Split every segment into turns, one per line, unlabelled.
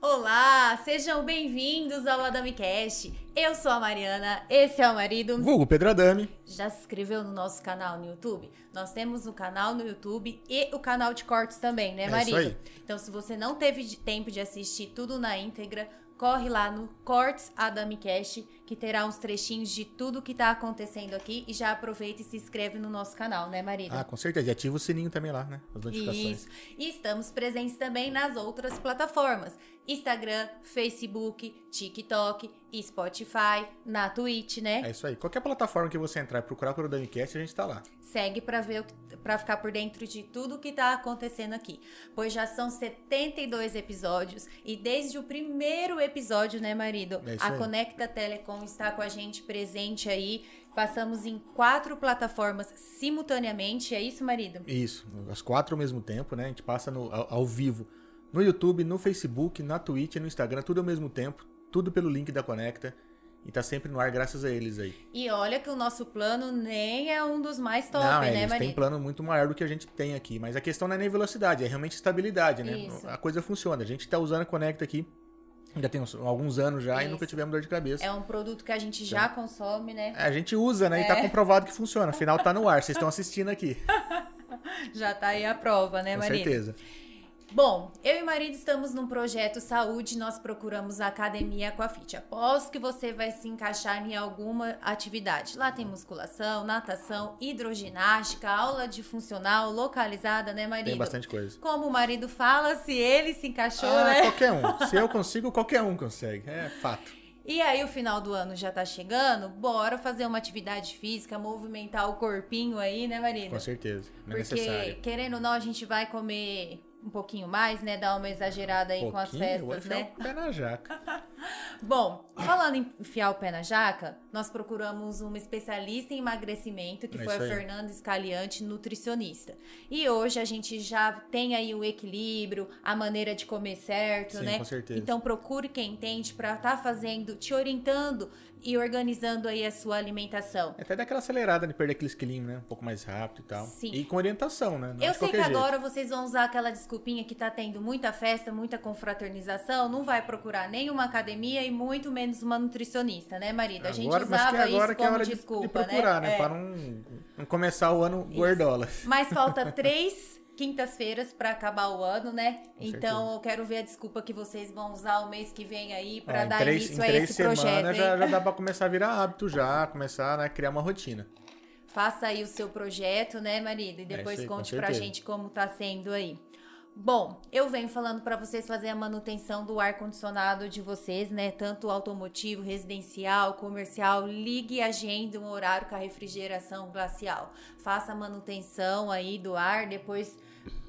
Olá, sejam bem-vindos ao AdamiCast. Eu sou a Mariana, esse é o marido.
Vulgo Pedradame.
Já se inscreveu no nosso canal no YouTube? Nós temos o canal no YouTube e o canal de cortes também, né,
É
marido?
isso aí.
Então, se você não teve de- tempo de assistir tudo na íntegra, corre lá no Cortes AdamiCast, que terá uns trechinhos de tudo que tá acontecendo aqui e já aproveita e se inscreve no nosso canal, né, marido?
Ah, com certeza. E ativa o sininho também lá, né? As notificações.
Isso. E estamos presentes também nas outras plataformas: Instagram, Facebook, TikTok, Spotify, na Twitch,
É
né?
isso aí. Qualquer plataforma que você entrar e procurar pelo Damicast, a gente tá lá.
Segue pra ver para ficar por dentro de tudo que tá acontecendo aqui, pois já são 72 episódios e desde o primeiro episódio, né, marido?
É isso
a
aí.
Conecta Telecom está com a gente presente aí. Passamos em quatro plataformas simultaneamente, é isso, marido?
Isso. As quatro ao mesmo tempo, né? A gente passa no- ao, ao vivo no YouTube, no Facebook, na Twitch, no Instagram, tudo ao mesmo tempo. Tudo pelo link da Conecta. E tá sempre no ar graças a eles aí.
E olha que o nosso plano nem é um dos mais top,
não, é,
né,
eles
Marido?
têm plano muito maior do que a gente tem aqui. Mas a questão não é nem velocidade, é realmente estabilidade, né?
Isso.
A coisa funciona. A gente tá usando a Conecta aqui, já tem uns- alguns anos já e
Isso.
nunca tivemos dor de cabeça.
É um produto que a gente
Tá.
já consome, né?
A gente usa, né? E tá comprovado que funciona. Afinal, tá no ar. Vocês estão assistindo aqui.
Já tá aí a prova, né,
com
Marido?
certeza.
Bom, eu e o marido estamos num projeto saúde, nós procuramos a academia Aquafit. Aposto que você vai se encaixar em alguma atividade. Lá tem musculação, natação, hidroginástica, aula de funcional localizada, né, marido?
Tem bastante coisa.
Como o marido fala, se ele se encaixou,
Ah,
né?
qualquer um. Se eu consigo, qualquer um consegue. É fato.
E aí o final do ano já tá chegando, bora fazer uma atividade física, movimentar o corpinho aí, né, marido?
Com certeza. Não é
Porque,
necessário.
querendo ou não, a gente vai comer um pouquinho mais, né? Dar uma exagerada aí com as
vou
festas,
enfiar
né?
o é um pé na jaca.
Bom, falando em enfiar o pé na jaca, nós procuramos uma especialista em emagrecimento, que
É
foi a
isso aí.
Fernanda Scaliante, nutricionista. E hoje a gente já tem aí o equilíbrio, a maneira de comer certo,
Sim,
né?
com certeza.
Então procure quem entende pra estar fazendo, te orientando e organizando aí a sua alimentação.
É Até dá aquela acelerada de perder aqueles quilinhos, né? Um pouco mais rápido e tal.
Sim.
E com orientação, né? Não é
Eu
de
sei que
qualquer jeito.
agora vocês vão usar aquela desculpinha que tá tendo muita festa, muita confraternização, não vai procurar nenhuma academia e muito menos uma nutricionista, né, marido? A gente
Agora- mas que
usava
agora
isso
que é
como
hora de-
desculpa,
de, procurar, né?
É.
Para não, não começar o ano gordola.
Mas falta três quintas-feiras pra acabar o ano, né?
Com
então
certeza.
eu quero ver a desculpa que vocês vão usar o mês que vem aí pra
Ah, em
dar
três, em
início a
três
esse
semanas
projeto. hein?
já, já dá pra começar a virar hábito já, começar né, a criar uma rotina.
Faça aí o seu projeto, né, marido? E depois
É isso aí, com
conte pra
certeza.
gente como tá sendo aí. Bom, eu venho falando pra vocês fazer a manutenção do ar condicionado de vocês, né? Tanto automotivo, residencial, comercial. Ligue e agende um horário com a refrigeração glacial. Faça a manutenção aí do ar, depois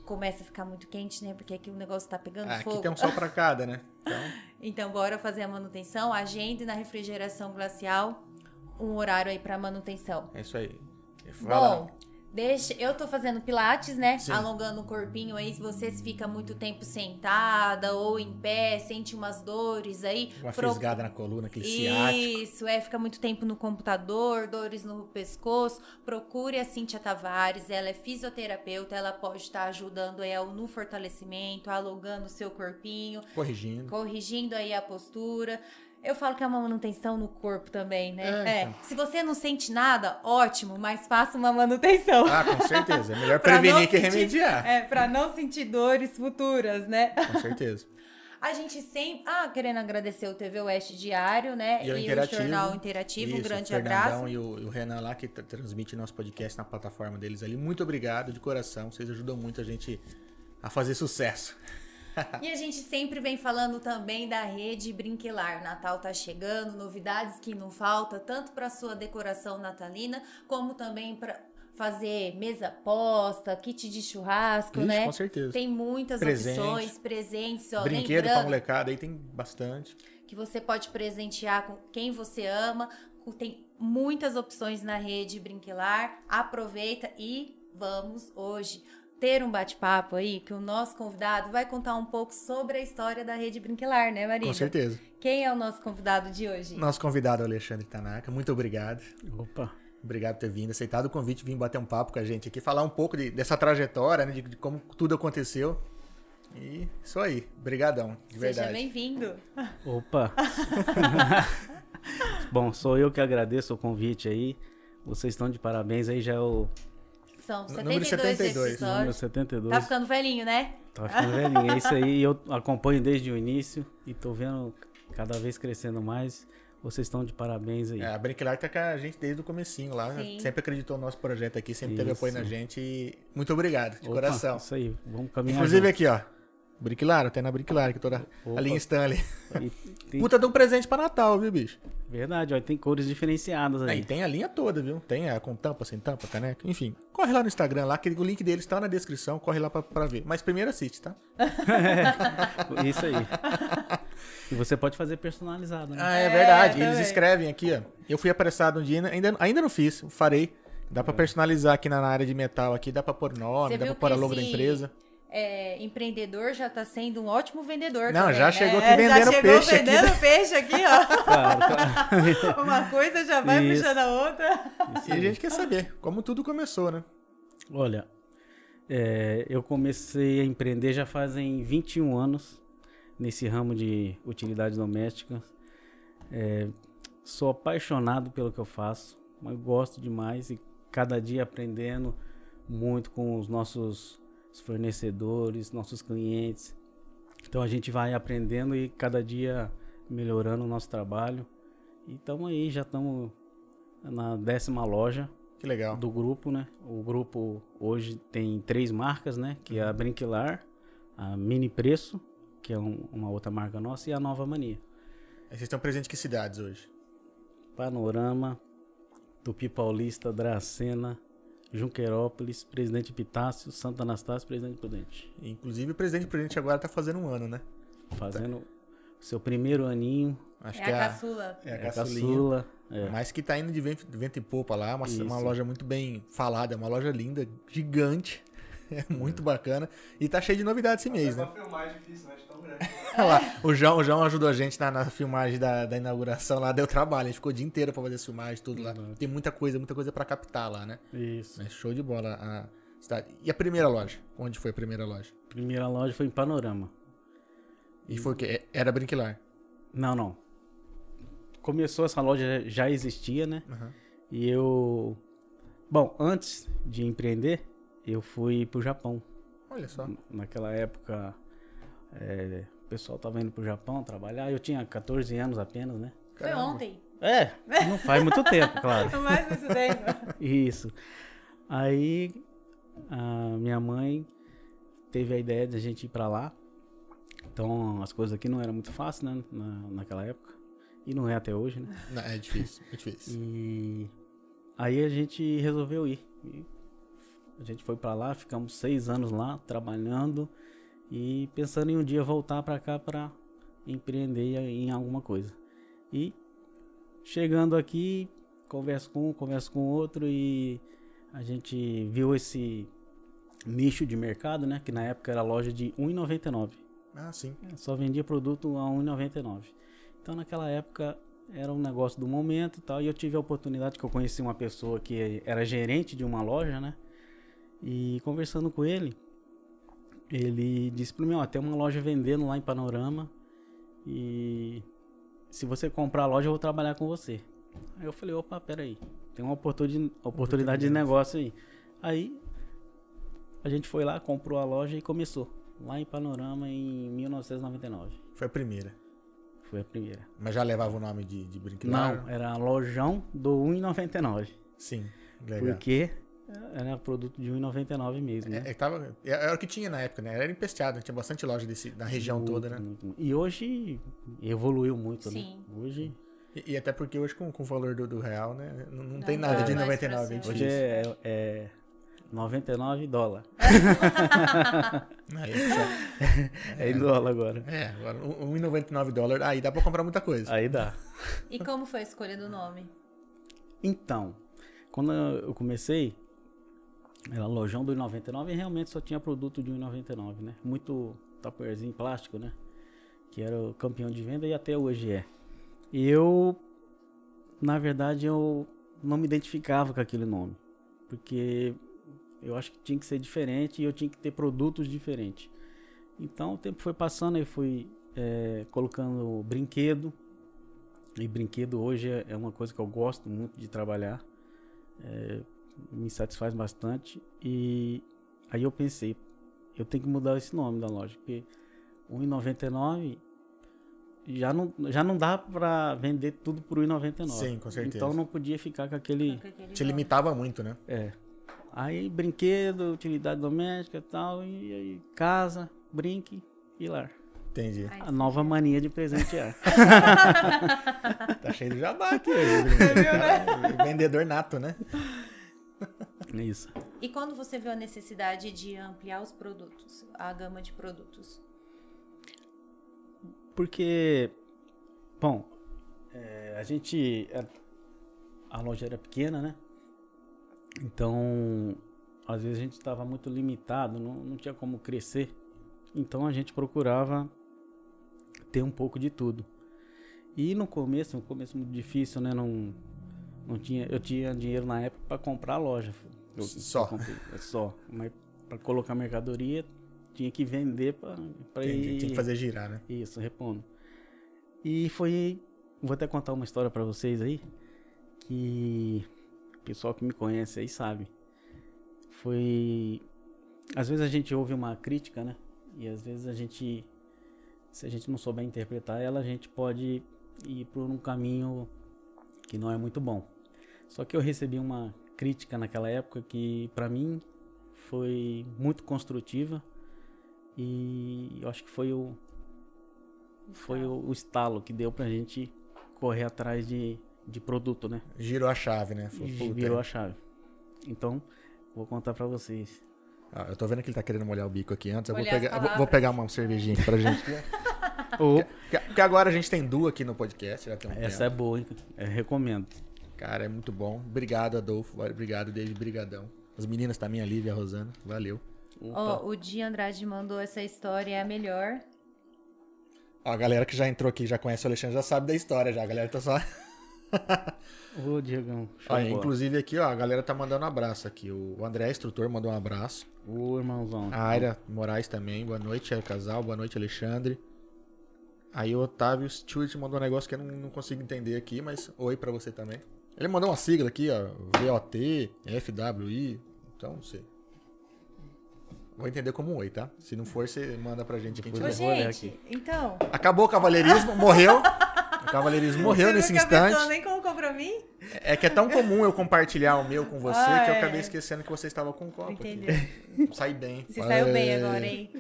começa a ficar muito quente, né? Porque aqui o negócio tá pegando
Ah, aqui
fogo.
tem um sol pra cada, né? Então,
Então, bora fazer a manutenção. Agende na refrigeração glacial um horário aí pra manutenção.
é isso aí. Fala.
Bom, deixa, eu tô fazendo pilates, né?
Sim.
Alongando o corpinho aí, se você fica muito tempo sentada ou em pé, sente umas dores aí,
Uma
pro-
fisgada na coluna, aquele ciático.
isso, é, fica muito tempo no computador, dores no pescoço. Procure a Cíntia Tavares, ela é fisioterapeuta, ela pode estar ajudando aí ao- no fortalecimento, alongando o seu corpinho,
Corrigindo.
corrigindo aí a postura. Eu falo que é uma manutenção no corpo também, né?
É,
É.
então.
Se você não sente nada, ótimo, mas faça uma manutenção.
Ah, com certeza. É melhor
Pra não
prevenir que
sentir-
remediar.
É, pra não sentir dores futuras, né?
Com certeza.
A gente sempre. Ah, querendo agradecer o TV Oeste Diário, né?
E o
o
Interativo.
Jornal Interativo. um
Isso,
grande
o Fernandão
abraço.
E o, e o Renan lá que tra- transmite nosso podcast na plataforma deles ali. Muito obrigado de coração. Vocês ajudam muito a gente a fazer sucesso.
E a gente sempre vem falando também da rede Brinquilar. Natal tá chegando, novidades que não falta, tanto para sua decoração natalina, como também para fazer mesa posta, kit de churrasco,
Isso,
né?
com certeza.
Tem muitas
Presente.
opções, presentes, ó,
Brinquedo pra
lembrando
molecada aí tem bastante.
que você pode presentear com quem você ama. Tem muitas opções na rede Brinquilar. Aproveita e vamos hoje ter um bate-papo aí, que o nosso convidado vai contar um pouco sobre a história da Rede Brinquelar, né, Maria?
Com certeza.
Quem é o nosso convidado de hoje?
Nosso convidado é o Alexandre Tanaka, muito obrigado.
Opa.
Obrigado por ter vindo, aceitado o convite, vir bater um papo com a gente aqui, falar um pouco de- dessa trajetória, né, de, de como tudo aconteceu. E isso aí, brigadão, de
Seja
verdade.
bem-vindo.
Opa. Bom, sou eu que agradeço o convite aí. Vocês estão de parabéns aí, já é o
São
N- número
72,
72,
número
episódios.
72.
Tá ficando velhinho, né?
Tá ficando velhinho, é isso aí. E eu acompanho desde o início e tô vendo cada vez crescendo mais. Vocês estão de parabéns aí.
É, a Brinquilar tá com a gente desde o comecinho lá,
Sim.
sempre acreditou no nosso projeto aqui, sempre teve
Isso.
apoio na gente e muito obrigado, de
Opa, é
coração.
Isso aí, vamos caminhar.
Inclusive aqui, ó, Brinquilar, até na Brinquilar, que toda a
Opa.
linha Stanley.
junto. E tem-
Puta de um presente pra Natal, viu, bicho?
Verdade, ó, tem cores diferenciadas aí.
Aí tem a linha toda, viu? Tem a com tampa, sem tampa, caneca, enfim. Corre lá no Instagram, lá que o link deles tá na descrição, corre lá pra, pra ver. Mas primeiro assiste, tá?
Isso aí. E você pode fazer personalizado, né?
Ah, é,
É,
verdade. Eles
também.
escrevem aqui, ó. Eu fui apressado um dia, ainda, ainda não fiz, farei. Dá pra personalizar aqui na, na área de metal aqui, dá pra pôr nome,
Você
dá
viu
pra pôr a
que
logo da
esse
empresa.
É, empreendedor já tá sendo um ótimo vendedor
Não,
também,
já
né?
chegou aqui
É,
vendendo
já chegou
peixe aqui, né?
vendendo peixe aqui,
Claro, claro.
ó. Uma coisa já vai
Isso.
puxando a outra.
E a gente quer saber como tudo começou, né?
Olha, é, eu comecei a empreender já fazem 21 anos nesse ramo de utilidades domésticas. É, sou apaixonado pelo que eu faço, mas gosto demais e cada dia aprendendo muito com os nossos fornecedores, nossos clientes. Então a gente vai aprendendo e cada dia melhorando o nosso trabalho. E estamos aí, já estamos na décima loja
Que legal.
do grupo, né? O grupo hoje tem três marcas, né? Que é a Brinquilar, a Mini Preço, que é um- uma outra marca nossa, e a Nova Mania.
Aí Vocês estão presentes em que cidades hoje?
Panorama, Tupi Paulista, Dracena, Junquerópolis, Presidente Pitácio, Santa Anastácio, Presidente Prudente.
Inclusive o presidente Prudente agora tá fazendo um ano, né?
Fazendo seu primeiro aninho,
Acho
é
que
a
é a,
caçula.
é a
é a
caçulinha.
caçula. É,
Mas que tá indo de vento, de vento e popa lá, uma,
Isso.
uma loja muito bem falada, é uma loja linda, gigante. É muito bacana. E tá cheio de novidades esse mês, né?
Uma filmagem difícil, né? De tão grande.
Olha lá, o João, o João ajudou a gente na, na filmagem da, da inauguração lá, deu trabalho, a gente ficou o dia inteiro pra fazer as filmagens, tudo lá. Tem muita coisa, muita coisa pra captar lá, né?
isso.
É show de bola a cidade. E a primeira loja? Onde foi a primeira loja?
Primeira loja foi em Panorama.
E foi o quê? É- Era Brinquilar.
Não, não. Começou essa loja, já existia, né?
Aham.
E eu. Bom, antes de empreender, eu fui pro Japão.
Olha só.
Naquela época, é, o pessoal tava indo pro Japão trabalhar. Eu tinha 14 anos apenas, né?
Caramba.
Foi ontem.
É, não faz muito tempo, claro.
Mais isso tempo.
Isso. Aí a minha mãe teve a ideia de a gente ir pra lá. Então as coisas aqui não eram muito fáceis, né? na- naquela época. E não é até hoje, né?
Não, é difícil, é difícil.
E aí a gente resolveu ir. E a gente foi pra lá, ficamos seis anos lá trabalhando e pensando em um dia voltar pra cá pra empreender em alguma coisa. E chegando aqui, converso com um, converso com outro e a gente viu esse nicho de mercado, né? Que na época era loja de R$1,99.
Ah, sim.
Eu Só vendia produto a R$1,99. Então naquela época era um negócio do momento e tal. E eu tive a oportunidade que eu conheci uma pessoa que era gerente de uma loja, né? E conversando com ele, ele disse para mim, ó, tem uma loja vendendo lá em Panorama e se você comprar a loja eu vou trabalhar com você. Aí eu falei, opa, peraí, tem uma oportuni- oportunidade de negócio aí. Aí a gente foi lá, comprou a loja e começou. Lá em Panorama em 1999.
Foi a primeira.
Foi a primeira.
Mas já levava o nome de, de Brinquilar?
Não, era lojão do 1,99.
Sim, legal.
Porque né? era produto de 1,99 mesmo, né?
É, é, tava, é- era o que tinha na época, né? Era empesteado, tinha bastante loja desse, na região
Muito,
toda, né?
muito, muito. E hoje evoluiu muito,
Sim.
né? Hoje,
E, e até porque hoje, com, com o valor do, do real, né? N- Não,
Não
tem nada
dá
de
mais
99.
pra
É
ser.
hoje
difícil.
é, é 99 dólar.
Aí, só-
É, em dólar agora.
é, agora, um- 1,99 dólar, aí dá pra comprar muita coisa.
Aí dá.
E como foi a escolha do nome?
Então, quando eu comecei, Era lojão do 99 e realmente só tinha produto de 1,99, né? Muito taperzinho plástico, né? Que era o campeão de venda e até hoje é. Eu, na verdade, eu não me identificava com aquele nome. Porque eu acho que tinha que ser diferente e eu tinha que ter produtos diferentes. Então o tempo foi passando e fui é, colocando brinquedo. E brinquedo hoje é- é uma coisa que eu gosto muito de trabalhar. É, me satisfaz bastante. E aí eu pensei, eu tenho que mudar esse nome da loja, porque um R$ 1,99 já não, já não dá pra vender tudo por um R$ 1,99.
Sim, com certeza.
Então não podia ficar com aquele.
Te limitava muito, né?
É. Aí brinquedo, utilidade doméstica e tal, e aí casa, brinque e lar.
Entendi.
Ai,
A nova mania de presentear.
Tá cheio de jabá aqui. hoje, né? Vendedor nato, né?
É Isso.
E quando você viu a necessidade de ampliar os produtos, a gama de produtos?
Porque, bom, é, a gente. A, a loja era pequena, né? Então, às vezes a gente estava muito limitado, não, não tinha como crescer. Então a gente procurava ter um pouco de tudo. E no começo, um começo muito difícil, né? Não, não tinha, eu tinha dinheiro na época para comprar a loja. Eu-
Só.
eu comprei, é só. Mas para colocar mercadoria, tinha que vender para
Entendi.
ir
Tinha que fazer girar, né?
isso, repondo. E foi. Vou até contar uma história pra vocês aí. Que o pessoal que me conhece aí sabe. Foi. Às vezes a gente ouve uma crítica, né? E às vezes a gente. Se a gente não souber interpretar ela, a gente pode ir por um caminho que não é muito bom. Só que eu recebi uma crítica naquela época que, pra mim, foi muito construtiva. E eu acho que foi o, foi o, o estalo que deu pra gente correr atrás de, de produto, né?
Girou a chave, né? Falou,
E
puta,
virou a chave. Então, vou contar pra vocês.
Ah, eu tô vendo que ele tá querendo molhar o bico aqui antes. Eu vou
Molhar as
pegar, eu vou,
palavras.
vou pegar uma cervejinha aqui pra gente.
Ou-
Porque- Porque agora a gente tem duas aqui no podcast, já tem um
essa é
tempo.
boa, hein? Eu recomendo.
Cara, é muito bom. Obrigado, Adolfo. Obrigado, David. Brigadão. As meninas também, a Lívia, a Rosana. Valeu.
Ó, o Di Andrade mandou essa história, é a melhor.
Ó, a galera que já entrou aqui, já conhece o Alexandre, já sabe da história já. A galera tá só...
Ô, Diegão. show
Olha,
de bola.
inclusive aqui, ó, a galera tá mandando um abraço aqui. O André, instrutor, mandou um abraço.
Ô, irmãozão.
A Aira Moraes também, boa noite, é casal, boa noite, Alexandre. Aí o Otávio Stewart mandou um negócio que eu não, não consigo entender aqui, mas oi pra você também. Ele mandou uma sigla aqui, ó, VOT, FWI, então não sei. Vou entender como um oi, tá? Se não for, você manda pra gente que a gente
Ô,
Pois
vai.
é. vou olhar
gente, então.
Acabou o cavaleirismo, morreu. O cavaleirismo morreu
você
nesse
viu que a pessoa
instante.
nem colocou pra mim?
É que é tão comum eu compartilhar o meu com você
Ah,
que eu
é.
acabei esquecendo que você estava com o copo aqui.
Entendeu?
Sai bem.
Você saiu bem
Valeu.
agora, hein?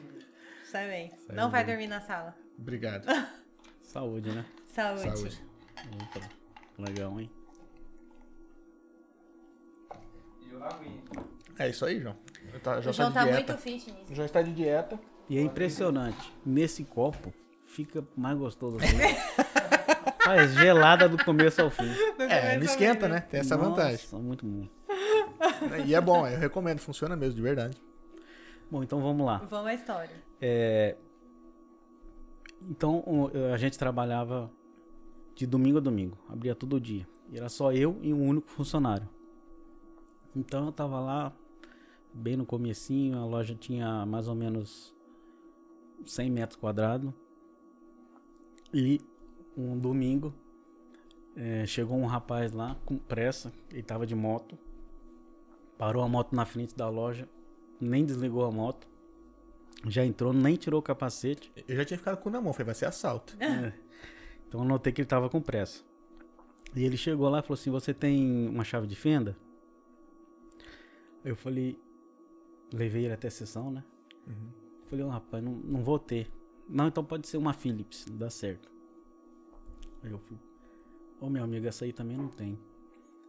Saiu bem. Não vai dormir na sala.
Obrigado.
Saúde, né?
Saúde.
Saúde.
Opa, legal, hein?
É isso aí, João. Já tá, já
O João tá
tá de
muito
dieta.
fitness.
João está de dieta.
E é impressionante. Nesse copo, fica mais gostoso. assim. Rapaz, gelada do começo ao fim.
É, não esquenta, né? Tem essa vantagem.
Nossa, muito bom.
E é bom, eu recomendo, funciona mesmo, de verdade.
Bom, então vamos lá.
Vamos à história.
É, Então o- eu- a gente trabalhava de domingo a domingo, abria todo dia. E era só eu e um único funcionário. Então eu tava lá bem no comecinho, a loja tinha mais ou menos 100 metros quadrados. E um domingo eh, chegou um rapaz lá com pressa, ele tava de moto, parou a moto na frente da loja, nem desligou a moto, já entrou, nem tirou o capacete.
Eu já tinha ficado com o cu na mão, falei, vai ser assalto.
Então eu notei que ele tava com pressa. E ele chegou lá e falou assim: Você tem uma chave de fenda? Eu falei. Levei ele até a sessão, né? Falei: "Ô, Rapaz, não, não vou ter. Não, então pode ser uma Philips, não dá certo. Aí eu falei: Ô meu amigo, essa aí também não tem.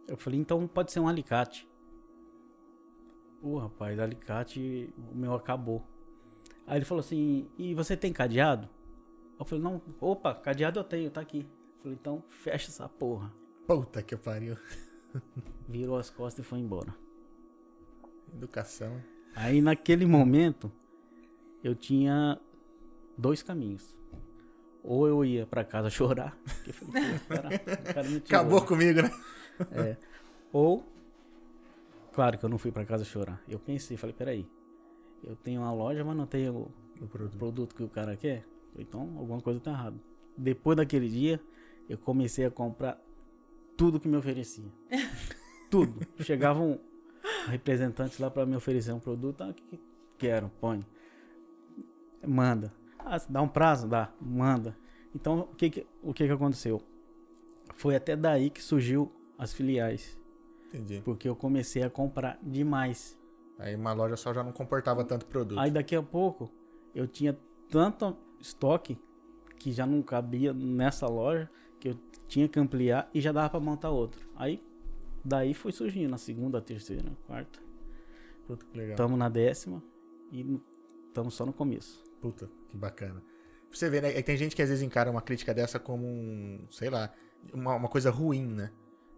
Eu falei: Então pode ser um alicate. Ô rapaz, alicate, o meu acabou. Aí ele falou assim: E você tem cadeado? Eu falei, não, opa, cadeado eu tenho, tá aqui. Eu falei, então fecha essa porra.
Puta que pariu.
Virou as costas e foi embora.
Educação.
Aí naquele momento eu tinha dois caminhos. Ou eu ia pra casa chorar, porque eu falei, "Pô, cara, o cara me tirou."
Acabou comigo, né?
Ou, claro que eu não fui pra casa chorar. Eu pensei, falei, peraí, eu tenho uma loja, mas não tenho
O
o
produto.
produto que o cara quer. Então alguma coisa tá errada. Depois daquele dia, eu comecei a comprar tudo que me oferecia. tudo. Chegava um representante lá pra me oferecer um produto. Ah, o que que quero? Põe. Manda. Ah, se dá um prazo? Dá. Manda. Então, o que que, o que que aconteceu? Foi até daí que surgiu as filiais.
Entendi.
Porque eu comecei a comprar demais.
Aí uma loja só já não comportava tanto produto.
Aí daqui a pouco eu tinha tanto estoque que já não cabia nessa loja que eu tinha que ampliar e já dava pra montar outra. Aí daí foi surgindo a segunda, a terceira, a quarta.
Puta, que legal.
Estamos na décima e estamos só no começo.
Puta, que bacana. Pra você ver, né? É que Tem gente que às vezes encara uma crítica dessa como um, sei lá, uma, uma coisa ruim, né?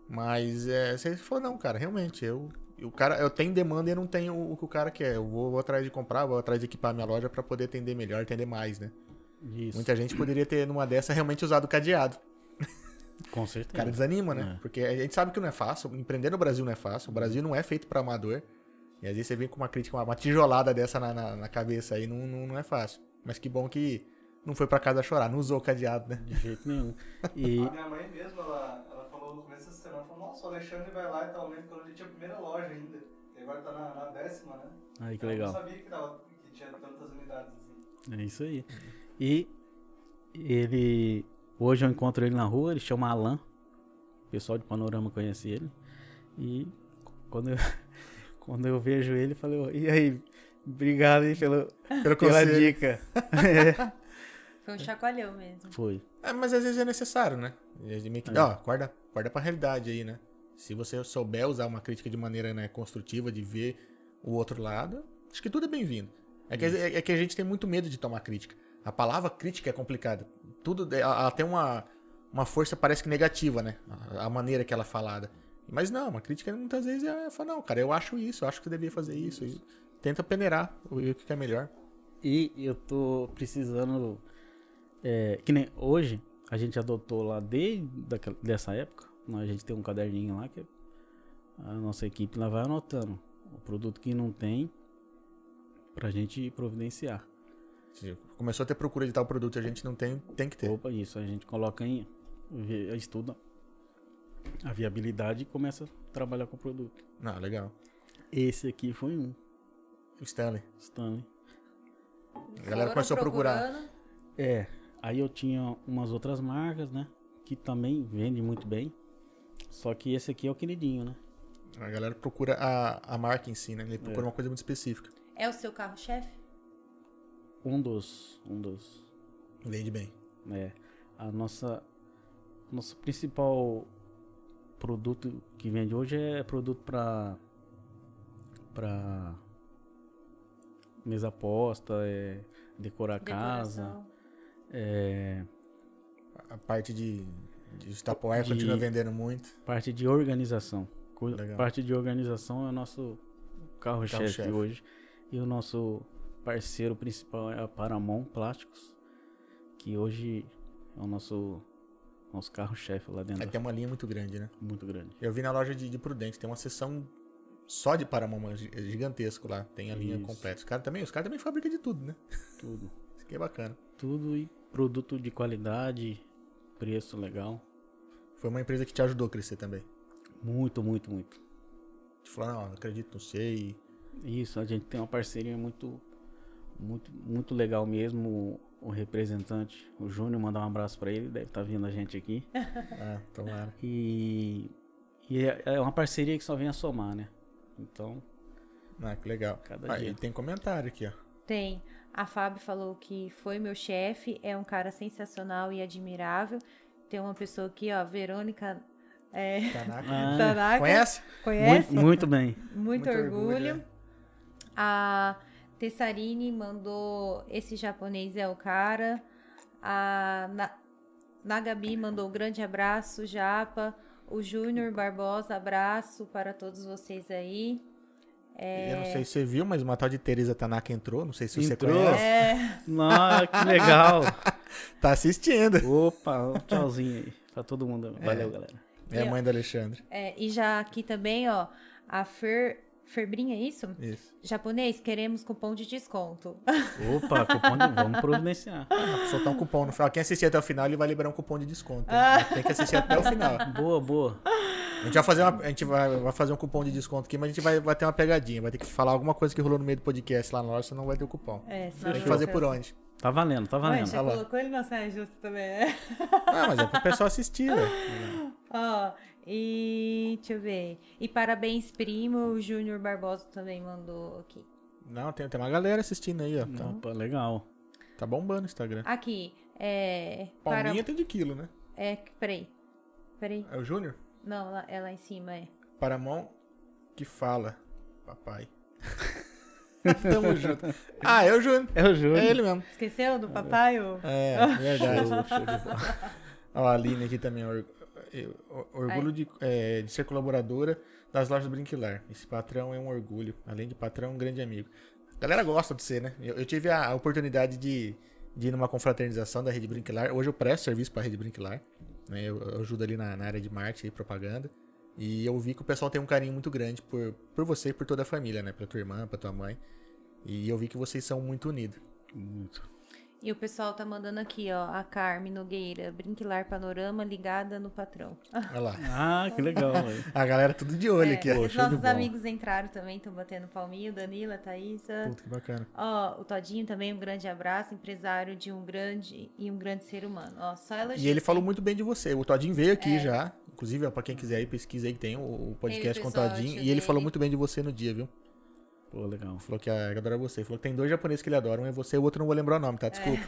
Mas é, você falou, não, cara, realmente, eu, eu, cara, eu tenho demanda e eu não tenho o, que o cara quer. Eu vou, vou atrás de comprar, vou atrás de equipar minha loja pra poder atender melhor, atender mais, né?
Isso.
Muita gente poderia ter, numa dessa, realmente usado o cadeado.
Com
O cara
certeza.
desanima, né?
É.
Porque a gente sabe que não é fácil. Empreender no Brasil não é fácil. O Brasil não é feito pra amador. E às vezes você vem com uma crítica, uma, uma tijolada dessa na, na- na cabeça aí, não, não, não é fácil. Mas que bom que não foi pra casa chorar, não usou o cadeado, né?
De jeito nenhum. E
A minha mãe mesmo, ela, ela falou no começo dessa semana, falou, nossa, o Alexandre vai lá e tá lendo quando ele tinha a primeira loja ainda. E agora tá na, na décima, né?
aí que
Eu
legal.
não sabia que, tava, que tinha tantas unidades assim.
É isso aí. E ele. Hoje eu encontro ele na rua, ele chama Alan. O pessoal de Panorama conhece ele. E quando eu, quando eu vejo ele, eu falo, e aí, obrigado aí pelo,
Pelo
pela
conselho.
dica. É,
Foi um chacoalhão mesmo.
Foi.
É, mas às vezes é necessário, né? E a gente meio que- Ó, acorda, acorda pra realidade aí, né? Se você souber usar uma crítica de maneira né, construtiva, de ver o outro lado, acho que tudo é bem-vindo. É que, é, é que a gente tem muito medo de tomar crítica. A palavra crítica é complicada. Tudo, é- ela tem uma, uma força, parece que negativa, né? A, a maneira que ela é falada. Mas não, uma crítica muitas vezes é, é falar, não, cara, eu acho isso, eu acho que você devia fazer isso. E tenta peneirar, ver o que que é melhor.
E eu tô precisando. é, que nem hoje, a gente adotou lá desde daquela- dessa época. nós- A gente tem um caderninho lá que a nossa equipe lá vai anotando o produto que não tem pra gente providenciar.
Se Começou a ter procura de tal produto, e a gente não tem, tem que ter.
Opa, isso, a gente coloca em. vê- estuda a viabilidade e começa a trabalhar com o produto.
Ah, legal.
Esse aqui foi um,
Stanley.
Stanley.
A galera começou a procurar.
É, aí eu tinha umas outras marcas, né? Que também vende muito bem. Só que esse aqui é o queridinho, né?
A galera procura a, a marca em si, né?
É.
Ele procura uma coisa muito específica.
É o seu carro-chefe?
Um dos. Um dos.
Vende bem.
É. A nossa. Nosso principal produto que vende hoje é produto pra. pra. mesa posta, é. decorar a casa.
Decoração.
É,
A parte de, de Stapoar
De-
continua vendendo muito.
parte de organização. Co-
Legal.
Parte de organização é o nosso carro-chefe
Carro-chefe.
hoje. E o nosso parceiro principal é a Paramount Plásticos, que hoje é o nosso, nosso carro-chefe lá dentro.
Aí tem uma linha É muito grande, né?
Muito grande.
Eu vi na loja de, de Prudente, tem uma seção só de Paramama gi- gigantesco lá. Tem a linha
Isso.
completa. Os caras também, os caras também fabricam de tudo, né?
Tudo.
Isso aqui é bacana.
Tudo e produto de qualidade, preço legal.
Foi uma empresa que te ajudou a crescer também.
Muito, muito, muito.
Te falou, não, não acredito, não sei.
Isso, a gente tem uma parceria muito, muito, muito legal mesmo. O o representante, o Júnior, mandar um abraço pra ele, deve estar vindo a gente aqui.
Ah, tomara.
E, e é é uma parceria que só vem a somar, né? Então,
Ah, que legal.
Cada
Aí
dia.
tem comentário aqui, ó.
Tem. A Fábio falou que foi meu chefe, é um cara sensacional e admirável. Tem uma pessoa aqui, ó, Verônica é,
Tanaka.
Ah.
Tanaka.
Conhece?
Conhece?
muito, muito bem.
Muito, orgulho.
né?
A Tessarine mandou esse japonês é o cara. A Na- Nagabi mandou um grande abraço, Japa. O Júnior Barbosa, abraço para todos vocês aí.
Eu não sei se você viu, mas uma tal de Teresa Tanaka entrou, não sei se você
Entrou.
conhece.
É,
Nossa, Então, que legal.
Tá assistindo.
Opa, um tchauzinho aí pra todo mundo. Valeu, galera.
É a mãe do Alexandre.
é, e já aqui também, ó, a Fer... Ferbrinha, é isso?
Isso.
Japonês, queremos cupom de desconto.
Opa, cupom de... vamos providenciar.
Ah, soltar um cupom no final. Quem assistir até o final, ele vai liberar um cupom de desconto. hein? Tem que assistir até o final.
Boa, boa.
A gente vai fazer, uma- a gente vai, vai fazer um cupom de desconto aqui, mas a gente vai, vai ter uma pegadinha. Vai ter que falar alguma coisa que rolou no meio do podcast lá na hora, senão vai ter o cupom.
É,
Tem que fazer por onde?
Tá valendo, tá
Ué,
valendo.
já
Olha lá.
colocou ele na saia justa também, né?
Ah, mas é pro pessoal assistir, velho.
Ó, e deixa eu ver. E parabéns, primo. O Júnior Barbosa também mandou aqui.
Não, tem, tem uma galera assistindo aí, ó. Tá,
Opa, legal.
tá bombando o Instagram.
Aqui, é. para-
Palminha tem de quilo, né?
É, peraí. Peraí.
É o Júnior?
Não, lá, é lá em cima, é.
Para a mão que fala, papai. Tamo junto. Ah, é o Júnior.
Eu juro.
É ele mesmo.
Esqueceu do papai? ô?
É, verdade. Ó, a Aline aqui também. or- eu- or- orgulho de, é, de ser colaboradora das lojas Brinquilar. Esse patrão é um orgulho. Além de patrão, um grande amigo. A galera gosta de ser, né? Eu, eu tive a oportunidade de, de ir numa confraternização da Rede Brinquilar. Hoje eu presto serviço para a Rede Brinquilar. Né? Eu, eu ajudo ali na, na área de marketing e propaganda. E eu vi que o pessoal tem um carinho muito grande por, por você e por toda a família, né? Pra tua irmã, pra tua mãe. E eu vi que vocês são muito unidos.
Muito.
E o pessoal tá mandando aqui, ó. A Carmen Nogueira, Brinquilar Panorama ligada no patrão.
Olha lá.
Ah, que legal, velho.
A galera tudo de olho
É,
aqui, ó.
os
Show de
nossos
bola.
amigos entraram também, estão batendo palminho. Danila, Thaísa.
Puta, que bacana.
Ó, o Todinho também, um grande abraço, empresário de um grande e um grande ser humano. Ó, só elogios.
E ele falou muito bem de você. O Todinho veio
É.
aqui já. Inclusive, ó, pra quem quiser aí, pesquisa aí que tem o, o podcast
Ele,
com o
pessoal,
Todinho. E
tio
ele falou
dele.
muito bem de você no dia, viu?
Pô, legal.
Falou que ah, ele adora você. Falou que tem dois japoneses que ele adora. Um é você e o outro não vou lembrar o nome, tá?
É.
Desculpa.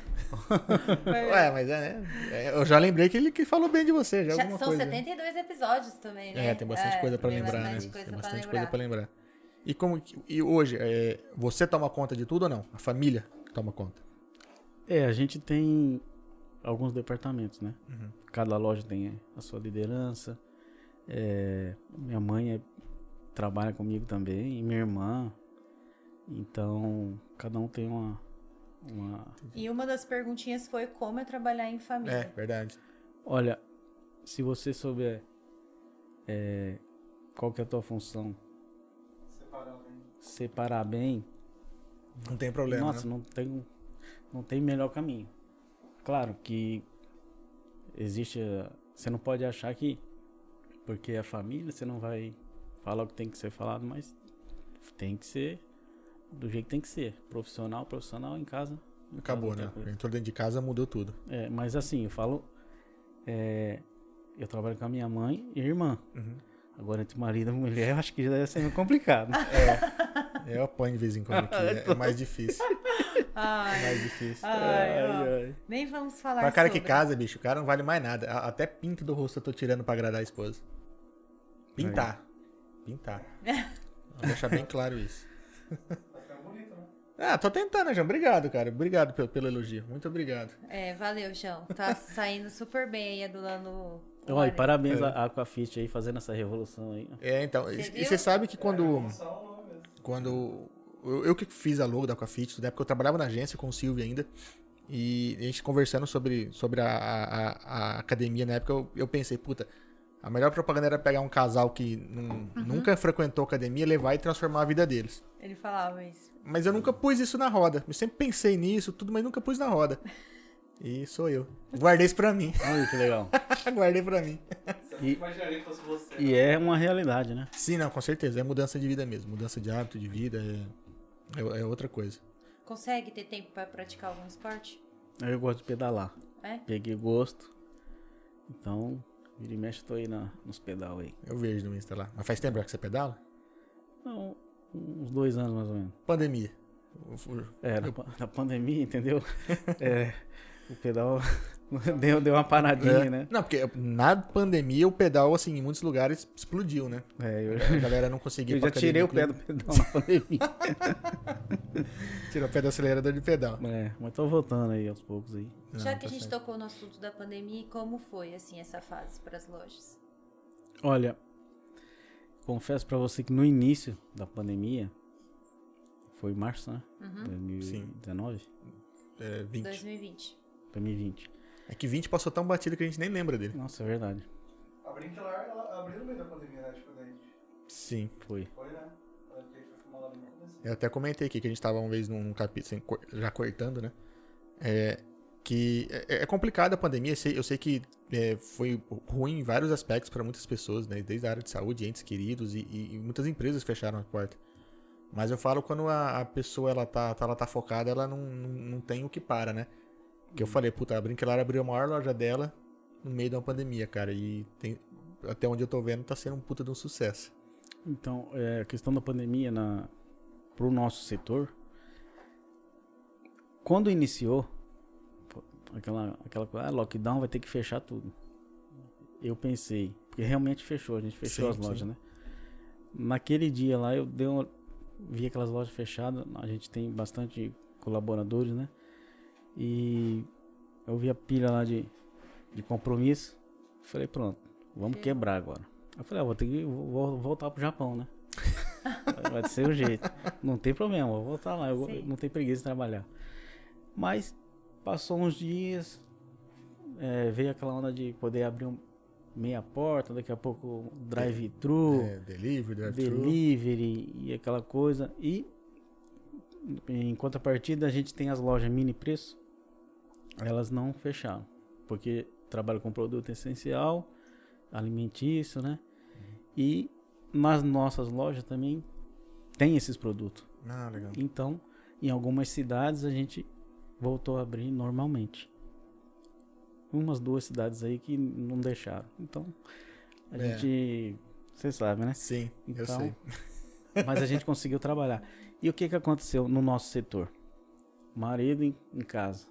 Ué, mas é, é, Eu já lembrei que ele que falou bem de você. Já,
Já-
é alguma
são
coisa. né?
72 episódios também, né?
É, tem bastante coisa pra
tem
lembrar,
bastante
né?
coisa
tem
pra
bastante
lembrar.
coisa pra lembrar. E, como, que- e hoje, é, você toma conta de tudo ou não? A família toma conta.
É, a gente tem alguns departamentos, né? Cada loja tem a sua liderança. É, minha mãe é- trabalha comigo também, e minha irmã. Então, cada um tem uma. uma...
E uma das perguntinhas foi como é trabalhar em
É,
família.
verdade.
Olha, se você souber é, qual que é a tua função,
Separar bem.
separar bem,
Não tem problema.
Nossa,
né?
não tem não tem melhor caminho. Claro que existe, a- você não pode achar que porque é família você não vai falar o que tem que ser falado, mas tem que ser do jeito que tem que ser, profissional, profissional em casa. em
Acabou,
casa,
né?
outra coisa.
Entrou dentro de casa, mudou tudo.
É, mas assim, eu falo, é, eu trabalho com a minha mãe e irmã.
Uhum.
Agora entre marido e mulher, eu acho que já deve ser meio complicado.
É, Eu apanho de vez em quando aqui. é- É mais difícil. É
Ai,
mais difícil.
ai, ó.
Ai, ai.
Nem vamos falar
Mas cara que
sobre.
casa, bicho, o cara não vale mais nada. A- Até pinta do rosto eu tô tirando pra agradar a esposa. Pintar. Pintar. Vou deixar bem claro isso.
Vai ficar bonito, né?
Ah, tô tentando, né, João. Obrigado, cara. Obrigado pelo, pelo elogio. Muito obrigado.
É, valeu, João. Tá saindo super bem aí, adulando o- o
Ó, e
Alex.
parabéns à à Aquafit aí fazendo essa revolução aí.
É, então. e- e
viu?
você sabe que
É,
quando.
Só o nome mesmo.
Quando. Eu, eu que fiz a logo da Aquafit, na época eu trabalhava na agência com o Silvio ainda. E a gente conversando sobre, sobre a, a- a- a academia na época, eu, eu pensei, puta, a melhor propaganda era pegar um casal que nun- nunca frequentou academia, levar e transformar a vida deles.
Ele falava isso.
Mas eu nunca pus isso na roda. Eu sempre pensei nisso, tudo, mas nunca pus na roda. E sou eu. Guardei isso pra mim.
Olha que legal.
Guardei pra mim.
Você não
E-
imaginaria que fosse você.
E é uma realidade, né?
Sim, não, com certeza. É mudança de vida mesmo. Mudança de hábito, de vida, é, é, é outra coisa.
Consegue ter tempo pra praticar algum esporte?
Eu gosto de pedalar.
É?
Peguei gosto. Então, vira e mexe, eu tô aí na, nos pedal aí.
Eu vejo É no Insta lá. Mas faz tempo já que você pedala?
Então, uns dois anos mais ou menos.
Pandemia. Eu fui-
É, na, pa- na pandemia, entendeu? É, o pedal deu, deu uma paradinha,
É.
né?
Não, porque na pandemia o pedal, assim, em muitos lugares explodiu, né?
É, eu,
A galera não conseguia. ir
eu
pra
já tirei o pé
academia,
do pedal na pandemia.
Tirou o pé do acelerador de pedal.
É, mas tô voltando aí aos poucos aí.
Já
Não,
que a
tá
gente
certo.
tocou no assunto da pandemia, como foi assim essa fase para as lojas?
Olha, Confesso pra você que no início da pandemia, foi em março, né? 2019?
É, 20.
2020.
2020.
É que 20 passou tão batido que a gente nem lembra dele.
Nossa, é verdade.
A Brinquilar, ela abriu no meio da pandemia, né? Tipo, daí.
Sim.
Foi.
Foi, né? Ela que foi filmar lá no começo.
Eu até comentei aqui que a gente tava uma vez num capítulo, sem cor- já cortando, né? É, que é, é complicado a pandemia. Eu sei, eu sei que é, foi ruim em vários aspectos para muitas pessoas, né? Desde a área de saúde, entes queridos e, e- e muitas empresas fecharam a porta. Mas eu falo quando a, a pessoa ela tá, tá- ela tá focada, ela não, não, não tem o que para, né? Que eu falei, puta, a Brinquelar abriu a maior loja dela no meio de uma pandemia, cara. E tem- até onde eu tô vendo, tá sendo um puta de um sucesso.
Então, é, a questão da pandemia na, pro nosso setor, quando iniciou, pô, aquela, aquela coisa, ah, lockdown vai ter que fechar tudo. Eu pensei, porque realmente fechou, a gente
Sim,
fechou as lojas,
sim.
né? Naquele dia lá, eu dei uma, vi aquelas lojas fechadas, a gente tem bastante colaboradores, né? E eu vi a pilha lá de, de compromisso, falei, pronto, vamos quebrar agora. Eu falei, ah, vou ter que vou, vou voltar pro Japão, né? Vai ser o jeito. Não tem problema, vou voltar lá. Eu vou-
Sim.
não tenho preguiça de trabalhar. Mas passou uns dias, é, veio aquela onda de poder abrir um- meia porta, daqui a pouco um drive-thru,
É, delivery, drive-thru.
delivery e aquela coisa. E em contrapartida a gente tem as lojas mini preço, elas não fecharam, porque trabalham com produto essencial, alimentício, né? E nas nossas lojas também tem esses produtos.
Ah, legal.
Então, em algumas cidades a gente voltou a abrir normalmente. Umas duas cidades aí que não deixaram. Então, a
É.
gente. Você sabe, né?
Sim, eu
Então,
sei.
Mas a gente conseguiu trabalhar. E o que, que aconteceu no nosso setor? Marido em, em casa.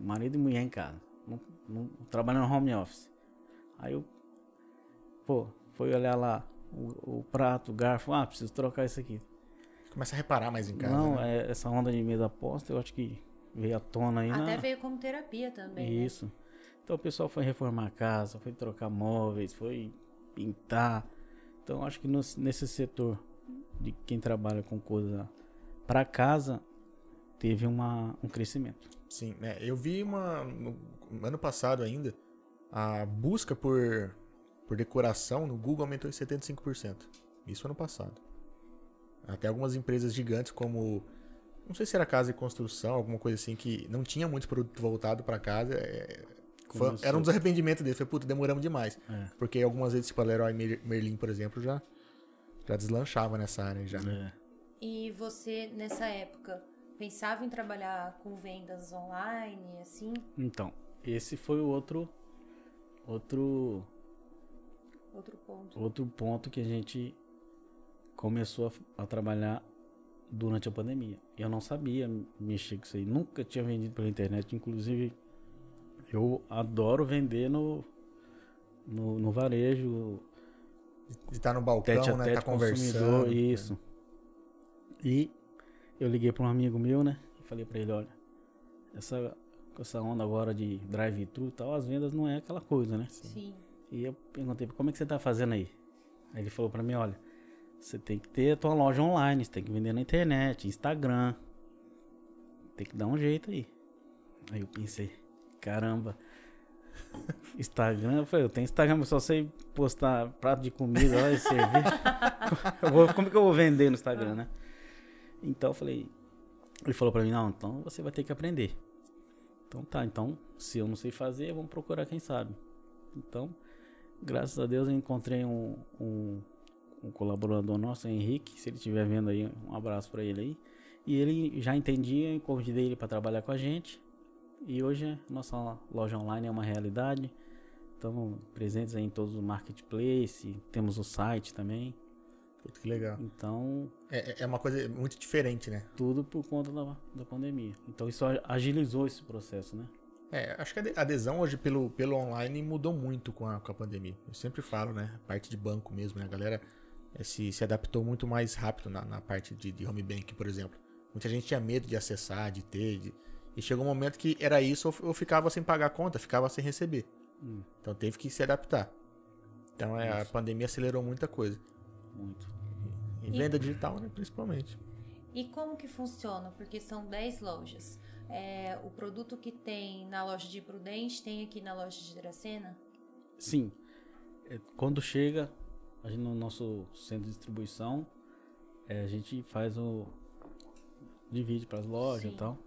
Marido e mulher em casa. Não, não, trabalhando no home office. Aí eu. Pô, foi olhar lá o, o prato, o garfo. Ah, preciso trocar isso aqui.
Começa a reparar mais em casa.
Não,
né?
é- essa onda de mesa aposta, eu acho que veio à tona
Ah.
aí,
Até
né?
veio como terapia também. né?
Isso. Então o pessoal foi reformar a casa, foi trocar móveis, foi pintar. Então acho que nos- nesse setor de quem trabalha com coisa para casa teve uma, um crescimento.
Sim, é, eu vi uma. no- ano passado ainda, a busca por, por decoração no Google aumentou em 75%. Isso ano passado. Até algumas empresas gigantes como. Não sei se era casa e construção, alguma coisa assim, que não tinha muito produto voltado para casa. é, foi-
Começou.
era um dos arrependimentos dele. Foi, puta, demoramos demais.
É.
Porque algumas vezes, tipo, a Leroy Mer- Merlin, por exemplo, já, já deslanchava nessa área já, né?
E você, nessa época, pensava em trabalhar com vendas online, assim?
Então, esse foi o outro outro
Outro ponto.
outro ponto que a gente começou a, a trabalhar durante a pandemia. Eu não sabia mexer com isso aí, nunca tinha vendido pela internet. Inclusive, eu adoro vender no, no, no varejo,
De estar no balcão,
tete a
né?
tete,
tá
consumidor,
conversando.
isso. E eu liguei para um amigo meu, né? e Falei para ele, olha, essa, com essa onda agora de drive-thru e tal, as vendas não é aquela coisa, né?
Sim.
E eu perguntei, como é que você tá fazendo aí? Aí ele falou pra mim, olha, você tem que ter a tua loja online, você tem que vender na internet, Instagram. Tem que dar um jeito aí. Aí eu pensei, caramba. Instagram, eu falei, eu tenho Instagram, eu só sei postar prato de comida lá e cerveja. Eu vou- como que eu vou vender no Instagram, né? Então eu falei, ele falou pra mim, não, então você vai ter que aprender. Então tá, então se eu não sei fazer, vamos procurar quem sabe. Então, graças a Deus eu encontrei um, um, um colaborador nosso, Henrique, se ele estiver vendo aí, um abraço para ele aí. E ele já entendia, convidei ele para trabalhar com a gente. E hoje a nossa loja online é uma realidade. Estamos presentes aí em todos os marketplaces, temos o site também.
Puta, que legal.
Então,
É, é- é uma coisa muito diferente, né?
tudo por conta da, da pandemia. Então isso a- agilizou esse processo, né?
É, acho que a ade- a adesão hoje pelo, pelo online mudou muito com a, com a pandemia. Eu sempre falo, né? A parte de banco mesmo, né? A galera eh, se, se adaptou muito mais rápido na, na parte de, de home bank, por exemplo. Muita gente tinha medo de acessar, de ter. de- E chegou um momento que era isso ou, f- ou ficava sem pagar a conta, ficava sem
Hum.
receber. Então teve que se adaptar. Então é, a pandemia acelerou muita coisa.
muito.
E venda digital, né? Principalmente.
E como que funciona? Porque são 10 lojas. É, o produto que tem na loja de Prudente tem aqui na loja de Dracena?
Sim. É, Quando chega a gente, no nosso centro de distribuição, é, a gente faz o. divide para as lojas
Sim.
e tal.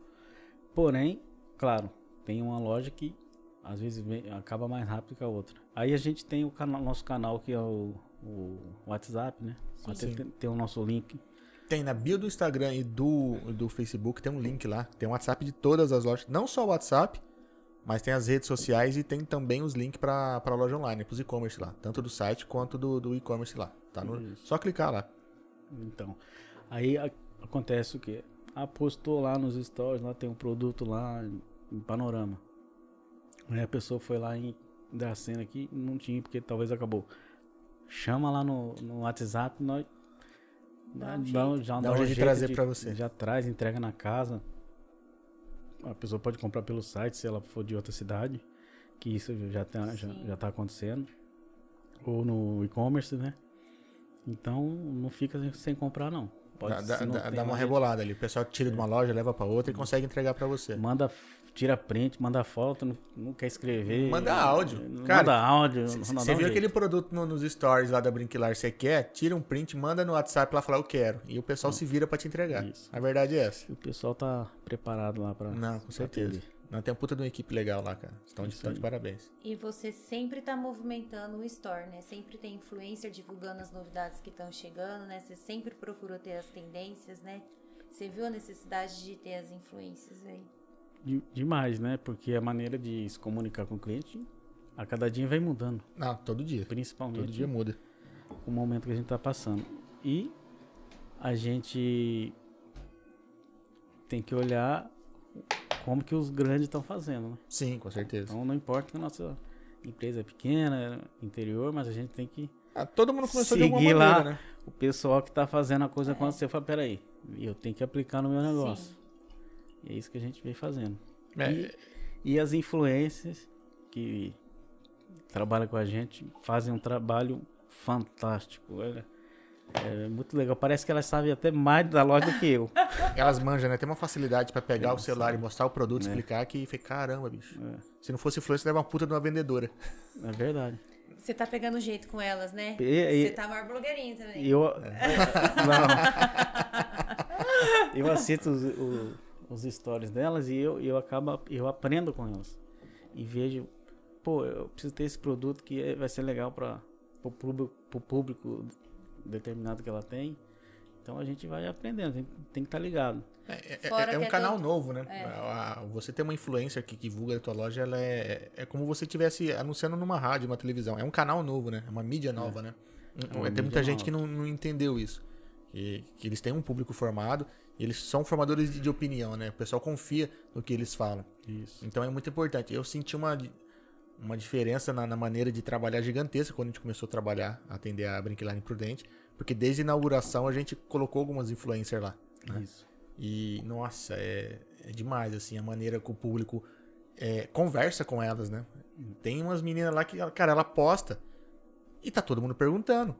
Porém, claro, tem uma loja que às vezes vem- acaba mais rápido que a outra. Aí a gente tem o canal- nosso canal que é o, o WhatsApp, né?
Sim.
Até
Sim.
tem, tem o nosso link.
Tem na bio do Instagram e do, do Facebook, tem um link lá. Tem o WhatsApp de todas as lojas. Não só o WhatsApp, mas tem as redes sociais e tem também os links pra, pra loja online, pros e-commerce lá. Tanto do site quanto do, do e-commerce lá. Tá no,
Isso.
só clicar lá.
Então, aí a- acontece o quê? Ah, postou lá nos stories, lá tem um produto lá em panorama. Aí a pessoa foi lá em da cena aqui, não tinha, porque talvez acabou. Chama lá no, no WhatsApp, nós
Dá
nós
um
dá um-
jeito.
já
Dá
dá
um
um
jeito de
jeito
trazer pra você.
Já traz, entrega na casa. A pessoa pode comprar pelo site, se ela for de outra cidade, que isso já tá, já,
Sim.
já tá acontecendo. Ou no e-commerce, né? Então não fica sem- sem comprar, não.
Dá, dá,
se não
dá-
tem
dá uma
lá,
rebolada ali. O pessoal tira de uma loja, leva pra outra e consegue entregar pra você.
Manda, tira print, manda foto, não, não quer escrever.
Manda áudio.
Não
Cara,
manda áudio. não- não dá
Você
um
viu
jeito.
aquele produto no- nos stories lá da Brinquilar que você quer? Tira um print, manda no WhatsApp lá falar eu quero. E o pessoal se vira pra te entregar.
Uhum. Isso.
A verdade é essa.
O pessoal tá preparado lá pra.
Não, com
pra
certeza.
atender.
Não, tem uma puta de uma equipe legal lá, cara. Estão de,
Isso
tão de
aí.
parabéns.
E você sempre tá movimentando o store, né? Sempre tem influencer divulgando as novidades que estão chegando, né? Você sempre procurou ter as tendências, né? Você viu a necessidade de ter as influências aí.
De- demais, né? Porque a maneira de se comunicar com o cliente a cada dia vem mudando.
Não, Ah, todo dia.
Principalmente
Todo dia muda.
o momento que a gente está passando. E a gente tem que olhar como que os grandes estão fazendo, né?
Sim, com certeza.
Então não importa que a nossa empresa é pequena, interior, mas a gente tem que
Ah, todo mundo começou de alguma
seguir
maneira,
lá
né?
o pessoal que está fazendo a coisa acontecer. Fala, peraí, eu tenho que aplicar no meu negócio. E é isso que a gente vem fazendo.
É,
E, e as influências que trabalham com a gente fazem um trabalho fantástico. Olha, é muito legal. Parece que elas sabem até mais da loja do que eu.
Elas manjam, né? Tem uma facilidade pra pegar o celular e mostrar o produto,
É.
explicar que fica, caramba, bicho. Se não fosse influencer, leva uma puta de uma vendedora.
É verdade.
Você tá pegando jeito com elas, né?
E- e-
Você tá maior blogueirinho também.
E Eu, Não. eu assisto os, o- os stories delas e eu, eu, acabo, eu aprendo com elas. E vejo, pô, eu preciso ter esse produto que é- vai ser legal para o público, pro público determinado que ela tem. Então a gente vai aprendendo, tem, tem que estar ligado.
É, é-
Fora
é
que
um
é
canal
todo-
novo, né? A- a- Você ter uma influencer que, que divulga a tua loja, ela é, é como você estivesse anunciando numa rádio, numa televisão. É um canal novo, né? É uma mídia nova, né?
É uma
tem
mídia
muita gente
nova.
que não, não entendeu isso. Que, que eles têm um público formado, e eles são formadores de, de opinião, né? O pessoal confia no que eles falam.
Isso.
Então é muito importante. Eu senti uma, di- uma diferença na, na maneira de trabalhar gigantesca quando a gente começou a trabalhar, atender a Brinquilar Prudente, porque desde a inauguração a gente colocou algumas influencers lá.
Isso.
E, nossa, é, é demais, assim, a maneira que o público é, conversa com elas, né? Tem umas meninas lá que, cara, ela posta e tá todo mundo perguntando.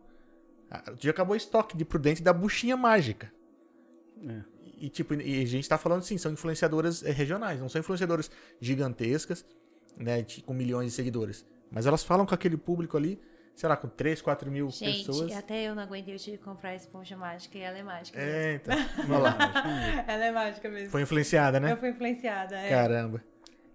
Ah, O dia acabou o estoque de Prudente da buchinha mágica.
É.
E, tipo, e a gente tá falando assim, são influenciadoras eh, regionais, não são influenciadoras gigantescas, né, de- com milhões de seguidores. Mas elas falam com aquele público ali, sei lá, com 3, 4 mil
Gente, é
pessoas.
até eu não aguentei, eu tive que comprar a esponja mágica e ela é mágica.
É, então, vamos
mesmo.
lá.
Ela é mágica mesmo.
Foi influenciada, né?
Eu fui influenciada. é.
Caramba.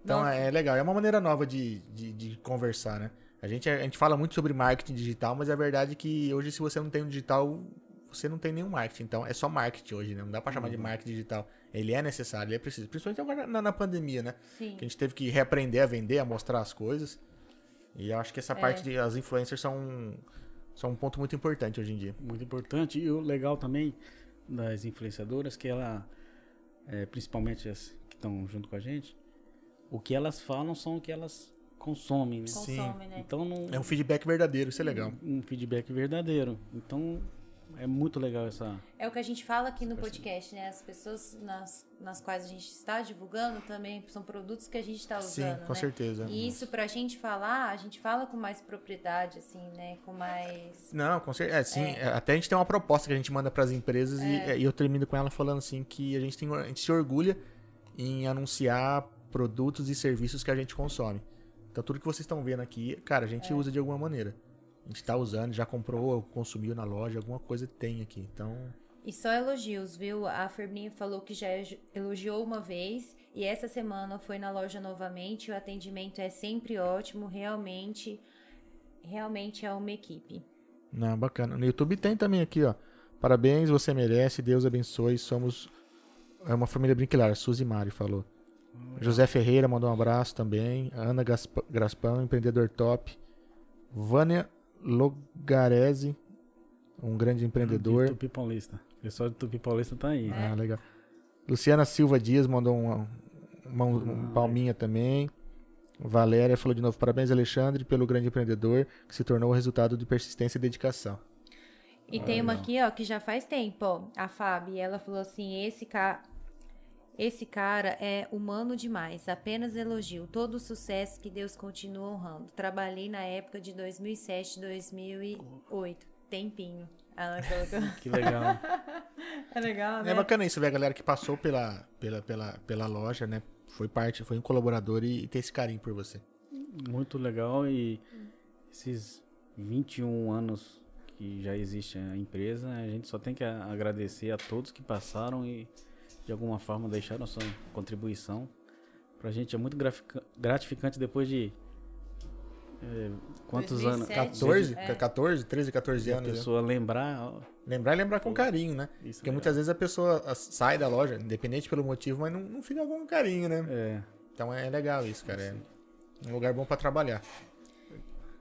Então
Nossa.
é legal, é uma maneira nova de, de, de conversar, né? A gente, a gente fala muito sobre marketing digital, mas a verdade é que hoje, se você não tem um digital, você não tem nenhum marketing. Então é só marketing hoje, né? Não dá pra chamar de
Uhum.
marketing digital. Ele é necessário, ele é preciso. Principalmente agora na, na pandemia, né?
Sim.
Que a gente teve que reaprender a vender, a mostrar as coisas. E eu acho que
É.
essa parte de as influencers são, são um ponto muito importante hoje em dia.
muito importante. E o legal também das influenciadoras que ela, é, principalmente as que estão junto com a gente, o que elas falam são o que elas consomem, né?
Consome, né?
Então não
É um feedback verdadeiro, isso é legal.
um feedback verdadeiro. Então é muito legal essa.
É o que a gente fala aqui no podcast, né? As pessoas nas, nas quais a gente está divulgando também são produtos que a gente está usando.
Sim, com
né?
certeza.
E isso pra gente falar, a gente fala com mais propriedade, assim, né? Com mais.
Não, com certeza. É, sim, é, até a gente tem uma proposta que a gente manda pras empresas e- é, e, eu termino com ela falando assim que a gente, tem, a gente se orgulha em anunciar produtos e serviços que a gente consome. Então tudo que vocês estão vendo aqui, cara, a gente usa de alguma maneira. A gente tá usando, já comprou, consumiu na loja, alguma coisa tem aqui. Então,
E só elogios, viu? A Ferminha falou que já elogiou uma vez e essa semana foi na loja novamente. O atendimento é sempre ótimo, realmente. Realmente é uma equipe.
não, bacana. No YouTube tem também aqui, ó. Parabéns, você merece, Deus abençoe, somos é uma família brinquilar, Suzy Mário falou. José Ferreira mandou um abraço também. Ana Gasp- Graspão, empreendedor top. Vânia Logarese, um grande
De
empreendedor.
Tupi Paulista. O pessoal de Tupi Paulista tá aí.
Ah, legal. Luciana Silva Dias mandou uma, uma- um palminha também. Valéria falou de novo: parabéns, Alexandre, pelo grande empreendedor que se tornou o resultado de persistência e dedicação.
E tem uma aqui, ó, que já faz tempo, ó, a Fábio. Ela falou assim: esse cara. Esse cara é humano demais, apenas elogio. Todo o sucesso que Deus continua honrando. Trabalhei na época de 2007, 2008. Tempinho. Ela colocou.
Que legal.
é legal, né?
É bacana isso ver a galera que passou pela, pela, pela, pela loja, né? Foi parte, foi um colaborador e, e ter esse carinho por você.
Muito legal e esses 21 anos que já existe a empresa, a gente só tem que a- agradecer a todos que passaram e de alguma forma deixaram sua contribuição. Pra gente é muito grafica- gratificante depois de eh, quantos anos?
É,
2007.
14, 14, 13, 14
A
anos. né?
pessoa lembrar. ó,
Lembrar e lembrar com carinho, né?
Isso
Porque
é
muitas vezes a pessoa ah, sai da loja, independente pelo motivo, mas não, não fica com carinho, né?
É,
Então é legal isso, cara. É um lugar bom pra trabalhar.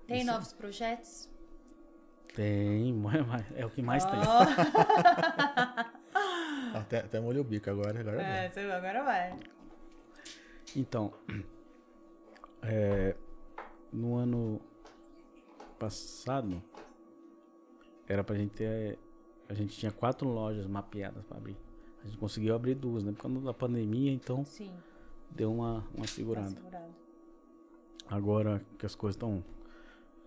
Tem novos projetos?
tem, mas- mas é o que mais tem.
Ah, Até, até molhou o bico agora. agora é.
agora vai.
Então, é, no ano passado, era pra gente ter. A gente tinha quatro lojas mapeadas pra abrir. A gente conseguiu abrir duas, né? Por causa da pandemia, então
Sim,
deu uma, uma
tá
segurada.
segurado.
Agora que as coisas estão.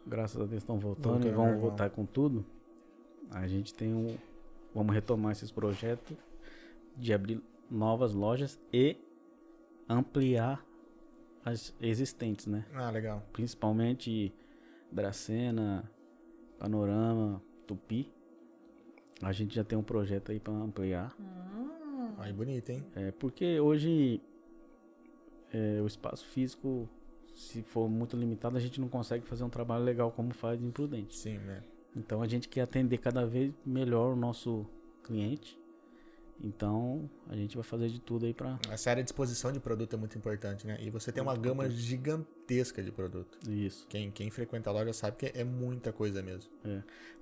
Graças a Deus estão voltando
Voltando
e vão
normal.
voltar com tudo. A gente tem um. Vamos retomar esses projetos de abrir novas lojas e ampliar as existentes, né?
Ah, legal.
principalmente Dracena, Panorama, Tupi. A gente já tem um projeto aí para ampliar.
Aí bonito, hein?
É, porque hoje é, o espaço físico, se for muito limitado, a gente não consegue fazer um trabalho legal como faz em Prudente.
Sim, né?
Então a gente quer atender cada vez melhor o nosso cliente. Então a gente vai fazer de tudo aí para
Essa área de exposição de produto é muito importante, né? E você tem uma gama gigantesca de produto.
isso.
Quem, quem frequenta a loja sabe que é muita coisa mesmo.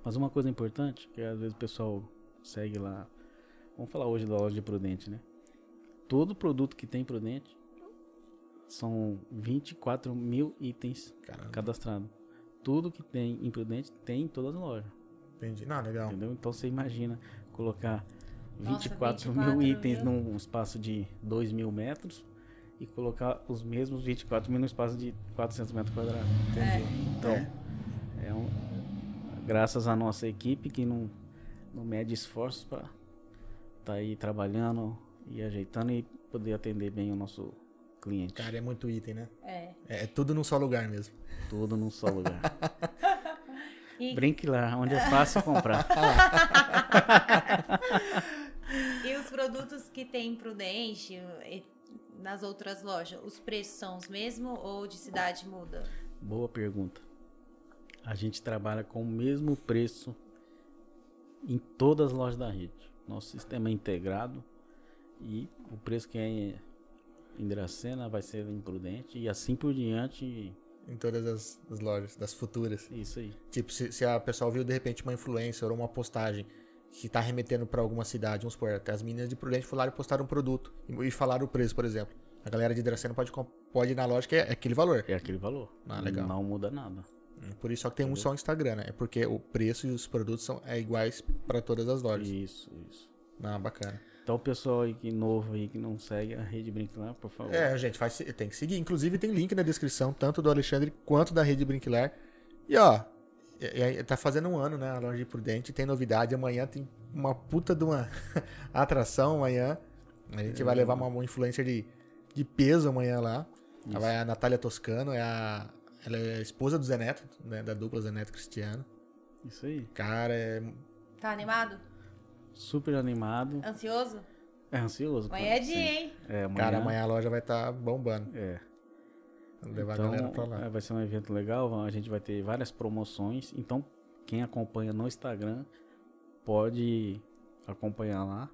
Mas uma coisa importante, que às vezes o pessoal segue lá. Vamos falar hoje da loja de Prudente, né? Todo produto que tem Prudente são 24 mil itens
Caramba.
cadastrados. Tudo que tem em Prudente tem em todas as lojas,
Entendi. Não, legal.
entendeu? Então você imagina colocar
Nossa, 24
24, mil
mil.
itens num espaço de 2 mil metros e colocar os mesmos 24 mil num espaço de 400 metros quadrados.
Entendi.
Então, é um- graças à nossa equipe que não, não mede esforços para tá aí trabalhando e ajeitando e poder atender bem o nosso cliente.
Cara, é muito item, né?
É.
É, é tudo num só lugar mesmo.
Tudo num só lugar.
E-
Brinque lá, onde é fácil comprar.
E os produtos que tem Prudente e nas outras lojas, os preços são os mesmos ou de cidade muda?
Boa pergunta. A gente trabalha com o mesmo preço em todas as lojas da rede. Nosso sistema é integrado e o preço que é em em Dracena vai ser imprudente e assim por diante é
Em todas as, as lojas, das futuras.
Isso aí.
Tipo, se, se a pessoa viu de repente uma influencer ou uma postagem que tá remetendo pra alguma cidade, vamos supor, até as meninas de Prudente falaram e postaram um produto e, e falaram o preço, por exemplo. A galera de Dracena pode, comp- pode ir na loja que é aquele valor.
É aquele valor.
Ah, legal.
Não muda nada.
Por isso só que tem um só Instagram, né? É porque o preço e os produtos são é iguais pra todas as lojas.
Isso, isso.
Ah, bacana.
Então o pessoal aí que novo aí que não segue a Rede Brinquilar, por favor.
É, gente, faz, tem que seguir. Inclusive tem link na descrição, tanto do Alexandre quanto da Rede Brinquilar. E ó, é- é- tá fazendo um ano, né? A loja de Prudente tem novidade. Amanhã tem uma puta de uma atração amanhã. A gente vai levar uma, uma influencer de, de peso amanhã lá. Ela Vai a Natália Toscano, é a, ela é a esposa do Zeneto, né? Da dupla Zeneto Cristiano.
Isso aí.
Cara, é
Tá animado?
Super animado.
Ansioso?
É ansioso.
Amanhã é
sim.
dia, hein?
É, amanhã.
Cara, amanhã a loja vai estar bombando.
É.
Vamos levar a galera pra
Então,
lá.
é, vai ser um evento legal. A gente vai ter várias promoções. Então, quem acompanha no Instagram pode acompanhar lá.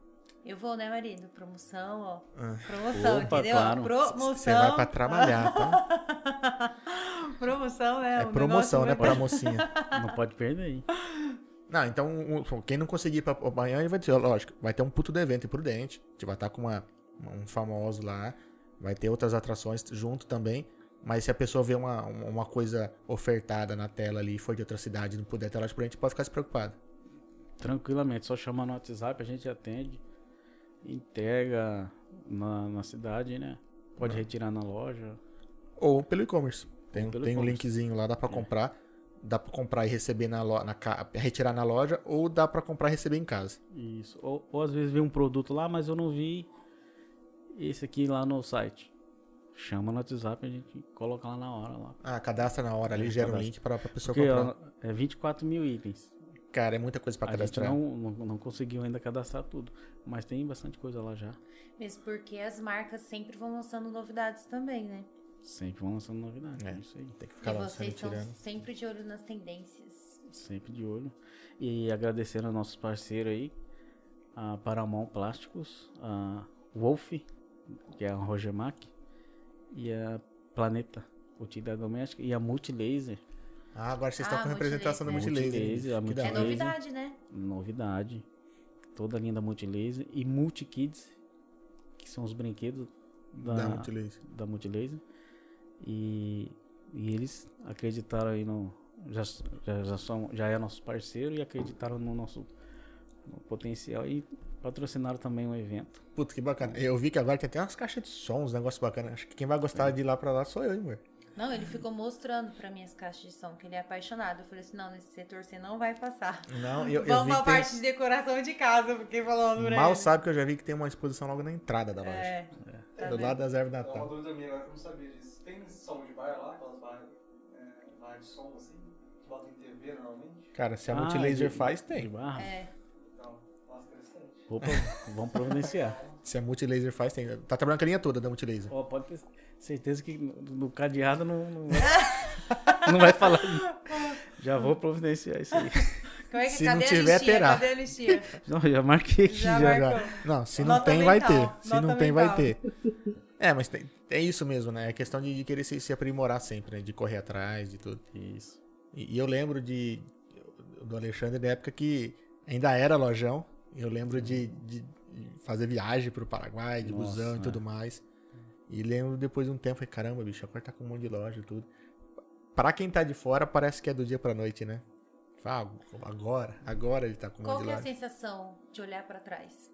Eu vou, né, marido? Promoção, ó.
Ah.
Promoção,
Opa,
entendeu?
claro.
Promoção.
Você vai pra trabalhar, tá?
promoção, né?
É
O negócio
promoção, né?
vai-
Pra mocinha.
Não pode perder, hein?
Não, então, um- quem não conseguir ir pra amanhã, vai ter, lógico, vai ter um puto do evento em Prudente. A gente vai estar com uma, um famoso lá. Vai ter outras atrações junto também. Mas se a pessoa vê uma, uma coisa ofertada na tela ali, for de outra cidade e não puder ter lá de Prudente, pode ficar se preocupado.
Tranquilamente, só chamar no WhatsApp, a gente atende, entrega na, na cidade, né?
Uhum.
Pode retirar na loja.
Ou pelo e-commerce. Tem,
Ou pelo
tem um
e-commerce. É.
linkzinho lá, dá pra comprar. Dá pra comprar e receber na loja, retirar na loja, ou dá pra comprar e receber em casa.
Isso. Ou, ou às vezes vê um produto lá, mas eu não vi esse aqui lá no site. Chama no WhatsApp, a gente coloca lá na hora lá.
Ah, cadastra na hora ali,
É,
gera um
cadastra.
link pra, pra pessoa
Porque
comprar.
ó, é 24 mil itens.
Cara, é muita coisa pra
A gente
cadastrar.
não, não, não conseguiu ainda cadastrar tudo. Mas tem bastante coisa lá já.
Mesmo porque as marcas sempre vão lançando novidades também, né?
Sempre vão lançando novidade.
É.
Isso aí.
Tem que
E
ficar lançando e
vocês são
tirando.
sempre de olho nas tendências.
Sempre de olho. E agradecendo aos nossos parceiros aí, a Paramount Plásticos, a Wolf, que é a Rogemac, e a Planeta, utilidade doméstica, e a Multilaser,
Ah, agora vocês estão
Ah,
com representação da
multilaser.
Multilaser.
Multilaser, a
Que da
É
hora.
Beleza.
novidade, né?
novidade, toda a linha da Multilaser, e Multikids, que são os brinquedos da,
Da Multilaser.
da Multilaser. E, e eles acreditaram aí no. Já, já, já, são, já é nosso parceiro e acreditaram no nosso no potencial e patrocinaram também o evento.
Puta, que bacana. Eu vi que agora tem até umas caixas de som, uns negócios bacanas. Acho que quem vai gostar de ir lá pra lá sou eu, hein, mulher.
Não, ele ficou mostrando pra mim as caixas de som, que ele é apaixonado. Eu falei assim, não, nesse setor você não vai passar.
Não, eu, eu vi
Vamos pra
que tem-
parte de decoração de casa, porque falando pra
Mal
ele.
sabe que eu já vi que tem uma exposição logo na entrada da loja.
É. Tá
do
vendo?
lado das árvores de
É uma
Natal.
dúvida minha agora que eu não sabia disso. Tem som de bar lá, aquelas barras é, barra de som assim, que botam em TV normalmente?
Cara, se a
Ah,
Multilaser
de-
faz,
De
tem.
barra?
É.
Então, nossa, interessante.
Opa, vamos providenciar.
Se a Multilaser faz, tem. Tá trabalhando a linha toda da Multilaser.
Ó, pode ter certeza que no, no cadeado não, não, vai- não vai falar. Já vou providenciar isso aí.
Como é que
Se
cadê
não
a
tiver,
listinha?
terá.
Cadê a listinha?
Não, já marquei aqui.
Já
Já
marquei.
Já-
Marcou.
Não, se não
Tá Nota
tem, vai
mental,
ter. Se
nota
não tem, vai
mental.
ter. É, mas tem, é isso mesmo, né? É questão de, de querer se, se aprimorar sempre, né? De correr atrás, de tudo.
Isso.
E, e eu lembro de do Alexandre da época que ainda era lojão. Eu lembro de, de fazer viagem pro Paraguai, de
Nossa,
busão e
é.
tudo mais. E lembro depois de um tempo, falei, caramba, bicho, agora tá com um monte de loja e tudo. Pra quem tá de fora, parece que é do dia pra noite, né? Fala, "Ah, agora, agora ele tá com um
Qual
monte de
que é a
loja.
sensação de olhar pra trás?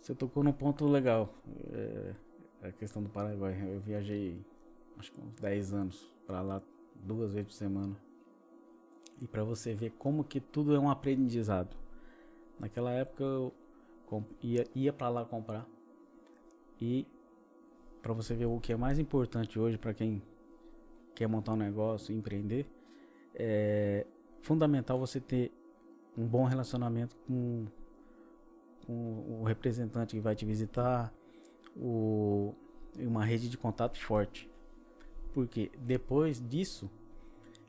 Você tocou num ponto legal. É, a questão do Paraguai. Eu viajei acho que uns 10 anos pra lá duas vezes por semana. E pra você ver como que tudo é um aprendizado. Naquela época eu com- ia, ia para lá comprar. E pra você ver o que é mais importante hoje pra quem quer montar um negócio, empreender, é fundamental você ter um bom relacionamento com com o representante que vai te visitar, o, e uma rede de contato forte. Porque depois disso,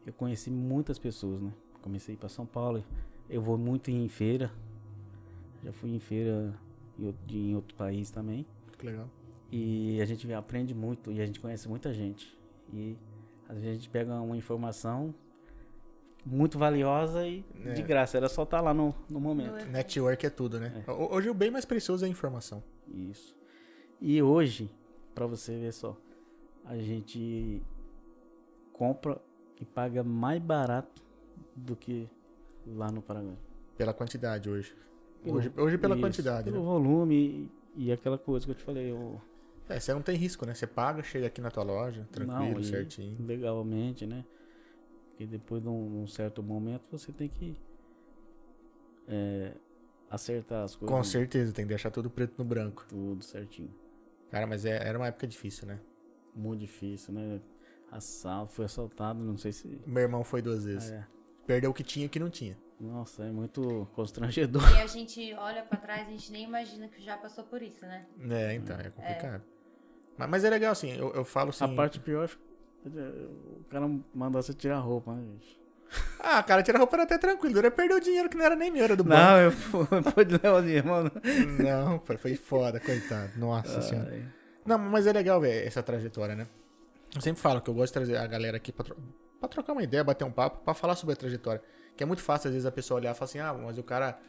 eu conheci muitas pessoas, né? Comecei para São Paulo, eu vou muito em feira, já fui em feira em outro, em outro país também.
assim?
Que legal.
E a gente aprende muito e a gente conhece muita gente. E às vezes a gente pega uma informação muito valiosa e de graça, ela só tá lá no, no momento.
No-
Network é tudo, né? Ho- Hoje o bem mais precioso é a informação.
Isso. E hoje, pra você ver só, a gente compra que paga mais barato do que lá no Paraguai.
Pela quantidade hoje.
Pelo-
Hoje, hoje pela
Isso,
quantidade,
Pelo
né?
volume e, e aquela coisa que eu te falei, o-
É, você não tem risco, né? Você paga, chega aqui na tua loja, tranquilo,
Não, e
certinho.
Legalmente, né? Porque depois de um, um certo momento você tem que é, acertar as coisas.
Com certeza, tem que deixar tudo preto no branco.
Tudo certinho.
Cara, mas é- era uma época difícil, né?
Muito difícil, né? Assalto, foi assaltado, não sei se.
Meu irmão foi duas vezes.
É,
Perdeu o que tinha e o que não tinha.
nossa, é muito constrangedor.
E a gente olha pra trás, a gente nem imagina que já passou por isso, né?
É, então, é complicado. Mas, mas é legal, assim, eu, eu falo assim.
A parte pior é o cara mandar você tirar a roupa, né, gente?
Ah, cara, tirar roupa era até tranquilo. Dura é perder o dinheiro que não era nem meu, era do banco.
Não, eu pude levar o dinheiro, mano.
Não, pô, foi foda, coitado.
Ah,
Nossa senhora. Não, mas é legal ver essa trajetória, né? Eu sempre falo que eu gosto de trazer a galera aqui pra, tro- pra trocar uma ideia, bater um papo, pra falar sobre a trajetória. Que é muito fácil, às vezes, a pessoa olhar e falar assim, ah, mas o cara,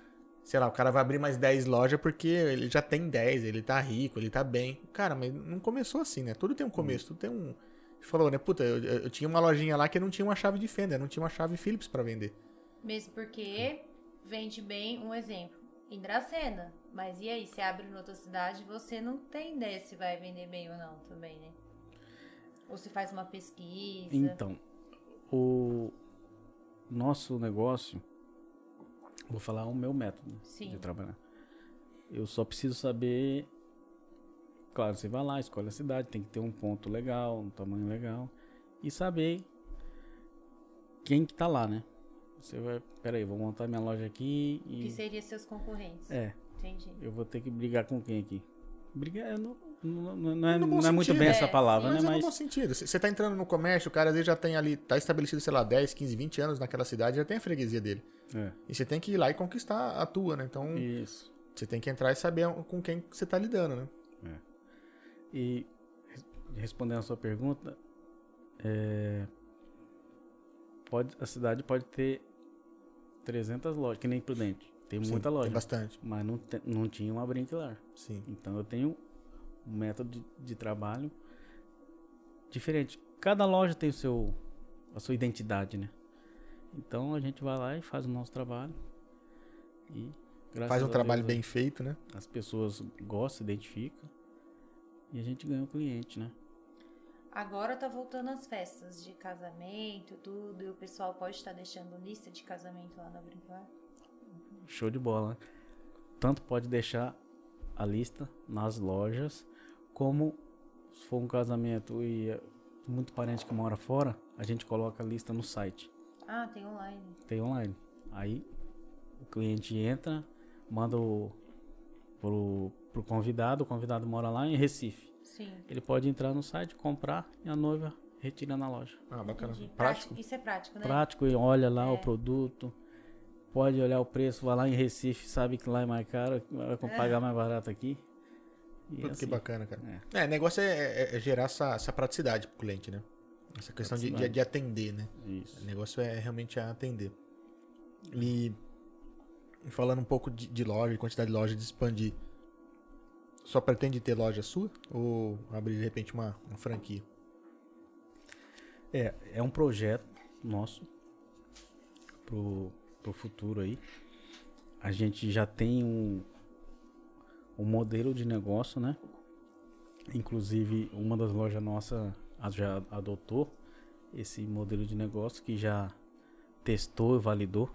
sei lá, o cara vai abrir mais 10 lojas porque ele já tem 10, ele tá rico, ele tá bem. Cara, mas não começou assim, né? Tudo tem
Hum.
um começo, tudo tem um... Você falou, né? Puta, eu, eu- eu tinha uma lojinha lá que não tinha uma chave de fenda, não tinha uma chave Philips pra vender.
Mesmo porque vende bem, um exemplo, em Dracena. Mas e aí, você abre em outra cidade, você não tem ideia se vai vender bem ou não também, né? Ou se faz uma pesquisa.
Então, o nosso negócio, vou falar o meu método
Sim.
de trabalhar. Eu só preciso saber. Claro, você vai lá, escolhe a cidade, tem que ter um ponto legal, um tamanho legal. E saber quem que tá lá, né? Você vai. Peraí, vou montar minha loja aqui e.
que seriam seus concorrentes.
É,
Entendi.
eu vou ter que brigar com quem aqui? Brigar, é eu não, não, não- não é,
No bom
não é muito
sentido.
bem
É,
essa palavra,
sim.
né?
Mas é no
Mas
bom sentido. Você você tá entrando no comércio, o cara às vezes já tem ali, tá estabelecido, sei lá, 10, 15, 20 anos naquela cidade, já tem a freguesia dele.
é,
E você tem que ir lá e conquistar a tua, né? Então,
isso.
você tem que entrar e saber com quem você tá lidando, né?
E res- respondendo a sua pergunta, é, pode, a cidade pode ter 300 lojas, que nem Prudente. Tem
Sim,
muita loja,
Tem bastante.
mas não, te- não tinha uma brinquilar.
Sim.
Então eu tenho um método de, de trabalho diferente. Cada loja tem o seu, a sua identidade, né? Então a gente vai lá e faz o nosso trabalho. E graças
Faz
a
um
Deus, é.
trabalho
eu-
bem feito, né?
as pessoas gostam, identificam. E a gente ganha o cliente, né?
Agora tá voltando as festas de casamento, tudo, e o pessoal pode estar deixando lista de casamento lá na Brincar.
Show de bola. né? Tanto pode deixar a lista nas lojas, como se for um casamento e é muito parente que mora fora, a gente coloca a lista no site.
Ah, tem online.
Tem online. Aí o cliente entra, manda o, pro, pro convidado, o convidado mora lá em Recife.
Sim.
Ele pode entrar no site, comprar e a noiva retira na loja.
Ah, bacana.
Entendi.
Prático.
Isso é prático, né?
prático e olha lá o produto. Pode olhar o preço, vai lá em Recife, sabe que lá é mais caro, vai com- pagar mais barato aqui. E
Puta,
assim,
que bacana, cara. É, o negócio é, é- é gerar essa, essa praticidade pro cliente, né? Essa questão de, de, de atender, né? O
Isso.
negócio é realmente a atender. E falando um pouco de, de loja, de quantidade de loja, de expandir, só pretende ter loja sua ou abrir de repente uma, uma franquia?
É, é um projeto nosso pro, pro futuro aí. A gente já tem um, um modelo de negócio, né? Inclusive, uma das lojas nossas já adotou esse modelo de negócio que já testou e validou.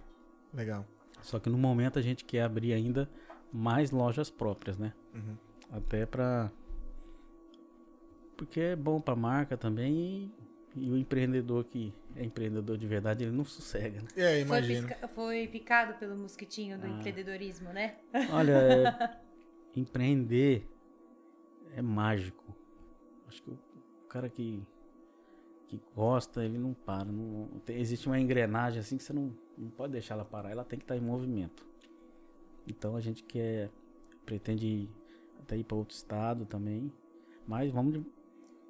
Legal.
Só que no momento a gente quer abrir ainda mais lojas próprias, né? Até pra. Porque é bom pra marca também e, e o empreendedor que é empreendedor de verdade, ele não sossega, né?
É,
Foi,
imagino.
pisca- foi picado pelo mosquitinho do empreendedorismo, né?
Olha, é- empreender é mágico. Acho que o o cara que, que gosta, ele não para. não- não tem- existe uma engrenagem assim que você não, não pode deixar ela parar, ela tem que estar em movimento. Então a gente quer, pretende ir- até ir para outro estado também, mas vamos de-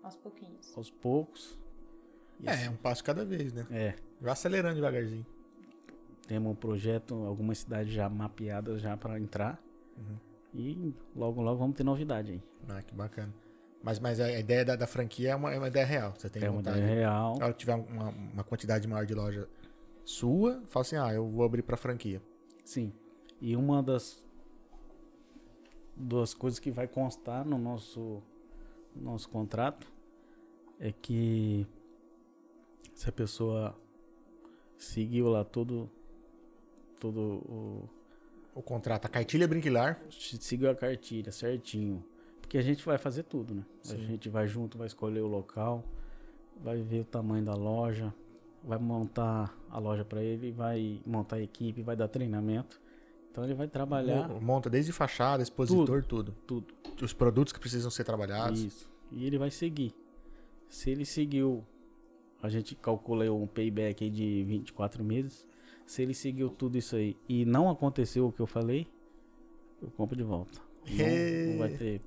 Aos pouquinhos.
aos poucos. E
É,
assim,
é um passo cada vez, né?
é,
Vai acelerando devagarzinho.
temos um projeto, algumas cidades já
Uhum.
mapeadas já para entrar. E logo, logo vamos ter novidade aí.
Ah, que bacana. Mas, mas a ideia da, da franquia é uma, é uma ideia real. Você tem
É uma
vontade. Ah,
ideia real.
Na hora que tiver uma, uma quantidade maior de loja sua, fala assim, ah, eu vou abrir pra franquia.
Sim. E uma das duas coisas que vai constar no nosso nosso contrato é que se a pessoa seguiu lá todo todo o
O contrato, a cartilha brinquilar,
se- seguiu a cartilha certinho, porque a gente vai fazer tudo, né? A gente vai junto, vai escolher o local, vai ver o tamanho da loja, vai montar a loja para ele, vai montar a equipe, vai dar treinamento. Então ele vai trabalhar
mo- monta desde fachada, expositor, tudo.
tudo.
Os produtos que precisam ser trabalhados.
Isso. E ele vai seguir. Se ele seguiu, a gente calcula aí um payback aí de 24 meses. Se ele seguiu tudo isso aí e não aconteceu o que eu falei, eu compro de volta. Não, não vai ter.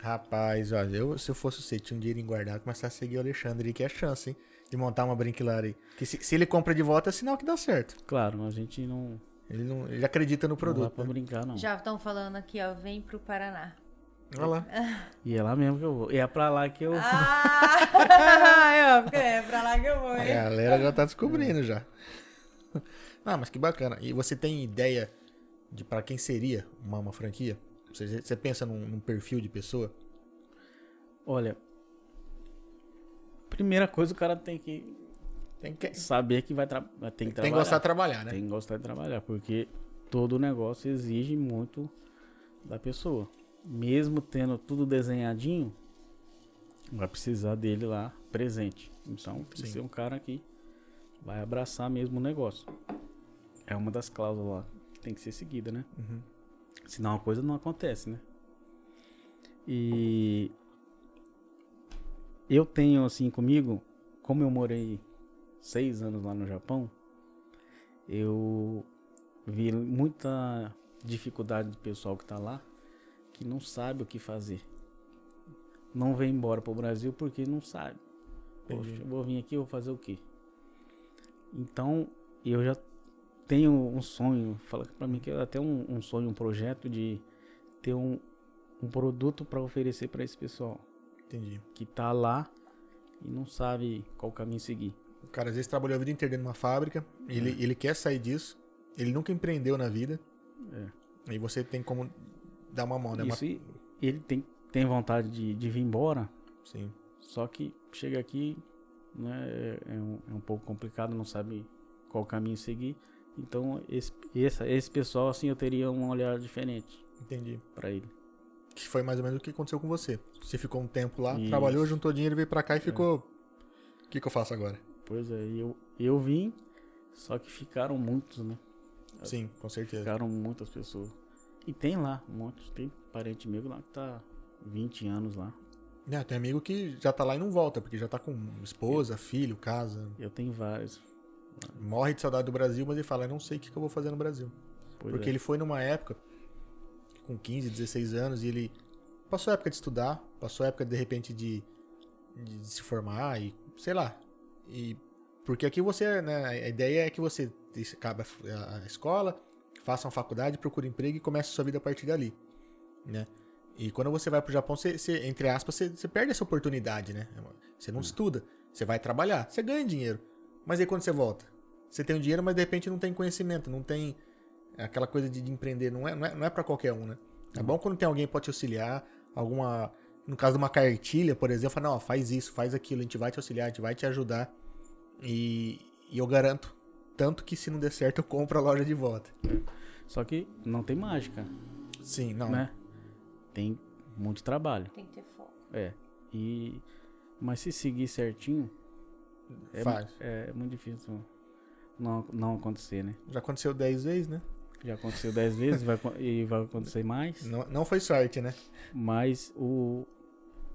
Rapaz, olha, eu, se eu fosse você, tinha um dinheiro em guardar, começar a seguir o Alexandre, aí, que é a chance, hein? De montar uma brinquilar aí. Que se, se ele compra de volta, é sinal que dá certo.
Claro, a gente não,
Ele, não, ele acredita no
não dá
produto.
pra
né?
brincar, não.
Já estão falando aqui, ó, vem pro Paraná.
Olha lá.
E é lá mesmo que eu vou. E é pra lá que eu.
Ah, é, é pra lá que eu vou,
A
hein?
galera já tá descobrindo já. Ah, mas que bacana. E você tem ideia de pra quem seria uma, uma franquia? Você, você pensa num, num perfil de pessoa?
Olha. Primeira coisa, o cara tem que
Tem que,
saber é que vai, tra... vai ter que
tem que
trabalhar.
gostar de trabalhar, né?
Tem que gostar de trabalhar, porque todo negócio exige muito da pessoa. Mesmo tendo tudo desenhadinho, vai precisar dele lá presente. Então tem que
Sim.
ser um cara que vai abraçar mesmo o negócio. É uma das cláusulas lá que tem que ser seguida, né?
Uhum.
Senão a coisa não acontece, né? E eu tenho assim comigo, como eu morei seis anos lá no Japão, eu vi muita dificuldade do pessoal que tá lá, que não sabe o que fazer. Não vem embora pro Brasil porque não sabe. Poxa, eu vou vir aqui, eu vou fazer o quê? Então, eu já tenho um sonho, fala pra mim que é até um, um sonho, um projeto de ter um, um produto para oferecer para esse pessoal
Entendi.
que tá lá e não sabe qual caminho seguir.
O cara às vezes trabalhou a vida inteira dentro de uma fábrica, ele, ele quer sair disso, ele nunca empreendeu na vida. E você tem como dar uma mão, né? Uma-
Isso, e ele tem, tem vontade de, de vir embora,
Sim.
só que chega aqui, né, é, é um, é um pouco complicado, não sabe qual caminho seguir. Então, esse, essa- esse pessoal, assim, eu teria um olhar diferente
Entendi.
para ele.
Que foi mais ou menos o que aconteceu com você. Você ficou um tempo lá,
Isso.
trabalhou, juntou dinheiro, veio pra cá e ficou. O que, que eu faço agora?
Pois é, eu, eu vim, só que ficaram muitos, né?
Sim, com certeza.
Ficaram muitas pessoas. E tem lá, um monte, tem parente meu lá que tá 20 anos lá.
É, tem amigo que já tá lá e não volta, porque já tá com esposa, filho, casa.
Eu tenho vários.
Morre de saudade do Brasil, mas ele fala, eu não sei o que, que eu vou fazer no Brasil.
Pois
Porque
é.
ele foi numa época, com 15, 16 anos, e ele passou a época de estudar, passou a época, de repente, de, de se formar e, sei lá. E porque aqui você, né, a ideia é que você acaba a- a escola, faça uma faculdade, procure emprego e comece a sua vida a partir dali, né? E quando você vai pro Japão, você, você, entre aspas, você, você perde essa oportunidade, né? Você
Hum.
não estuda, você vai trabalhar, você ganha dinheiro. Mas aí quando você volta? Você tem o dinheiro, mas de repente não tem conhecimento, não tem É aquela coisa de, de empreender, não é, não é, não é para qualquer um, né? É bom quando tem alguém que pode te auxiliar, alguma. No caso de uma cartilha, por exemplo, fala, não, ó, faz isso, faz aquilo, a gente vai te auxiliar, a gente vai te ajudar. E, e eu garanto, tanto que se não der certo, eu compro a loja de volta.
Só que não tem mágica,
Sim, não.
né? Tem muito trabalho.
Tem que ter foco.
É. E mas se seguir certinho, é,
Faz.
mu- é muito difícil não, não acontecer, né?
Já aconteceu 10 vezes, né?
Já aconteceu 10 vezes vai, acon- e vai acontecer mais.
Não, não foi sorte, né?
Mas o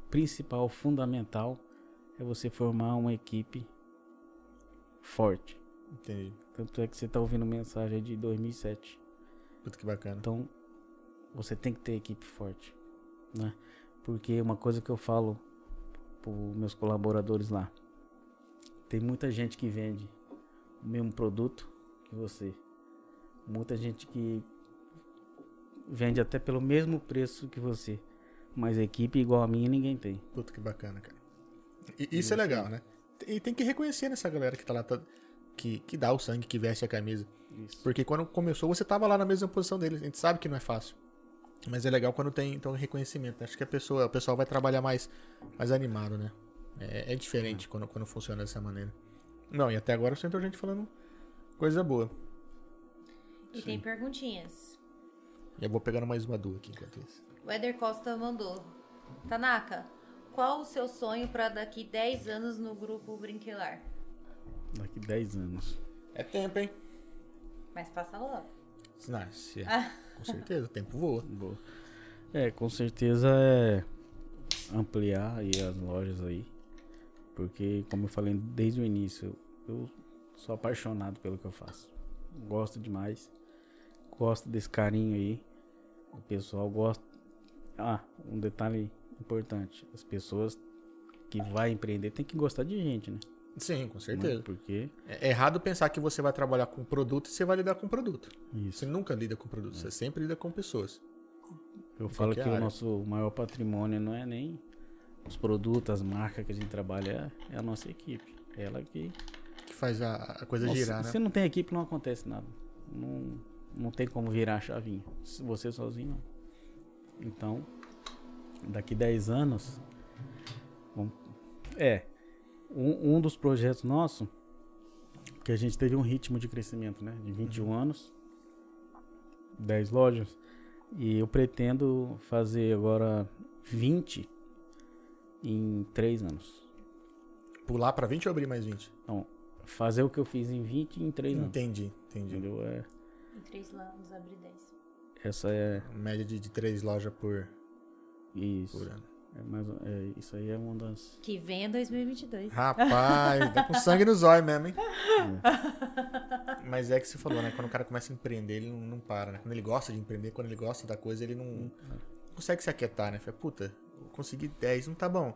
principal, fundamental, é você formar uma equipe forte.
Entendi.
Tanto é que você tá ouvindo mensagem de 2007.
Puta que bacana.
Então, você tem que ter equipe forte, né? Porque uma coisa que eu falo para meus colaboradores lá, tem muita gente que vende o mesmo produto que você. Muita gente que vende até pelo mesmo preço que você, Mas equipe igual a minha ninguém tem.
Puta que bacana, cara. E, isso é legal, né? E tem que reconhecer nessa galera que tá lá, tá- que, que dá o sangue, que veste a camisa.
Isso.
Porque quando começou, você tava lá na mesma posição deles. A gente sabe que não é fácil. Mas é legal quando tem, então, reconhecimento. Acho que a pessoa, o pessoal vai trabalhar mais, mais animado, né? É, é diferente quando, quando funciona dessa maneira. Não, e até agora eu sinto a gente falando coisa boa.
E tem perguntinhas.
E eu vou pegando mais uma duas aqui enquanto isso.
O Eder Costa mandou. Tanaka, qual o seu sonho pra daqui 10 anos no grupo Brinquilar?
Daqui 10 anos.
É tempo, hein?
Mas passa logo.
Nice.
Ah.
Com certeza, o tempo voa.
Boa. É, com certeza é ampliar aí as lojas aí. Porque, como eu falei desde o início, eu sou apaixonado pelo que eu faço. Gosto demais. Gosto desse carinho aí. O pessoal gosta. Ah, um detalhe importante. As pessoas que vai empreender tem que gostar de gente, né?
Sim, com certeza.
Porque.
É errado pensar que você vai trabalhar com produto e você vai lidar com produto.
Isso. É.
Você nunca lida com produto, você sempre lida com pessoas.
Eu falo que
qualquer área.
o nosso maior patrimônio não é nem os produtos, as marcas que a gente trabalha, é a nossa equipe. É Ela que.
Que faz a, a coisa
Nossa,
girar, né?
Se não tem equipe, não acontece nada. Não, não tem como virar a chavinha. Se Você sozinho, não. Então, daqui 10 anos. vamos- é. Um, um dos projetos nossos, que a gente teve um ritmo de crescimento, né? De 21
Uhum.
anos, 10 lojas. E eu pretendo fazer agora 20 em 3 anos.
Pular pra 20 ou abrir mais 20?
Então, fazer o que eu fiz em 20 em 3 anos.
Entendi, entendi.
Entendeu? É,
Em 3 anos abre 10.
essa é.
Média de, de três lojas por,
Isso.
por ano.
É mais, é, isso aí é uma das.
Que vem 2022.
Rapaz, tá com sangue nos olhos mesmo, hein? Mas é que você falou, né? Quando o cara começa a empreender, ele não, não para, né? Quando ele gosta de empreender, quando ele gosta da coisa, ele não consegue se aquietar, né? Fala, puta, eu consegui 10, não tá bom.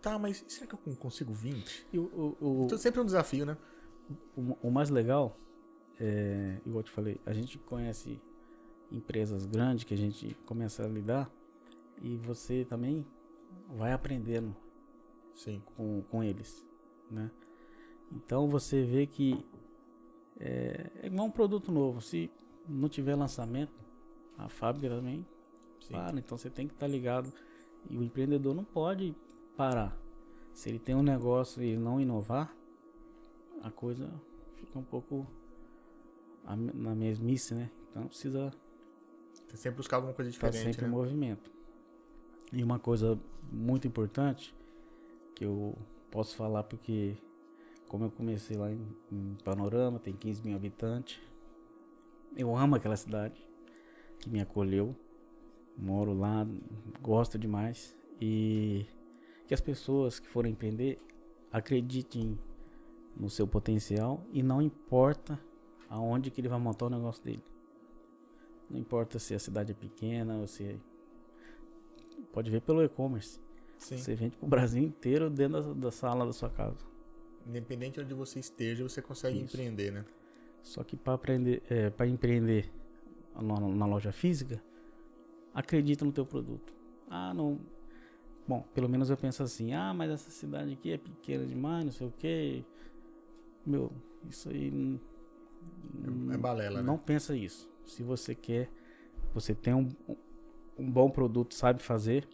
Tá, mas será que eu con- consigo 20?
E o, o, o,
Então sempre é um desafio, né?
o- o mais legal, é, igual eu te falei, a gente conhece empresas grandes que a gente começa a lidar e você também vai aprendendo
Sim.
com, com eles, né? Então você vê que é, é igual um produto novo. Se não tiver lançamento, a fábrica também
Sim.
para. Então você tem que estar ligado. E o empreendedor não pode parar. Se ele tem um negócio e não inovar, a coisa fica um pouco a- na mesmice, né? Então precisa
Você sempre buscar alguma coisa
Tá
diferente,
sempre em
né?
movimento. E uma coisa muito importante que eu posso falar porque como eu comecei lá em, em Panorama, tem 15 mil habitantes. Eu amo aquela cidade que me acolheu. Moro lá, gosto demais. E que as pessoas que forem empreender acreditem no seu potencial e não importa aonde que ele vai montar o negócio dele. Não importa se a cidade é pequena ou se. Pode ver pelo e-commerce.
Sim.
Você vende pro Brasil inteiro dentro da, da sala da sua casa.
Independente de onde você esteja, você consegue
Isso.
empreender, né?
Só que para aprender, é, para empreender na, na loja física, acredita no teu produto. Ah, não. Bom, pelo menos eu penso assim. Ah, mas essa cidade aqui é pequena demais, não sei o quê. Meu, isso aí não-
É balela,
Hum, Não
né?
pensa isso. Se você quer, você tem um, um bom produto, sabe fazer,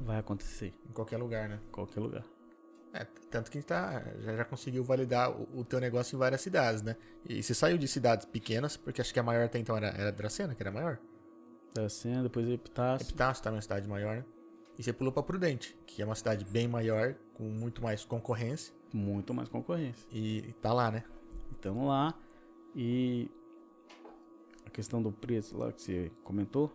vai acontecer
Em qualquer lugar, né?
em qualquer lugar.
É, tanto que a gente tá, já, já conseguiu validar o, o teu negócio em várias cidades, né? E você saiu de cidades pequenas, porque acho que a maior até então era, era Dracena, que era a maior.
Tá sendo, depois Epitácio.
Epitácio também é uma cidade maior, né? E você pulou pra Prudente, que é uma cidade bem maior, com muito mais concorrência,
Muito mais concorrência.
e tá lá, né?
Então lá. E a questão do preço lá que você comentou,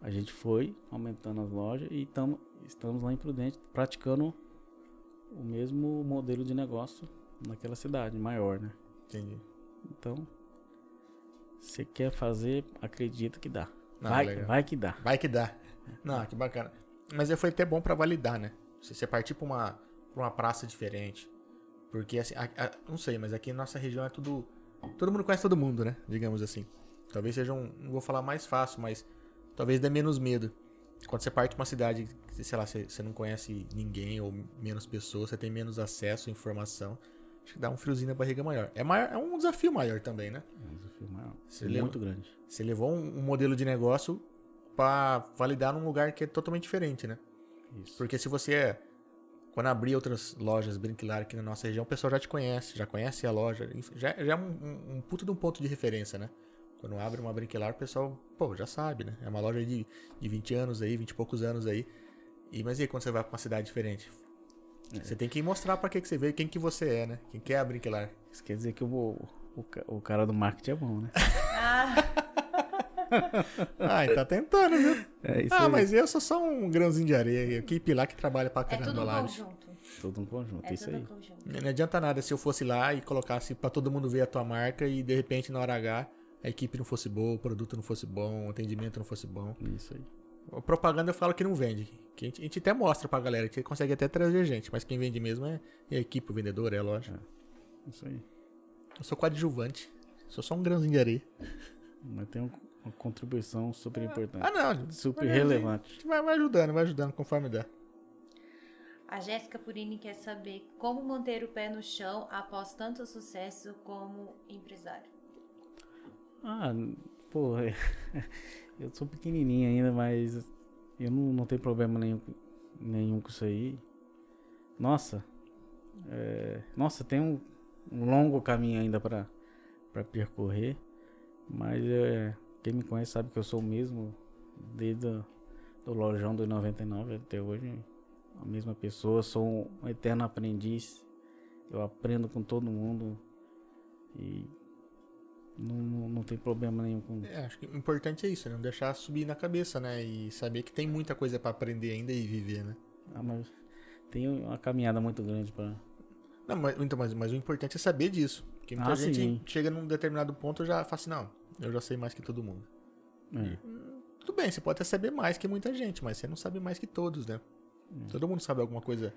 a gente foi aumentando as lojas e tamo, estamos lá em Prudente praticando o mesmo modelo de negócio naquela cidade maior, né?
Entendi.
Então, você quer fazer, acredita que dá.
Não,
vai,
legal.
vai que dá.
Vai que dá. Não, que bacana. Mas aí foi até bom pra validar, né? Se você partir pra uma, pra uma praça diferente. Porque, assim, a- a- não sei, mas aqui na nossa região é tudo. Todo mundo conhece todo mundo, né? Digamos assim. Talvez seja um. Não vou falar mais fácil, mas talvez dê menos medo. Quando você parte pra uma cidade, que, sei lá, você, você não conhece ninguém ou menos pessoas, você tem menos acesso à informação, acho que dá um friozinho na barriga maior. É, maior, é um desafio maior também, né?
É um desafio maior.
Você
muito grande.
Você levou um, um modelo de negócio pra validar num lugar que é totalmente diferente, né?
Isso.
Porque se você é. Quando abrir outras lojas brinquilar aqui na nossa região, o pessoal já te conhece, já conhece a loja. enfim, Já, já é um, um, um puto de um ponto de referência, né? Quando abre uma brinquilar, o pessoal, pô, já sabe, né? É uma loja de, de 20 anos aí, 20 e poucos anos aí. E, mas e aí quando você vai pra uma cidade diferente? Você tem que mostrar pra que, que você veio, quem que você é, né? Quem que é a brinquilar.
Isso quer dizer que eu vou- o, ca- o cara do marketing é bom, né?
Ah,
Ah, e tá tentando, viu?
É isso
ah,
aí.
mas eu sou só um grãozinho de areia. Equipe lá que trabalha pra
é
caramba
tudo um
lá.
conjunto.
Todo um conjunto,
É
isso
tudo
aí.
um conjunto.
Não adianta nada se eu fosse lá e colocasse pra todo mundo ver a tua marca e de repente na hora H a equipe não fosse boa, o produto não fosse bom, o atendimento não fosse bom.
Isso aí.
A propaganda eu falo que não vende. Que a, gente, a gente até mostra pra galera, que consegue até trazer gente, mas quem vende mesmo é, é a equipe, o vendedor, é a loja.
Isso aí.
Eu sou coadjuvante. Sou só um grãozinho de areia.
Mas tem um- uma contribuição super importante.
Ah, não.
É. super
mas a gente- A
relevante.
gente vai, vai ajudando, vai ajudando conforme dá.
A Jéssica Purini quer saber como manter o pé no chão após tanto sucesso como empresário.
Ah, pô, eu sou pequenininho ainda, mas eu não, não tenho problema nenhum, nenhum com isso aí. Nossa, é, nossa, tem um, um longo caminho ainda pra pra percorrer, mas é, quem me conhece sabe que eu sou o mesmo desde o do lojão do 99 até hoje, a mesma pessoa, sou um eterno aprendiz, eu aprendo com todo mundo e não, não, não tem problema nenhum com
É, acho que o importante é isso, né? Não deixar subir na cabeça, né? E saber que tem muita coisa pra aprender ainda e viver, né?
Ah, mas tem uma caminhada muito grande pra.
Não, mas, então, mas, mas o importante é saber disso. Porque muita
Ah,
gente
sim.
chega num determinado ponto e já fala assim, não, eu já sei mais que todo mundo.
É,
Tudo bem, você pode até saber mais que muita gente, mas você não sabe mais que todos, né? Todo mundo sabe alguma coisa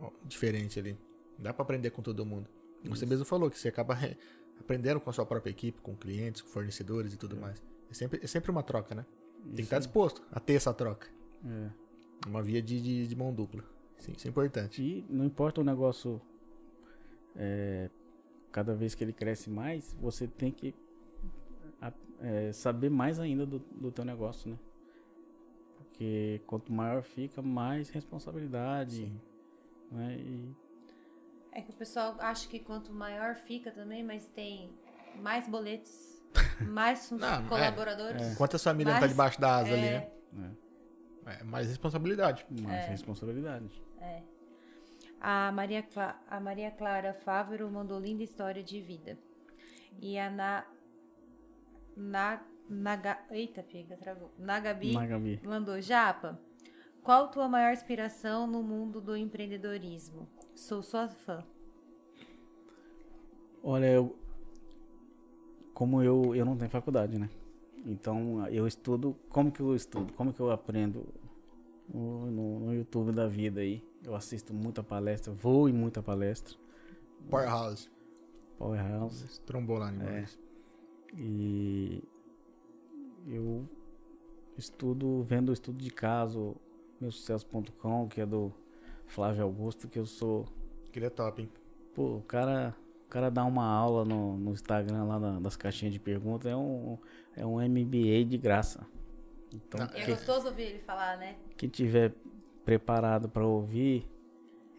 ó, diferente ali. Dá pra aprender com todo mundo. E Você mesmo falou que você acaba eh, aprendendo com a sua própria equipe, com clientes, com fornecedores e tudo mais. É sempre, é sempre uma troca, né? Tem que estar disposto a ter essa troca.
é.
Uma via de, de, de mão dupla. Sim, isso é importante.
E não importa o negócio. é, cada vez que ele cresce mais, você tem que a- é, saber mais ainda do, do teu negócio, né? Porque quanto maior fica, mais responsabilidade.
Sim.
Né? E
É que o pessoal acha que quanto maior fica também, mas tem mais boletos, mais fun-
Não, é.
colaboradores.
Enquanto a sua família não tá
Mas-
debaixo da asa ali,
É.
né? É mais responsabilidade.
mais responsabilidade.
A Maria, Cla- a Maria Clara Fávero mandou linda história de vida. E a Na. Na. Naga, eita, pega, travou. Na Gabi
Na Gabi.
mandou: Japa, qual tua maior inspiração no mundo do empreendedorismo? Sou sua fã.
Olha, eu, como eu, eu não tenho faculdade, né? Então eu estudo, como que eu estudo? Como que eu aprendo no, no- no YouTube da vida aí? Eu assisto muita palestra, vou em muita palestra,
Powerhouse.
Powerhouse,
Trombou lá, animais.
e eu estudo, vendo o estudo de caso, meusucesso.com, que é do Flávio Augusto, que eu sou
Que ele é top, hein?
Pô, o cara, o cara dá uma aula no, no Instagram lá na- das caixinhas de perguntas, é um, é um MBA de graça. Então,
Não,
É
quem,
gostoso ouvir ele falar, né?
quem tiver preparado pra ouvir,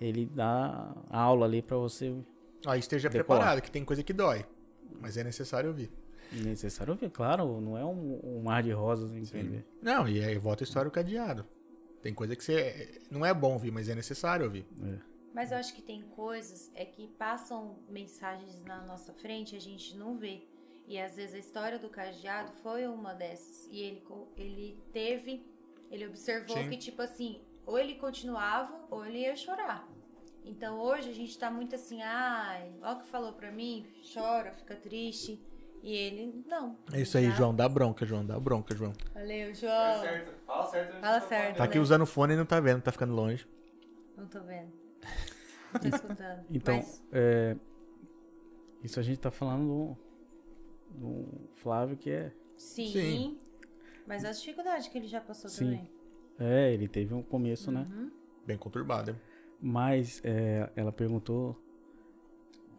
ele dá aula ali pra você,
Ah, esteja
Decola.
preparado, que tem coisa que dói. Mas é necessário ouvir.
necessário ouvir. Claro, não é um, um mar de rosas entender.
Não, e aí volta a história o cadeado. Tem coisa que você. Não é bom ouvir, mas é necessário ouvir.
Mas eu acho que tem coisas é que passam mensagens na nossa frente e a gente não vê. E às vezes a história do cadeado foi uma dessas. E ele, co- ele teve, ele observou
Sim.
que, tipo assim, ou ele continuava ou ele ia chorar. Então hoje a gente tá muito assim, ai, olha o que falou pra mim, chora, fica triste. E ele, não.
É isso aí,
Já-
João. Dá bronca, João. Dá bronca, João.
Valeu,
Fala
João.
certo. Fala certo. onde
Ah. Fala
tá
certo.
Tá aqui usando o fone e não tá vendo, tá ficando longe.
Não tô vendo. Não tô escutando.
Então,
Mas-
é, isso a gente tá falando do, do Flávio, que é
Sim.
Sim.
Mas a dificuldade que ele já passou
Sim.
também.
É, ele teve um começo, né?
Bem conturbado. hein?
Mas é, ela perguntou.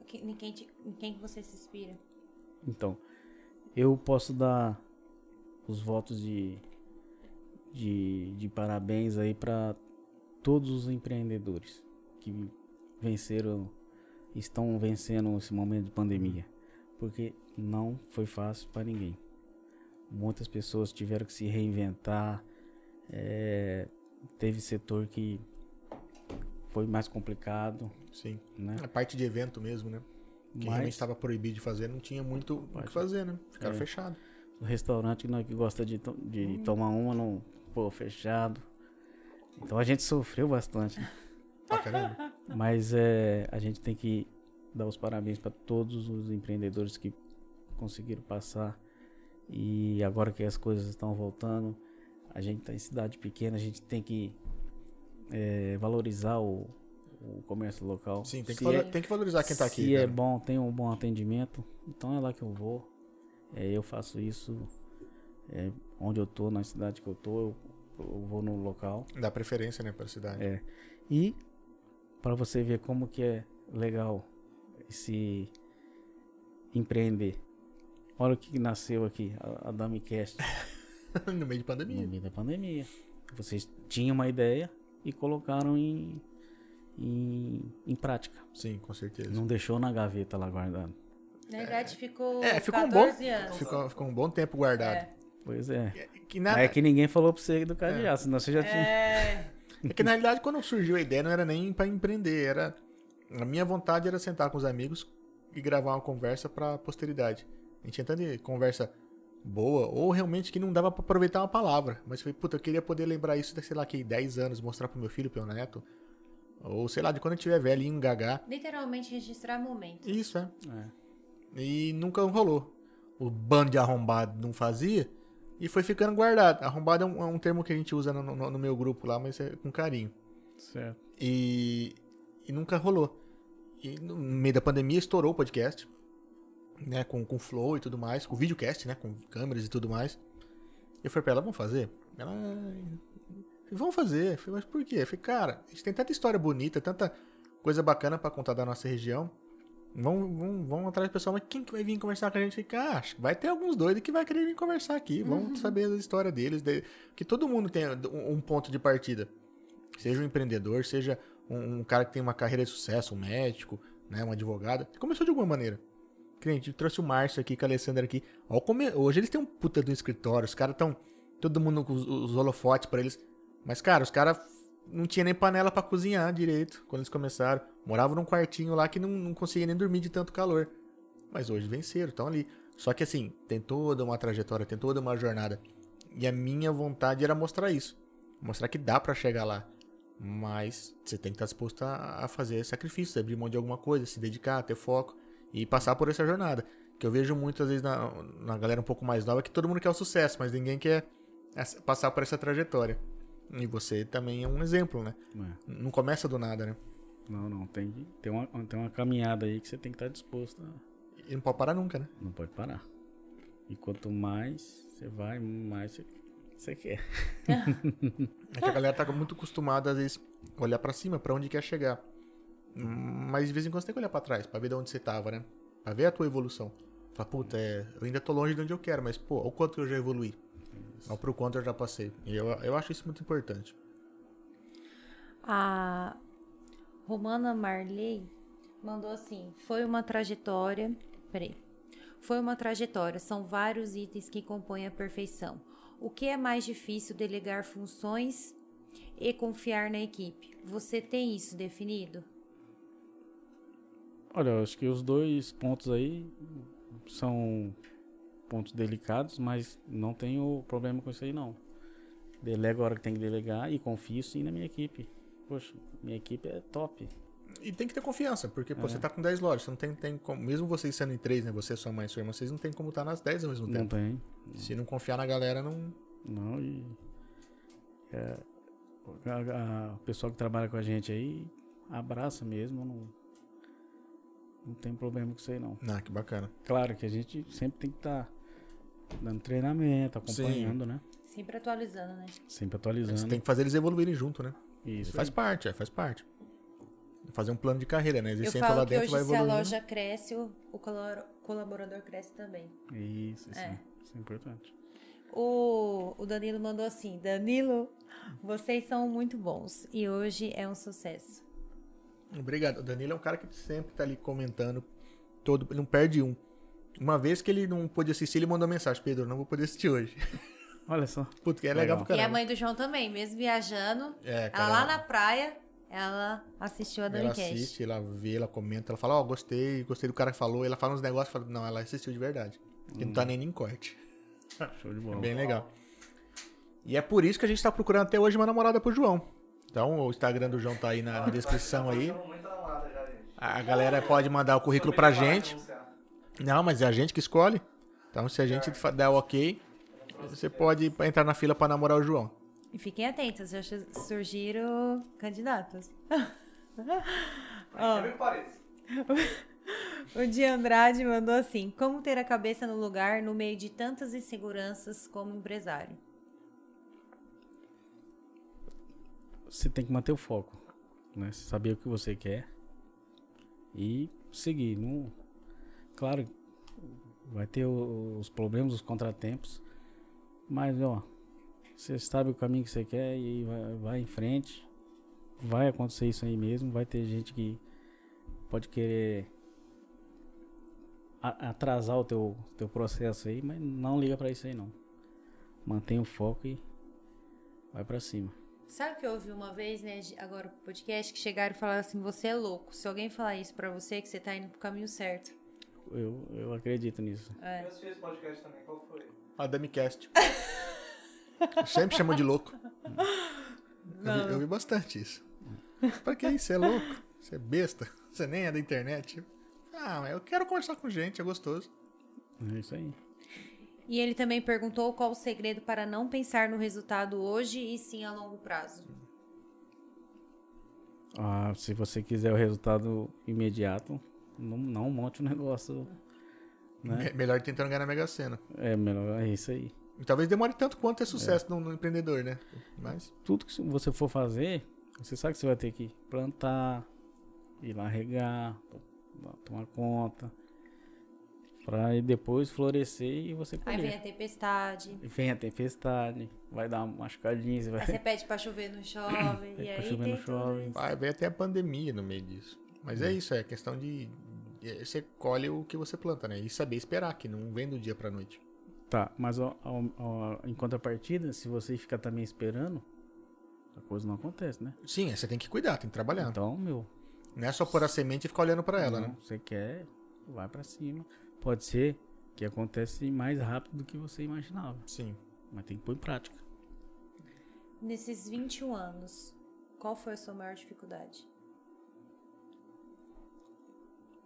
Que- Em quem, te- em quem que você se inspira?
Então, eu posso dar os votos de, de, de parabéns aí para todos os empreendedores que venceram, estão vencendo esse momento de pandemia, porque não foi fácil para ninguém. Muitas pessoas tiveram que se reinventar. é, teve setor que foi mais complicado,
Sim.
né?
A parte de evento mesmo, né? Que realmente
Mas
estava proibido de fazer, não tinha muito o que
Parte.
fazer, né? Ficaram
É.
fechados.
o restaurante que nós que gosta de, to- de tomar uma não pô fechado. Então a gente sofreu bastante. né?
Pra Tá caramba.
Mas é, a gente tem que dar os parabéns para todos os empreendedores que conseguiram passar. E agora que as coisas estão voltando, a gente está em cidade pequena, a gente tem que é, valorizar o, o comércio local.
Sim, tem que,
Se
valo-
é-
tem que valorizar quem tá aqui.
se é
cara.
bom, tem um bom atendimento, então é lá que eu vou. É, eu faço isso é, onde eu tô, na cidade que eu tô, eu, eu vou no local.
Dá preferência, né, pra cidade.
É. E para você ver como que é legal esse empreender. Olha o que que nasceu aqui, a, a Damicast, É.
no meio de
no
pandemia.
meio da pandemia. Vocês tinham uma ideia e colocaram em, em, em prática.
Sim, com certeza.
Não deixou na gaveta lá guardado.
Na verdade, ficou
É, ficou um bom-
14 anos.
Ficou, ficou um bom tempo guardado.
Pois Tá é.
É. Que na,
É que ninguém falou pra você do cadeado, senão você já tinha.
É,
é que na realidade, quando surgiu a ideia, não era nem pra empreender. Era... A minha vontade era sentar com os amigos e gravar uma conversa pra posteridade. A gente tinha tanta conversa boa, ou realmente que não dava pra aproveitar uma palavra. Mas foi, puta, eu queria poder lembrar isso, daqui, sei lá, que 10 anos, mostrar pro meu filho, pro meu neto. Ou sei lá, de quando eu tiver velhinho, engagar.
literalmente registrar momentos.
Isso, é.
É.
E nunca rolou. O bando de arrombado não fazia e foi ficando guardado. Arrombado é um, é um termo que a gente usa no, no- no meu grupo lá, mas é com carinho.
Certo.
E, e nunca rolou. E no meio da pandemia estourou o podcast, né? Com, com flow e tudo mais, com videocast, né? Com câmeras e tudo mais. Eu falei pra ela, vamos fazer? Ela. "Ai, Vamos fazer. Eu falei, mas por quê? Eu falei, cara, a gente tem tanta história bonita, tanta coisa bacana pra contar da nossa região. Vamos, vamos, vamos atrás do pessoal, mas quem que vai vir conversar com a gente? Eu falei, "Ah, acho que vai ter alguns doidos que vai querer vir conversar aqui. Vamos saber a história deles. de- Que todo mundo tem um um ponto de partida. Seja um empreendedor, seja um, um cara que tem uma carreira de sucesso, um médico, né, um advogado. Começou de alguma maneira. Cliente, trouxe o Márcio aqui, com a Alessandra aqui. Ó, come- Hoje eles têm um puta do escritório, os caras estão. Todo mundo com os, os holofotes pra eles. Mas, cara, os caras não tinha nem panela pra cozinhar direito quando eles começaram. Moravam num quartinho lá que não, não conseguia nem dormir de tanto calor. Mas hoje venceram, estão ali. Só que assim, tem toda uma trajetória, tem toda uma jornada. E a minha vontade era mostrar isso. Mostrar que dá pra chegar lá. Mas você tem que estar disposto a, a fazer sacrifícios, abrir mão de alguma coisa, se dedicar, ter foco e passar por essa jornada. Que eu vejo muitas vezes na, na galera um pouco mais nova que todo mundo quer o sucesso, mas ninguém quer essa- passar por essa trajetória. E você também é um exemplo, né?
É.
Não começa do nada, né?
Não, não. Tem, que- tem, uma, tem uma caminhada aí que você tem que estar disposto. a-
E não pode parar nunca, né?
Não pode parar. E quanto mais você vai, mais você, você quer.
É que a galera tá muito acostumada, às vezes, a olhar pra cima, pra onde quer chegar. Hum, Mas de vez em quando você tem que olhar pra trás, pra ver de onde você tava, né? Pra ver a tua evolução. Fala, puta, é, eu ainda tô longe de onde eu quero, mas, pô, olha o quanto que eu já evoluí. Olha pro quanto eu já passei. E eu, eu acho isso muito importante.
A Romana Marley mandou assim: foi uma trajetória. Peraí. Foi uma trajetória, são vários itens que compõem a perfeição. O que é mais difícil delegar funções e confiar na equipe? Você tem isso definido?
Olha, eu acho que os dois pontos aí são pontos delicados, mas não tenho problema com isso aí, não. Delego a hora que tem que delegar e confio sim na minha equipe. Poxa, minha equipe é top.
E tem que ter confiança, porque pô, você tá com 10 lojas, você não tem, tem como. Mesmo vocês sendo em 3, né? Você, sua mãe e sua irmã, vocês não tem como estar nas 10 ao mesmo
Não
tempo.
tem.
Se não confiar na galera, não.
Não, e. É, a- a- o pessoal que trabalha com a gente aí abraça mesmo, não, não tem problema com isso aí não.
Ah, que bacana.
Claro que a gente sempre tem que estar dando treinamento, tá acompanhando, né?
Se Sempre atualizando, né?
Sempre
Você
atualizando.
tem que fazer eles evoluírem junto, né?
Isso.
faz parte, é, faz parte. Fazer um plano de carreira, né?
Eu
Eles sentam lá
falo que
dentro
hoje,
vai
se a
evoluindo.
loja cresce, o, o color- colaborador cresce também.
Isso, isso.
É.
Isso é importante.
O, o Danilo mandou assim: Danilo, vocês são muito bons e hoje é um sucesso.
Obrigado. O Danilo é um cara que sempre tá ali comentando. Todo, ele não perde um. Uma vez que ele não pôde assistir, ele mandou mensagem: Pedro, não vou poder assistir hoje.
Olha só.
Putz, que é legal,
Legal.
E
pro
a
caramba.
mãe do João também, mesmo viajando,
É,
ela
cara,
lá na praia, ela assistiu a
Ela
Domicast.
assiste, ela vê, ela comenta, ela fala: Ó, gostei, gostei do cara que falou. Ela fala uns negócios, fala: Não, ela assistiu de verdade. Que não tá
Uhum.
nem em corte.
Show de bola.
Bem legal. E é por isso que a gente tá procurando até hoje uma namorada pro João. Então o Instagram do João tá aí na, na descrição aí.
Muita namorada já, gente.
A galera pode mandar o currículo
Também
pra
para
gente.
anunciar.
Não, mas é a gente que escolhe. Então se a gente fa- der o ok, você pode entrar na fila pra namorar o João.
E fiquem atentos, já chu- surgiram candidatos. Ah.
Por incrível que pareça.
O Di Andrade mandou assim: Como ter a cabeça no lugar no meio de tantas inseguranças como empresário?
Você tem que manter o foco. Né? Saber o que você quer. E seguir. Não... Claro, vai ter o- os problemas, os contratempos. Mas, ó. Você sabe o caminho que você quer e vai, vai em frente. Vai acontecer isso aí mesmo. Vai ter gente que pode querer a- atrasar o teu, teu processo aí, mas não liga pra isso aí não. Mantenha o foco e vai pra cima.
Sabe o que eu ouvi uma vez, né, de- agora pro podcast, que chegaram e falaram assim: Você é louco. Se alguém falar isso pra você, é que você tá indo pro caminho certo.
Eu, eu acredito nisso.
Eu assisti esse podcast também, qual foi?
A Damicast. Sempre chamou de louco. Eu vi, eu vi bastante isso. Pra que isso? Você é louco? Você é besta? Você nem é da internet? Ah, mas eu quero conversar com gente, é gostoso.
É isso aí.
E ele também perguntou qual o segredo para não pensar no resultado hoje e sim a longo prazo.
Ah, se você quiser o resultado imediato, não, não monte o negócio. Né?
Me- melhor tentando ganhar na Mega Sena.
É melhor, é isso aí.
E talvez demore tanto quanto é sucesso no, no empreendedor, né? Mas
Tudo que você for fazer, você sabe que você vai ter que plantar, ir lá regar, to- tomar conta, pra aí depois florescer e você
Aí vem
colher.
a tempestade,
E Vem a tempestade, vai dar uma machucadinha, você vai...
aí você pede pra chover, não chove,
Pede
e
pra
aí
chover,
tem
não chove.
tudo isso.
vai, vai até a pandemia no meio disso. Mas é isso, é questão de. é, Você colhe o que você planta, né? E saber esperar, que não vem do dia pra noite.
Tá, mas ao- ao- ao- em contrapartida, se você ficar também esperando, a coisa não acontece, né?
Sim, é, você tem que cuidar, tem que trabalhar.
Então, Uhum. meu,
Não é só pôr a semente e ficar olhando pra ela,
não,
né?
você quer, vai pra cima. Pode ser que acontece mais rápido do que você imaginava,
Sim.
mas tem que pôr em prática.
Nesses 21 anos, qual foi a sua maior dificuldade?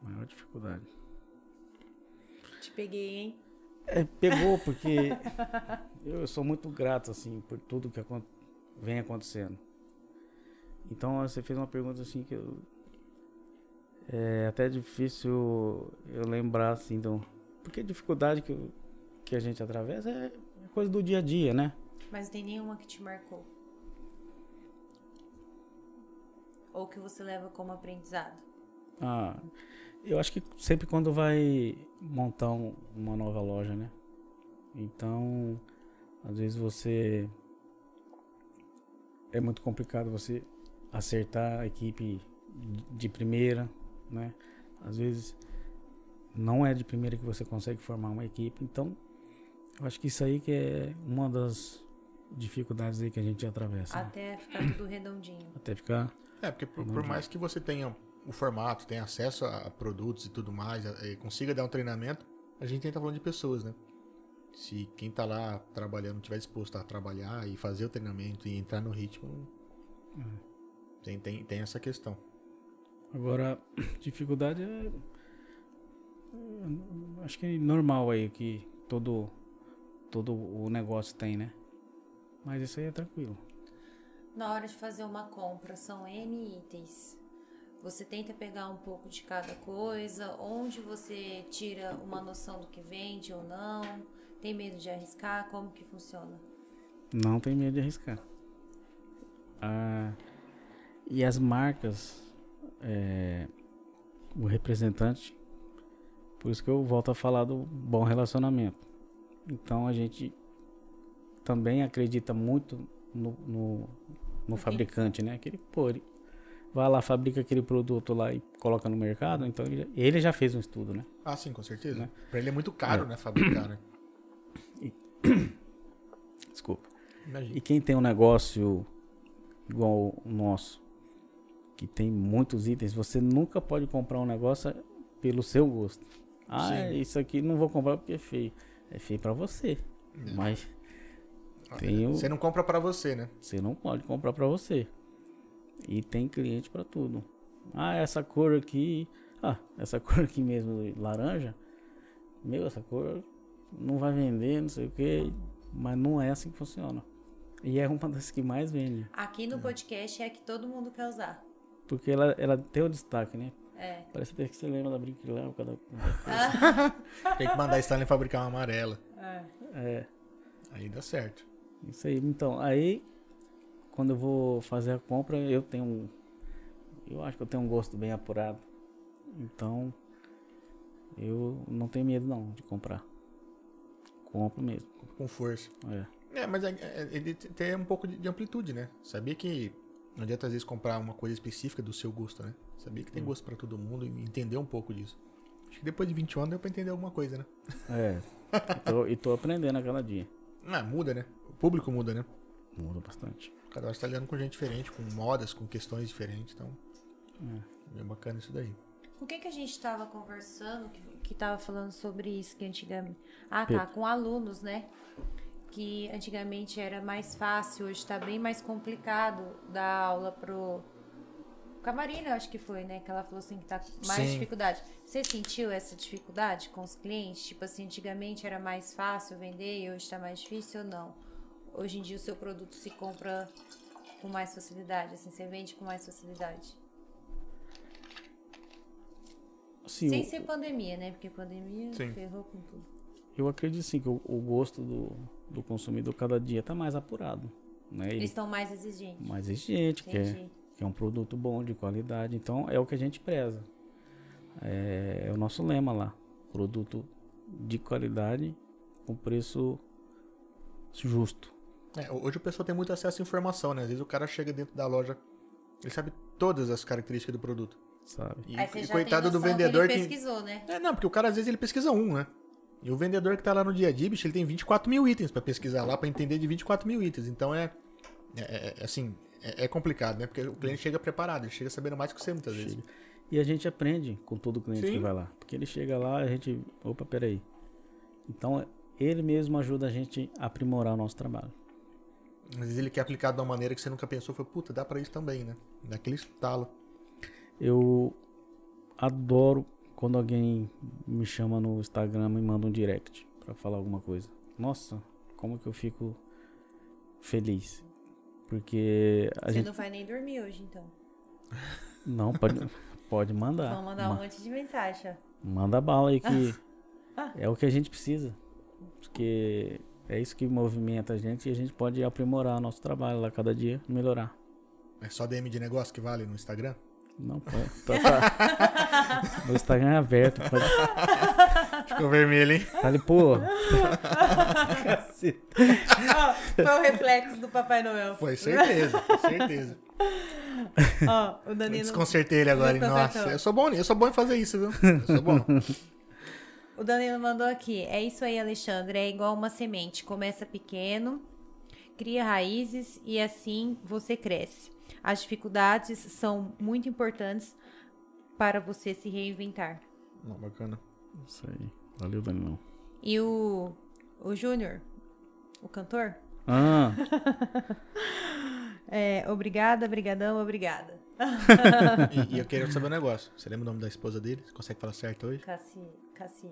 Maior dificuldade.
Te peguei, hein?
É, pegou porque eu sou muito grato assim por tudo que acon- vem acontecendo. Então você fez uma pergunta assim que eu é até difícil eu lembrar assim, então, porque a dificuldade que, eu- que a gente atravessa é coisa do dia a dia, né?
Mas não tem nenhuma que te marcou. Ou que você leva como aprendizado.
Ah, eu acho que sempre quando vai montar um- uma nova loja, né? Então, às vezes você é muito complicado você acertar a equipe de- de primeira, né? Às vezes não é de primeira que você consegue formar uma equipe, então eu acho que isso aí que é uma das dificuldades aí que a gente atravessa. né?
Até ficar tudo redondinho.
Até ficar
É, porque por, por mais que você tenha o formato, tenha acesso a, a produtos e tudo mais, a- e consiga dar um treinamento, a gente tenta falando de pessoas, né? Se quem tá lá trabalhando não tiver disposto a trabalhar e fazer o treinamento e entrar no ritmo, tem, tem, tem essa questão.
Agora, dificuldade é. é, Acho que é normal aí que todo, todo o negócio tem, né? Mas isso aí é tranquilo.
Na hora de fazer uma compra, são N itens. Você tenta pegar um pouco de cada coisa, onde você tira uma noção do que vende ou não, tem medo de arriscar, como que funciona?
Não tem medo de arriscar. Ah, e as marcas, é, o representante, por isso que eu volto a falar do bom relacionamento. Então a gente também acredita muito no, no, no fabricante, né? Aquele, pô, ele vai lá, fabrica aquele produto lá e coloca no mercado, então ele, ele já fez um estudo, né?
Ah, sim, com certeza. Pra ele é muito caro, né, fabricar, né?
Desculpa.
Imagina.
E quem tem um negócio igual o nosso, que tem muitos itens, você nunca pode comprar um negócio pelo seu gosto. Ah,
Sim.
isso aqui não vou comprar porque é feio. É feio pra você. Mas tem o-
É. Você não compra pra você, né?
você não pode comprar pra você. E tem cliente pra tudo. Ah, essa cor aqui, ah, essa cor aqui mesmo, laranja. Meu, essa cor não vai vender, não sei o que, mas não é assim que funciona. E é uma das que mais vende.
Aqui no podcast é a que todo mundo quer usar.
Porque ela, ela tem o destaque, né?
É.
Parece até que você lembra da Brinquilão. Cada...
Tem que mandar a Stalin fabricar uma amarela.
É,
Aí dá certo.
isso aí. Então, aí, quando eu vou fazer a compra, eu tenho um... Eu acho que eu tenho um gosto bem apurado. Então, eu não tenho medo, não, de comprar. Compro mesmo.
Com força.
É.
É, mas é- é- ele te- tem um pouco de de amplitude, né? Sabia que não adianta às vezes comprar uma coisa específica do seu gosto, né? Sabia que tem gosto pra todo mundo e entender um pouco disso. Acho que depois de 20 anos deu pra entender alguma coisa, né?
É. e, tô, e tô aprendendo a cada dia.
Ah, muda, né? O público muda, né?
Muda bastante.
Cada hora você tá lidando com gente diferente, com modas, com questões diferentes, então. É bacana isso daí.
Com quem que a gente estava conversando, que, que tava falando sobre isso que antigamente... Ah, tá,
Pedro.
com alunos, né? Que antigamente era mais fácil, hoje tá bem mais complicado dar aula pro... Com a Marina, eu acho que foi, né? Que ela falou assim que tá com mais
Sim.
dificuldade. Você sentiu essa dificuldade com os clientes? Tipo assim, antigamente era mais fácil vender e hoje tá mais difícil ou não? Hoje em dia o seu produto se compra com mais facilidade, assim, você vende com mais facilidade.
Assim,
Sem
o-
ser pandemia, né? Porque pandemia
Sim.
ferrou com tudo.
eu acredito sim que o, o gosto do, do consumidor cada dia tá mais apurado. Né? Ele
Eles estão mais exigentes.
mais exigente, que é,
Entendi.
que é um produto bom, de qualidade. Então é o que a gente preza. É, é o nosso lema lá. Produto de qualidade com preço justo.
É, hoje o pessoal tem muito acesso à informação, né? Às vezes o cara chega dentro da loja, ele sabe todas as características do produto.
Sabe?
E,
Aí você
e
já
coitado
tem
do
noção
vendedor
que... Ele
que.
pesquisou, né?
É, não, porque o cara às vezes ele pesquisa um, né? E o vendedor que tá lá no dia a dia, bicho, ele tem 24 mil itens pra pesquisar lá, pra entender de 24 mil itens. Então é. é- é- é assim, é, é complicado, né? Porque o cliente chega preparado, ele chega sabendo mais que você muitas vezes.
E a gente aprende com todo cliente
Sim.
que vai lá. Porque ele chega lá, a gente. Opa, peraí. Então ele mesmo ajuda a gente a aprimorar o nosso trabalho.
Às vezes ele quer aplicar de uma maneira que você nunca pensou, foi, puta, dá pra isso também, né? Daquele estalo.
Eu adoro quando alguém me chama no Instagram e manda um direct pra falar alguma coisa. Nossa, como que eu fico feliz. Porque a
Você
gente
não vai nem dormir hoje, então.
não pode pode mandar.
Vão mandar um
Ma-
monte de mensagem. ó.
Manda bala aí que
Ah.
é o que a gente precisa. Porque é isso que movimenta a gente e a gente pode aprimorar nosso trabalho lá cada dia, melhorar.
É só DM de negócio que vale no Instagram?
Não, pode, tá, tá. Meu Instagram é aberto, pode
Ficou vermelho, hein?
Fale, pô.
Ó, Foi o reflexo do Papai Noel.
Foi certeza, foi certeza.
Ó, o
Eu
Danilo,
desconcertei ele agora, hein?
Desconcertou.
Nossa, eu sou bom, nisso, eu sou bom em fazer isso, viu? Eu sou bom.
o Danilo mandou aqui. É isso aí, Alexandre. É igual uma semente. Começa pequeno, cria raízes e assim você cresce. As dificuldades são muito importantes para você se reinventar.
Não, bacana.
Isso aí. Valeu, Danilão.
E o, o Júnior, o cantor?
Ah,
É, obrigada, brigadão, obrigada.
E, e eu queria saber um negócio. Você lembra o nome da esposa dele? Você consegue falar certo hoje?
Cassi, Cassi,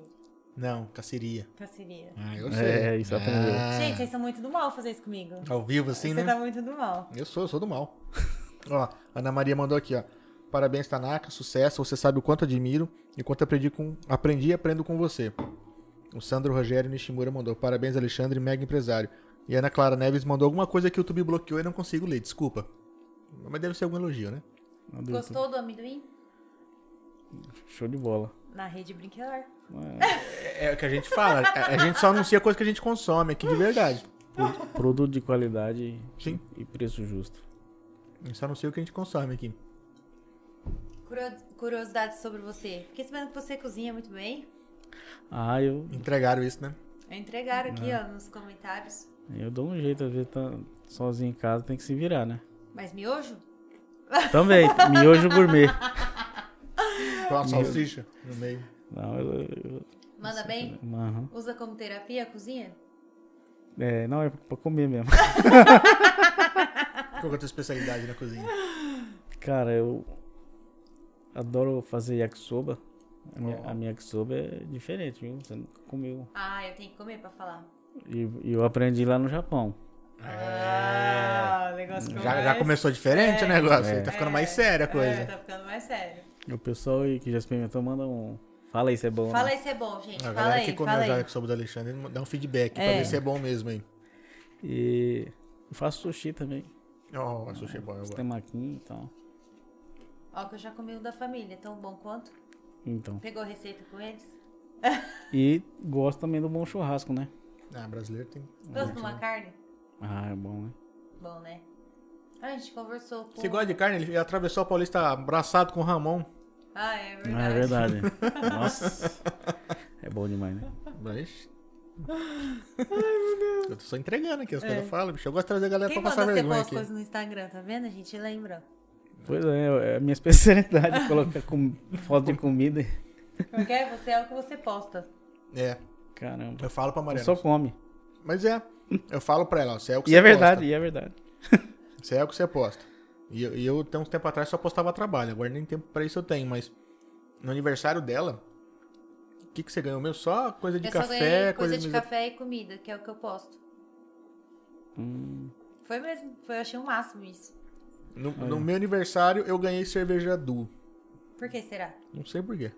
Não, Caceria.
Cassiria.
Ah, eu Ah.
sei. É, isso eu aprendi.
Gente, vocês são muito do mal fazer isso comigo.
Ao vivo assim,
Você
né?
tá muito do mal.
Eu sou, eu sou do mal. ó, Ana Maria mandou aqui, ó. Parabéns, Tanaka, sucesso. Você sabe o quanto admiro e quanto aprendi, com, aprendi e aprendo com você. O Sandro Rogério Nishimura mandou. Parabéns, Alexandre, mega empresário. E a Ana Clara Neves mandou alguma coisa que o YouTube bloqueou e não consigo ler, desculpa. Mas deve ser algum elogio, né?
Meu Deus,
Gostou do amendoim?
Show de bola.
Na rede brinquelar.
É,
É, é o que a gente fala. A, a gente só anuncia coisa que a gente consome aqui de verdade.
pro- produto de qualidade
Sim.
e preço justo.
A gente só anuncia o que a gente consome aqui.
Curio- Curiosidades sobre você. Fiquei sabendo que você cozinha muito bem.
Ah, eu,
Entregaram isso, né?
Entregaram aqui,
Ah.
ó, nos comentários.
eu dou um jeito, às vezes tá sozinho em casa, tem que se virar, né?
Mas miojo?
Também, miojo gourmet.
Com a salsicha no meio.
Não, eu, eu-
Manda bem?
Aham.
Usa como terapia a cozinha?
É, não, é pra comer mesmo.
Qual que é a tua especialidade na cozinha?
Cara, eu adoro fazer yakisoba. A minha, a minha yakisoba é diferente, viu? Você nunca comeu.
Ah, eu tenho que comer pra falar.
E, e eu aprendi lá no Japão.
Ah, o negócio
É. Já, já começou diferente o negócio. Tá ficando mais séria a coisa.
é, tá ficando mais sério.
E O pessoal aí que já experimentou manda um. Fala aí se é bom.
Fala
né?
aí se é bom, gente.
A
fala
galera
aí,
que
fala
comeu
aí.
já é que soube do Alexandre, dá um feedback pra
É.
ver se é bom mesmo aí.
E eu faço sushi também.
Ó, oh, sushi é bom, eu gosto.
Temaquinho e tal.
Ó, que eu já comi o da família, tão bom quanto.
Então.
Pegou receita com eles?
E gosto também do bom churrasco, né?
Ah, brasileiro tem.
Gosto de uma carne?
Ah, é bom, né?
Bom, né? A gente conversou com.
Você gosta de carne? Ele atravessou a Paulista abraçado com o Ramon.
Ah, é verdade.
Ah, é verdade. Nossa. É bom demais, né?
Mas. Eu tô só entregando aqui, as coisas falam, bicho. Eu gosto de trazer a galera
É. Quem
pra passar
manda você
vergonha
pôr as
aqui.
coisas no Instagram, tá vendo? A gente lembra.
Pois é, é a minha especialidade colocar com, foto de comida.
Porque você é o que você posta.
É,
Caramba.
eu falo pra Mariana.
Só come.
Mas é, eu falo pra ela, ó, você é o que
E
você
é verdade,
posta.
e é verdade.
Você é o que você posta. E eu, e eu, até uns tempo atrás, só postava trabalho. Agora nem tempo pra isso eu tenho, mas no aniversário dela, o que, que você ganhou? Meu, só coisa de
eu só
café,
ganhei
coisa,
coisa de
de
café e comida, que é o que eu posto.
Hum,
Foi mesmo, foi, eu achei o máximo isso.
No, no meu aniversário, eu ganhei cerveja Du.
Por que será?
Não sei porquê.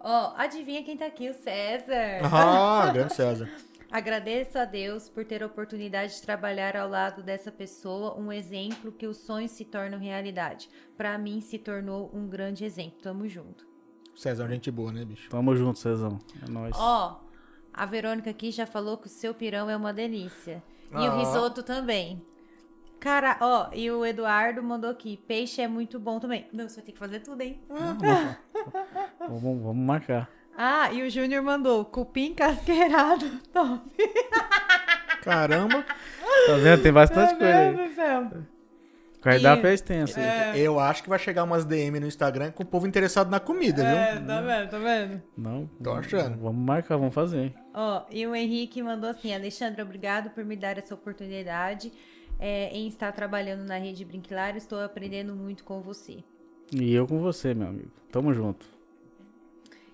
Ó, adivinha quem tá aqui, o César.
Ah, grande César.
Agradeço a Deus por ter a oportunidade de trabalhar ao lado dessa pessoa, um exemplo que os sonhos se tornam realidade. Pra mim se tornou um grande exemplo. Tamo junto.
César, é uma gente boa, né, bicho?
tamo junto, Cezão. É nóis.
Ó, a Verônica aqui já falou que o seu pirão é uma delícia. E
Ah.
o risoto também. Cara, ó, e o Eduardo mandou aqui, peixe é muito bom também. Meu, você vai ter que fazer tudo, hein?
Vamos, vamos marcar.
Ah, e o Júnior mandou, cupim casqueirado. Top.
Caramba.
Tá vendo? Tem bastante
Meu
coisa aí.
Deus do céu.
Cardápio
É E-
é extenso.
Eu acho que vai chegar umas DM no Instagram com o povo interessado na comida, viu?
tá vendo, tá vendo?
Não.
Tô achando.
Vamos marcar, vamos fazer.
Ó, e o Henrique mandou assim, Alexandre, obrigado por me dar essa oportunidade é, em estar trabalhando na Rede Brinquilar, estou aprendendo muito com você.
E eu com você, meu amigo. Tamo junto.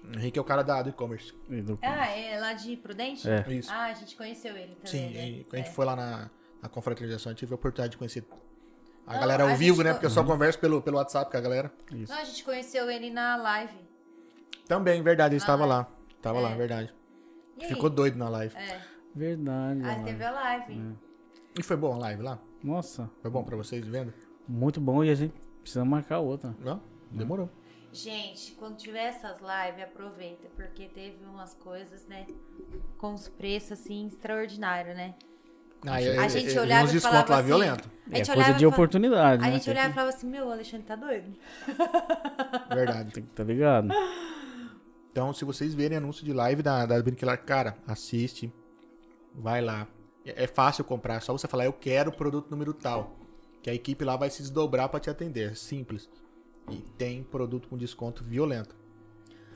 O Henrique é o cara da do e-commerce.
E do-
Ah, é lá de Prudente?
É.
Isso.
Ah, a gente conheceu ele também,
Sim,
né?
e quando a gente
É.
foi lá na, na confraternização, eu tive a oportunidade de conhecer a
Não,
galera
Ah, a
ao
gente
vivo,
co-
né? Porque eu só converso pelo, pelo WhatsApp com a galera.
Não, a gente conheceu ele na live.
Também, verdade, eles
Na
estavam lá.
live.
Tava lá,
É.
verdade.
E aí?
Ficou doido na live.
É.
Verdade.
Ah,
mano.
teve a live.
É.
E foi bom a live lá?
Nossa,
Foi bom pra vocês vendo?
muito bom e a gente precisa marcar outra.
Não? Demorou.
Gente, quando tiver essas lives, aproveita, porque teve umas coisas, né? Com os preços, assim, extraordinário, né?
Aí,
A gente olhava
É, uns
e
descontos
falava
lá
assim,
violento.
A
É
gente
coisa
olhava e
de
fala-
oportunidade,
A
né?
gente
Tem
olhava e falava assim, meu, o Alexandre tá doido.
Verdade.
que- Tá ligado?
Então, se vocês verem anúncio de live da, da Brinquilar, cara, assiste, vai lá. É, é fácil comprar, só você falar, eu quero o produto número tal. Que a equipe lá vai se desdobrar pra te atender. É simples. E tem produto com desconto violento.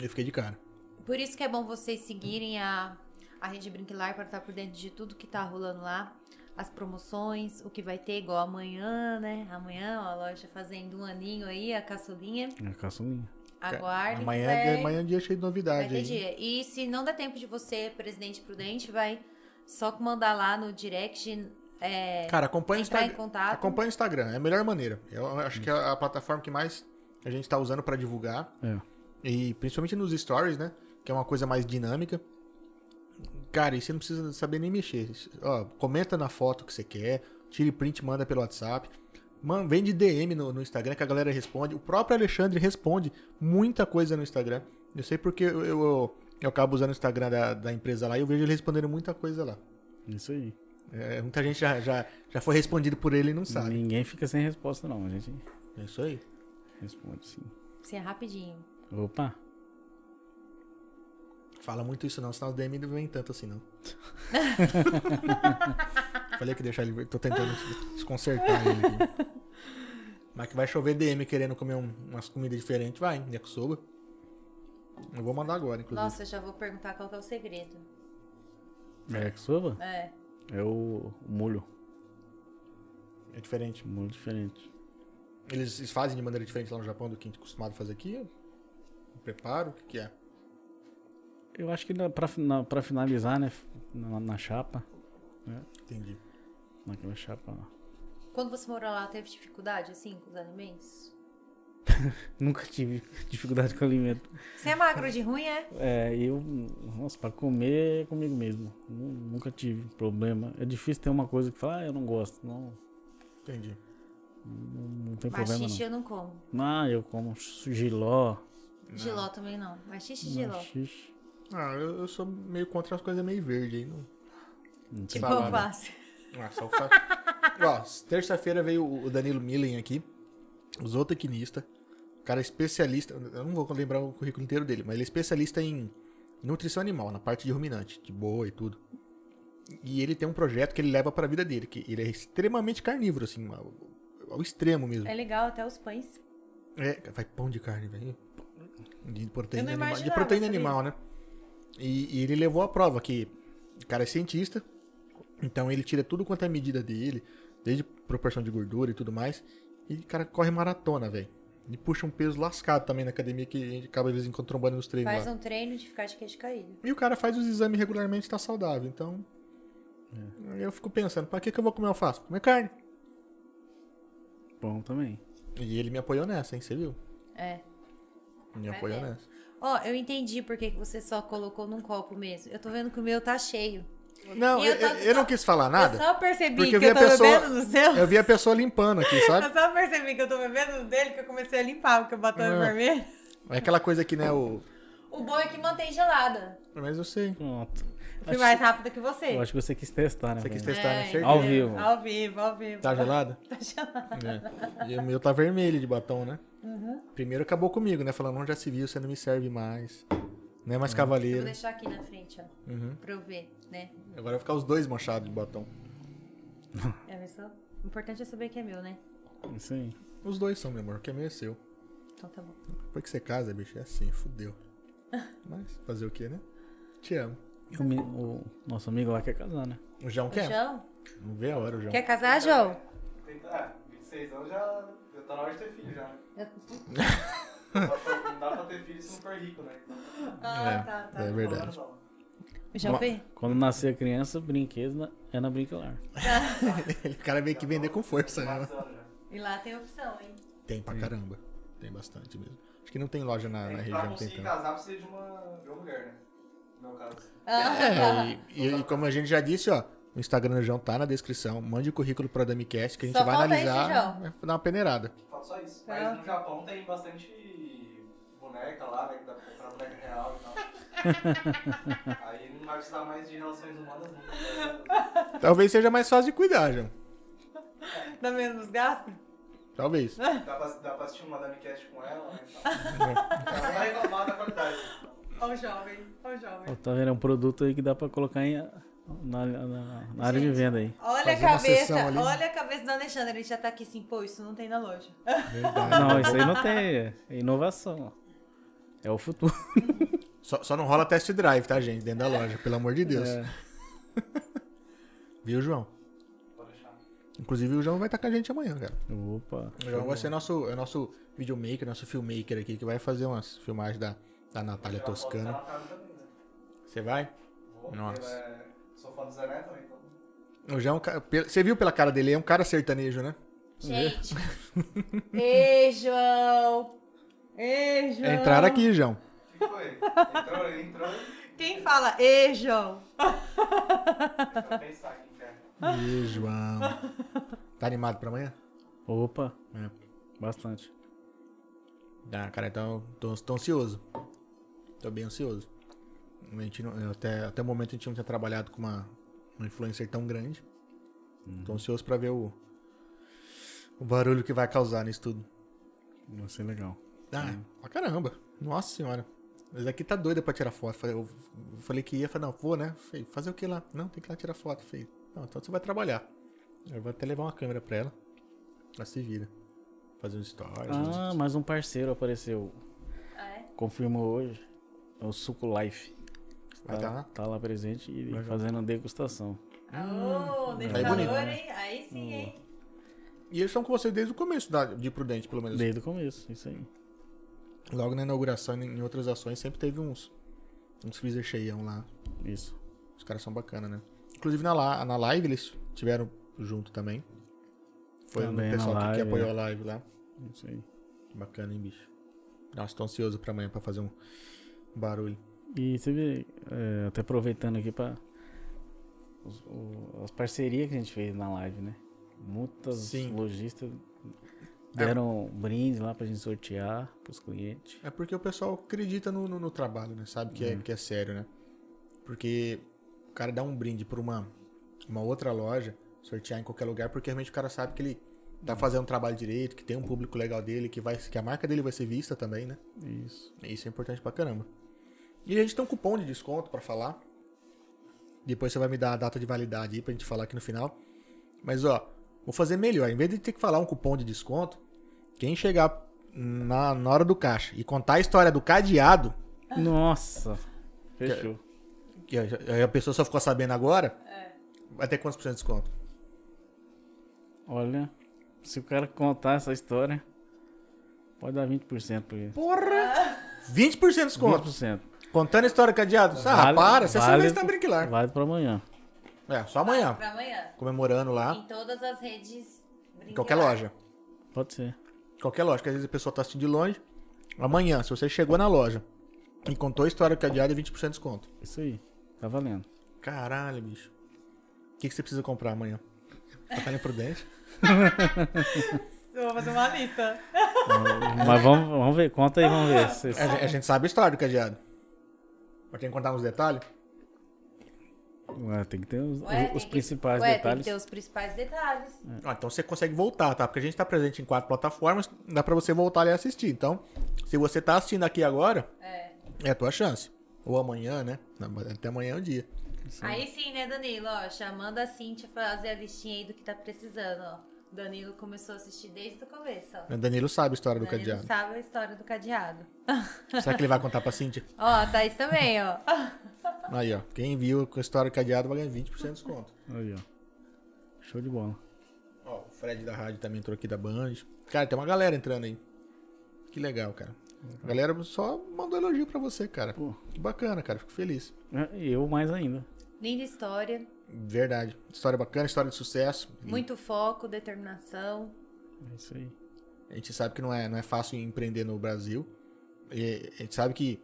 Eu fiquei de cara.
Por isso que é bom vocês seguirem a, a Rede Brinquilar para estar por dentro de tudo que tá rolando lá. As promoções, o que vai ter, igual amanhã, né? Amanhã, ó, a loja fazendo um aninho aí, a caçulinha.
É caçulinha.
Aguarde.
amanhã,
que vai-
amanhã é um dia cheio de
Vai
novidade.
ter
aí.
dia. E se não der tempo de você, presidente prudente, vai só mandar lá no direct. É,
Cara, acompanha o
entrar em
Instagram.
contato.
Acompanha o Instagram, é a melhor maneira. Eu acho que é a plataforma que mais a gente tá usando pra divulgar.
É.
E principalmente nos stories, né? Que é uma coisa mais dinâmica. Cara, e você não precisa saber nem mexer. Ó, comenta na foto que você quer, tire print, manda pelo WhatsApp. Mano, vem de DM no, no Instagram que a galera responde. O próprio Alexandre responde muita coisa no Instagram. Eu sei porque eu, eu, eu, eu acabo usando o Instagram da, da empresa lá e eu vejo ele respondendo muita coisa lá.
Isso aí.
É, muita gente já, já, já foi respondido por ele e não sabe.
Ninguém fica sem resposta, não. A gente
É isso aí.
responde sim.
Sim, é rapidinho.
Opa!
Fala muito isso não, senão o DM não vem tanto assim não. Falei que deixar ele. ver, Tô tentando desconcertar ele aqui. Mas que vai chover DM querendo comer um- umas comidas diferentes, vai, yakisoba. Eu vou mandar agora, inclusive.
Nossa, eu já vou perguntar qual que é o segredo.
É que sova?
É.
É o o molho.
É diferente.
O molho diferente.
Eles, eles fazem de maneira diferente lá no Japão do que a gente é acostumado a fazer aqui? O preparo, o que, que é?
Eu acho que na- pra, fin- na- pra finalizar, né? Na, na chapa.
Entendi.
Naquela chapa lá.
Quando você morou lá, teve dificuldade, assim, com os alimentos?
Nunca tive dificuldade com alimento.
Você é magro de ruim, é?
É, eu, nossa, pra comer é comigo mesmo. Nu- Nunca tive problema. É difícil ter uma coisa que fala, ah, eu não gosto. Não,
Entendi.
não, não tem
Mas
problema
xixi eu não como.
não. Ah, eu como su- giló,
Giló também não. Mas xixi giló.
machixe.
Ah, eu, eu sou meio contra as coisas meio verdes aí. Não...
Não tem
Tipo
Salada.
alface.
Ah, só o fa- Ó, terça-feira veio o Danilo Millen aqui, o zootecnista, o cara é especialista, eu não vou lembrar o currículo inteiro dele, mas ele é especialista em nutrição animal, na parte de ruminante, de boa e tudo. E ele tem um projeto que ele leva pra vida dele, que ele é extremamente carnívoro, assim, ao, ao extremo mesmo.
É legal até os pães.
É, vai pão de carne, velho. De proteína,
Eu não
anima- de
imaginava,
proteína
sabia?
animal, né? E, e ele levou a prova que o cara é cientista, então ele tira tudo quanto é medida dele, desde proporção de gordura e tudo mais, e o cara corre maratona, velho. E puxa um peso lascado também na academia que a gente acaba de vez em quando trombando nos treinos
Faz
lá.
um treino de ficar de queixo caído.
E o cara faz os exames regularmente e tá saudável, então... Aí
É.
Eu fico pensando, pra que que eu vou comer alface? Vou Comer carne.
pão também.
E ele me apoiou nessa, hein, você viu?
É.
Me
Vai
apoiou
vendo.
nessa.
Ó, eu entendi por que que você só colocou num copo mesmo. Eu tô vendo que o meu tá cheio.
Não,
E eu
eu, eu-
tô-
eu não quis falar nada.
Eu só percebi
Porque eu
que
vi
eu
a
tô
pessoa-
bebendo no seu.
Eu vi a pessoa limpando aqui, sabe?
Eu só percebi que eu tô bebendo no dele que eu comecei a limpar, porque eu batom
Ah.
é vermelho.
É aquela coisa que, né, o...
O bom é que mantém gelada.
Mas eu sei.
Pronto.
Eu fui
Acho-
mais rápida que você.
Eu acho que você quis testar, né?
Você quis
velho?
testar,
É.
né? Certeza.
Ao vivo.
Ao vivo, ao vivo.
Tá gelada?
Tá gelada.
É. E o meu tá vermelho de batom, né?
Uhum.
Primeiro acabou comigo, né? Falando, onde já se viu, você não me serve mais. Não é mais
Eu vou
cavaleiro.
deixar aqui na frente, ó.
Uhum.
Pra eu ver, né?
Agora vai ficar os dois manchados de batom.
É, mas só- O importante é saber que é meu, né?
Isso aí.
Os dois são, meu amor, porque é meu é seu.
Então tá bom.
Depois que você casa, bicho, é assim, fudeu. Mas fazer o quê, né? Te amo.
E O, me- o nosso amigo lá quer casar, né?
O João quer?
João?
Não vê a hora, o João.
Quer casar, João?
Tem que- Ah, 26 anos já. Já tá na hora de ter filho já. né?
Eu-
Só pra- Não dá pra ter filho se não for rico, né? Então,
Ah,
É,
tá, tá.
é verdade.
não.
Já
Uma-
fui?
Quando nascer a criança, brinquedo na- é na brinquelar.
O cara veio que vender com força, né? mano?
Passando já.
E lá tem opção, hein?
Tem pra caramba. Tem bastante mesmo. Acho que não tem loja na, na
Tem que-
região
Pra
que tem
conseguir
tanto.
casar precisa de uma, de uma mulher, né? No meu caso.
Ah.
É, e, e como a gente já disse, ó, o Instagram do João tá na descrição. Mande o currículo pra Damicast que a gente
Só
vai
falta
analisar.
esse, João.
vai dar uma peneirada.
Falta só isso.
Ah.
Mas no Japão tem bastante boneca lá, né? Que dá pra comprar boneca real e tal. Aí não vai precisar mais de relações humanas nunca. né?
Talvez seja mais fácil de cuidar, João. É.
Dá menos gasto?
Talvez.
Dá pra, dá pra assistir uma Damicast com ela, né? e tal.
É
Ela não vai reclamar da qualidade.
Ó o jovem, ó o jovem.
Ó, Tá vendo? É um produto aí que dá pra colocar em- na, na- na área de venda aí.
Olha
Fazer
a
uma
cabeça,
sessão ali.
olha a cabeça do Alexandre. Ele já tá aqui assim, pô, isso não tem na loja.
Verdade.
Não, isso aí não tem. É inovação. É o futuro.
Só, só não rola test drive, tá, gente? Dentro da loja, pelo amor de Deus.
É.
Viu, João?
Vou deixar.
Inclusive, o João vai estar com a gente amanhã, cara.
Opa.
O João vai ser nosso, é nosso videomaker, nosso filmmaker aqui, que vai fazer umas filmagens da, da Natália
Já posso
Toscana.
estar na casa também, né?
Você vai?
Vou,
Nossa.
porque, é, Sou fã do Zé também, então.
O João, é um cara- pe- você viu pela cara dele, é um cara sertanejo, né?
Gente.
É.
Ei, João. Ei, João.
Entraram É aqui, João.
O que foi? Entrou, entrou.
Quem fala? Ê, João.
Pra pensar aqui, cara.
Ih, João. Tá animado pra amanhã?
Opa,
É.
bastante.
Tá, cara, então tô, tô ansioso. Tô bem ansioso. A gente não- até, até o momento a gente não tinha trabalhado com uma, uma influencer tão grande. Tô ansioso pra ver o, o barulho que vai causar nisso tudo.
Vai ser legal.
Ah,
Né?
pra caramba. Nossa senhora. Mas aqui tá doida pra tirar foto. Falei- Eu falei que ia, falei, não, vou, né? Falei, fazer o que lá? Não, tem que ir lá tirar foto. Falei, não, então você vai trabalhar. Eu vou até levar uma câmera pra ela. Ela se vira. Fazer um stories.
Ah, mais um parceiro apareceu.
Ah, é?
Confirmou hoje. É o Suco Life.
Vai tá lá?
tá lá presente e fazendo degustação.
Alô, nesse
Hum. Aí é
calor,
bonito. Hum.
hein? Aí sim, hein?
E eles estão com você desde o começo da, de Prudente, pelo menos.
Desde o começo, isso aí.
Logo na inauguração e em outras ações sempre teve uns, uns freezer cheião lá.
Isso.
Os caras são bacanas, né? Inclusive na, la- na live eles tiveram junto também. Foi
Também
o
na
pessoal que- que,
live,
apoiou
é.
a live lá.
Isso aí.
Bacana, hein, bicho? Nossa, tô ansioso pra amanhã pra fazer um barulho.
E você vê, é, até aproveitando aqui pra. os- o- as parcerias que a gente fez na live, né? Muitas
Sim. É.
lojistas deram um brinde lá pra gente sortear pros clientes.
É porque o pessoal acredita no, no- no trabalho, né? Sabe que, é, que é sério, né? Porque o cara dá um brinde pra uma, uma outra loja, sortear em qualquer lugar, porque realmente o cara sabe que ele tá fazendo um trabalho direito, que tem um público legal dele, que, vai, que a marca dele vai ser vista também, né?
Isso.
Isso é importante pra caramba. E a gente tem um cupom de desconto pra falar. Depois você vai me dar a data de validade aí pra gente falar aqui no final. Mas ó, vou fazer melhor. Em vez de ter que falar um cupom de desconto, quem chegar na, na hora do caixa e contar a história do cadeado,
Nossa! Fechou.
que a, a pessoa só ficou sabendo agora, vai ter quantos por cento de desconto?
Olha, se o cara contar essa história, pode dar 20% pra ele.
Porra! 20% de desconto.
20%.
Contando a história do cadeado. Ah,
Vale-
para, você
vale-
sabe que tá brinquilar.
Vale pra amanhã.
É, só amanhã.
Pra amanhã.
Comemorando lá,
Em todas as redes.
em
brinquedos.
qualquer loja.
Pode ser.
qualquer loja, que às vezes a pessoa tá assistindo de longe. Amanhã, se você chegou na loja e contou a história do cadeado, é 20% de desconto.
Isso aí. Tá valendo.
Caralho, bicho. O que, que você precisa comprar amanhã? tá Batalha Prudente?
Eu vou fazer uma lista.
Mas vamos, vamos ver. Conta aí, vamos ver. se- se-
A, gen- a gente sabe a história do cadeado. Mas tem que contar uns detalhes?
Ué, tem que ter os,
Ué,
os-
tem
os
que-
principais
ué, Tem
detalhes. É,
que ter os principais detalhes.
Ah, então você consegue voltar, tá? Porque a gente tá presente em quatro plataformas, dá pra você voltar ali e assistir. Então, se você tá assistindo aqui agora,
É.
é a tua chance. Ou amanhã, né? Não, mas Até amanhã é o dia.
Aí sim, né, Danilo? Ó, chamando a Cintia pra fazer a listinha aí do que tá precisando, ó. Danilo começou a assistir desde o começo, ó.
O Danilo sabe a história do
Danilo
cadeado.
sabe a história do cadeado.
Será que ele vai contar pra Cintia?
ó, a Thaís também, ó.
Aí, ó. Quem viu com a história do cadeado vai ganhar 20% de desconto.
Aí, ó. Show de bola.
Ó, o Fred da rádio também entrou aqui da Band. Cara, tem uma galera entrando aí. Que legal, cara. A galera só mandou elogio pra você, cara.
Pô.
Que bacana, cara. Fico feliz.
É, e Eu mais ainda.
Linda história,
Verdade. História bacana, história de sucesso. E
muito foco, determinação.
É isso aí.
A gente sabe que não é, não é fácil empreender no Brasil. E a gente sabe que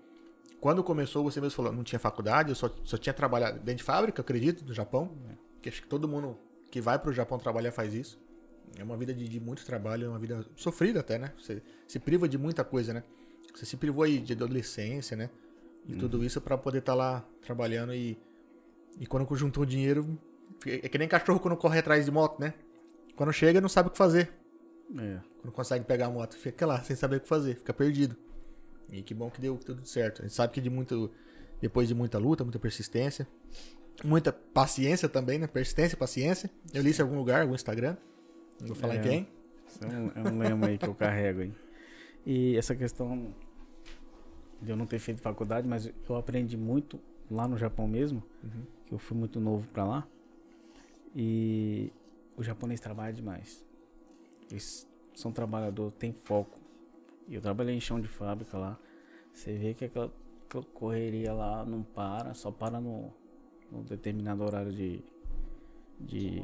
quando começou, você mesmo falou, não tinha faculdade, eu só, só tinha trabalhado dentro de fábrica, eu acredito, no Japão. Que acho que todo mundo que vai pro Japão trabalhar faz isso. É uma vida de, de muito trabalho, é uma vida sofrida até, né? Você se priva de muita coisa, né? Você se privou aí de adolescência, né? E tudo isso pra poder estar lá trabalhando e. E quando juntou o dinheiro. É que nem cachorro quando corre atrás de moto, né? Quando chega, não sabe o que fazer
É.
não consegue pegar a moto, fica lá sem saber o que fazer, fica perdido. E que bom que deu tudo certo. A gente sabe que de muito, depois de muita luta, muita persistência, muita paciência também, né? Persistência, paciência. Eu li isso em algum lugar, algum Instagram. Não vou falar
É.
em quem.
Isso é um, é um lema aí que eu carrego aí. E essa questão de eu não ter feito faculdade, mas eu aprendi muito lá no Japão mesmo, que eu fui muito novo pra lá. E o japonês trabalha demais. Eles são trabalhadores, têm foco. E eu trabalhei em chão de fábrica lá. Você vê que aquela, aquela correria lá não para, só para no, no determinado horário de, de,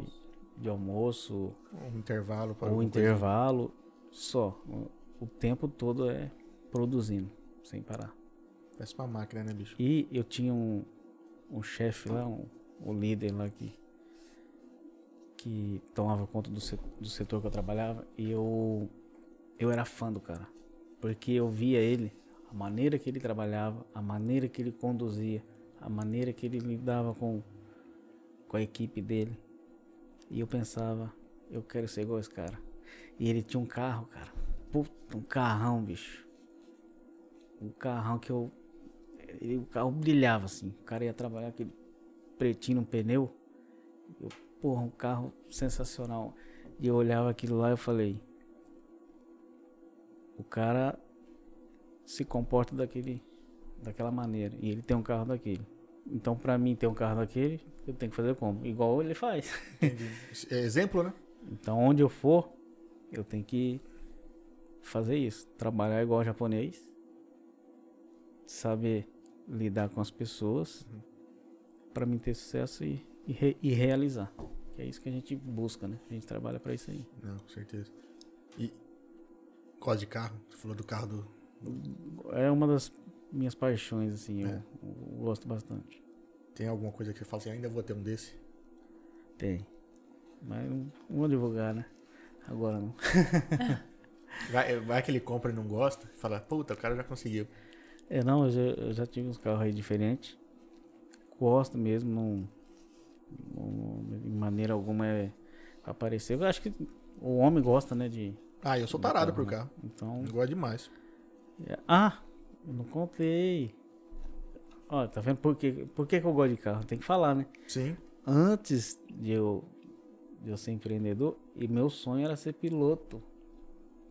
de almoço
Um intervalo para
o
alguma coisa.
intervalo só. O- O tempo todo é produzindo, sem parar.
Péssima máquina, né, bicho?
E eu tinha um, um chefe lá, um, o líder lá que, que tomava conta do, se- do setor que eu trabalhava. E eu, eu era fã do cara. Porque eu via ele, a maneira que ele trabalhava, a maneira que ele conduzia, a maneira que ele lidava com, com a equipe dele. E eu pensava, eu quero ser igual esse cara. E ele tinha um carro, cara. Puta, um carrão, bicho. Um carrão que eu. ele- o carro brilhava assim. O cara ia trabalhar aquele pretinho no pneu. Eu, porra, um carro sensacional. E eu olhava aquilo lá e eu falei. O cara se comporta daquele, daquela maneira. E ele tem um carro daquele. Então, pra mim ter um carro daquele, eu tenho que fazer como? Igual ele faz.
É exemplo, né?
Então, onde eu for, eu tenho que fazer isso. Trabalhar igual japonês. Saber lidar com as pessoas. Pra mim ter sucesso e, e, re- e realizar. Que é isso que a gente busca, né? A gente trabalha pra isso aí.
Não, com certeza. E. Código de carro? Você falou do carro do.
É uma das minhas paixões, assim. Eu,
É.
eu gosto bastante.
Tem alguma coisa que você fala assim, ainda vou ter um desse?
Tem. Mas não, não vou divulgar, né? Agora não.
Vai, vai que ele compra e não gosta, fala, puta, o cara já conseguiu.
É, não, eu já, eu já tive uns carros aí diferentes. Gosto mesmo, não, não- De maneira alguma é aparecer. Eu acho que o homem gosta, né? De.
Ah, eu sou tarado por carro.
Então.
Eu gosto demais.
é- Ah! Eu não contei. Ó, tá vendo por, que, por que, que eu gosto de carro? Tem que falar, né?
Sim.
Antes de eu, de eu ser empreendedor, e meu sonho era ser piloto.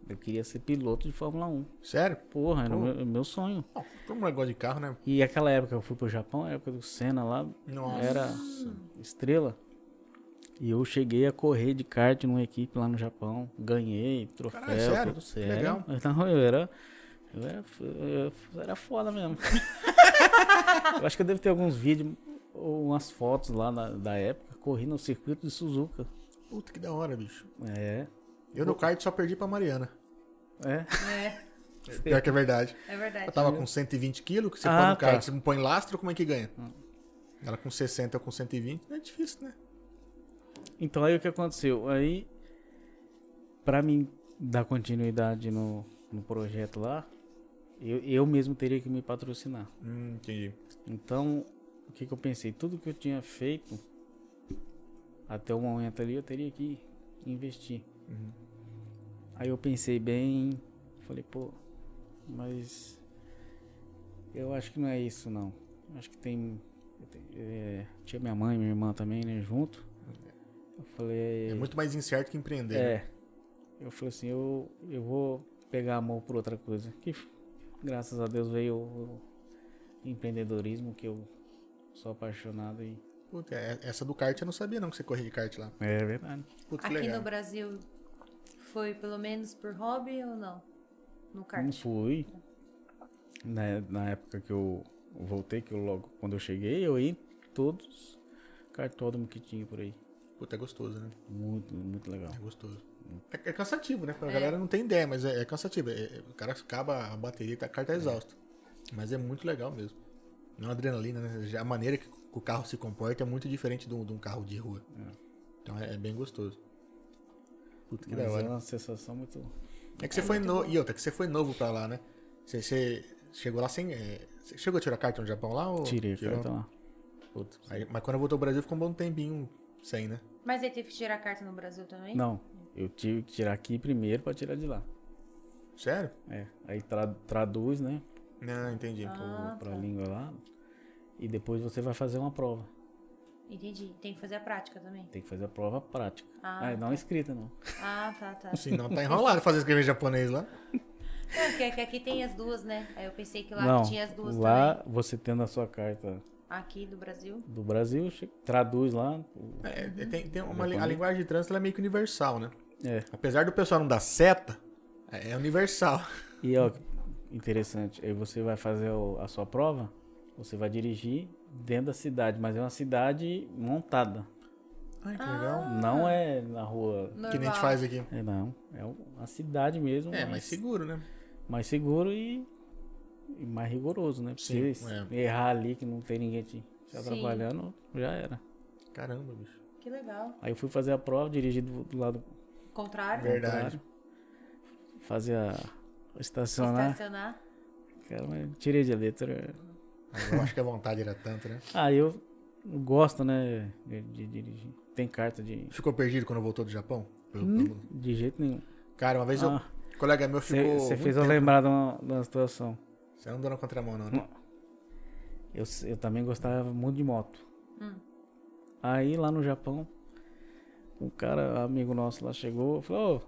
Eu queria ser piloto de Fórmula 1.
Sério?
Porra, era o
Pô.
meu, meu sonho.
Bom, todo mundo gosta de carro, né?
E aquela época que eu fui pro Japão, a época do Senna lá,
Nossa.
era estrela. E eu cheguei a correr de kart numa equipe lá no Japão. Ganhei, troféu,
Caralho, sério?
tudo
Que
sério.
legal.
Então eu era. Eu era, f- eu f- era foda mesmo. eu acho que eu devo ter alguns vídeos ou umas fotos lá na- da época. Corri no circuito de Suzuka.
Puta que da hora, bicho.
É.
Eu no kart só perdi pra Mariana.
É.
É,
Pior que é verdade.
é verdade.
Eu tava com 120 quilos, que você
Ah, Hum.
põe no kart,
tá.
você não põe lastro, como é que ganha? Ela com 60, eu com 120, é difícil, né?
Então aí o que aconteceu? Aí, pra mim dar continuidade no, no projeto lá, eu, eu mesmo teria que me patrocinar.
Hum, entendi.
Então, o que, que eu pensei? Tudo que eu tinha feito até o momento ali, eu teria que investir.
Uhum.
Aí eu pensei bem, falei, pô, mas eu acho que não é isso não. Acho que tem. eu te- é, tinha minha mãe e minha irmã também, né, junto. Eu falei.
É muito mais incerto que empreender. né?
É. Eu falei assim, eu, eu vou pegar amor por outra coisa. Que f- graças a Deus veio o empreendedorismo que eu sou apaixonado e.
Puta, é- essa do kart eu não sabia não que você corria de kart lá.
É verdade.
Puta, que
Aqui
legal.
no Brasil foi pelo menos por hobby ou não? No
Não
kart.
fui. Na, na época que eu voltei, que eu logo quando eu cheguei, eu ia em todos os cartódromos que tinha por aí.
Puta, é gostoso, né?
Muito, muito legal.
É gostoso. É, é cansativo, né? Pra galera não tem ideia, mas é, é cansativo. É- é- o cara acaba a bateria, tá, o cara tá exausto. Mas é muito legal mesmo. É uma adrenalina, né? Já A maneira que o carro se comporta é muito diferente de um, de um carro de rua. Então é, é bem gostoso. Puta que
Mas
da hora.
é uma sensação muito.
É que você foi novo. E outra, que você foi novo pra lá, né? Você, você chegou lá sem. é, Você chegou a tirar carta no Japão lá? Ou...
Tirei,
Tirou?
cara, tá lá.
Puta. Aí- mas quando voltou ao Brasil ficou um bom tempinho sem, né?
Mas ele teve que tirar carta no Brasil também?
Não, eu tive que tirar aqui primeiro pra tirar de lá.
Sério?
É, aí tra- traduz, né?
Não, entendi.
Ah,
para a
tá.
língua lá. E depois você vai fazer uma prova.
Entendi. Tem que fazer a prática também.
Tem que fazer a prova prática.
Ah,
Ah, não escrita, não.
Ah, tá, tá.
Senão tá enrolado fazer escrever japonês lá.
É, porque aqui- aqui tem as duas, né? Aí eu pensei que lá
não,
tinha as duas
lá
também.
você tendo a sua carta
Aqui do Brasil.
do Brasil, che- traduz lá.
É, é, tem, tem uma, li- a
Japonês.
linguagem de trânsito ela é meio que universal, né?
É,
Apesar do pessoal não dar seta, é é universal.
e ó, interessante. Aí você vai fazer o- a sua prova, você vai dirigir dentro da cidade, mas é uma cidade montada.
Ai, que legal.
Ah.
Não é na rua.
Normal.
Que nem a gente faz aqui.
É, não. É uma cidade mesmo.
É,
mas-
mas seguro, né?
mais seguro e, e mais rigoroso, né? Pra
Sim, é.
você errar ali que não tem ninguém te, te
Sim.
atrapalhando, já era.
Caramba, bicho.
Que legal.
Aí eu fui fazer a prova, dirigi do, do lado
Contrário.
Verdade.
contrário. Fazer a
né?
estacionar.
Estacionar.
Cara, mas tirei de letra.
Mas Ah, eu acho que a vontade era tanta, né?
Ah, eu gosto, né? De, de dirigir. Tem carta de.
Ficou perdido quando voltou do Japão? Pelo- pelo-
De jeito nenhum.
Cara, uma vez
Hum? Ah.
eu. um colega meu ficou.
Você
muito
fez eu
tempo-
lembrar de uma, de uma situação.
Você não andou na contramão, não, né?
Não. Eu, s- eu também gostava muito de moto. Aí lá no Japão, um cara, amigo nosso lá, chegou e falou: "Ô".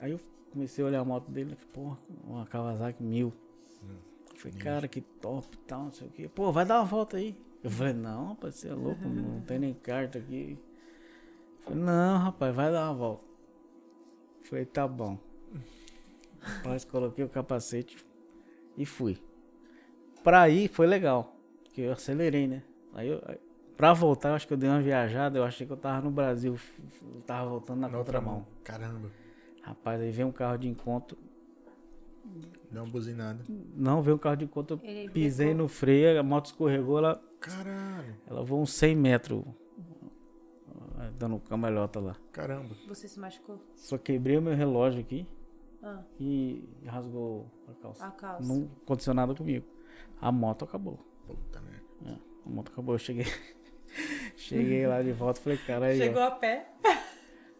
Aí eu comecei a olhar a moto dele, né, porra, uma Kawasaki 1000.
Hum,
Eu falei, cara, que top e tal, não sei o quê. Pô, vai dar uma volta aí. Eu falei, não, rapaz, você é louco,
Uhum.
não tem nem carta aqui. Eu falei, não, rapaz, vai dar uma volta. Eu falei, tá bom. Rapaz, coloquei o capacete e fui. Pra ir foi legal, porque eu acelerei, né? Aí eu, aí- pra voltar, eu acho que eu dei uma viajada, eu achei que eu tava no Brasil, f- f- eu tava voltando na,
Na outra
contramão.
mão. Caramba.
Rapaz, aí veio um carro de encontro,
Deu uma buzinada.
não, veio um carro de encontro,
Ele
eu pisei no freio, a moto escorregou, ela
Caralho.
Ela voou uns 100 metros, ah, dando cambalhota lá.
Caramba.
Você se machucou?
Só quebrei o meu relógio aqui
Ah,
e rasgou a calça.
a calça.
Não aconteceu nada comigo. A moto acabou.
Puta merda.
É, a moto acabou. Eu cheguei, cheguei lá de volta e falei, cara, aí, ó.
a pé.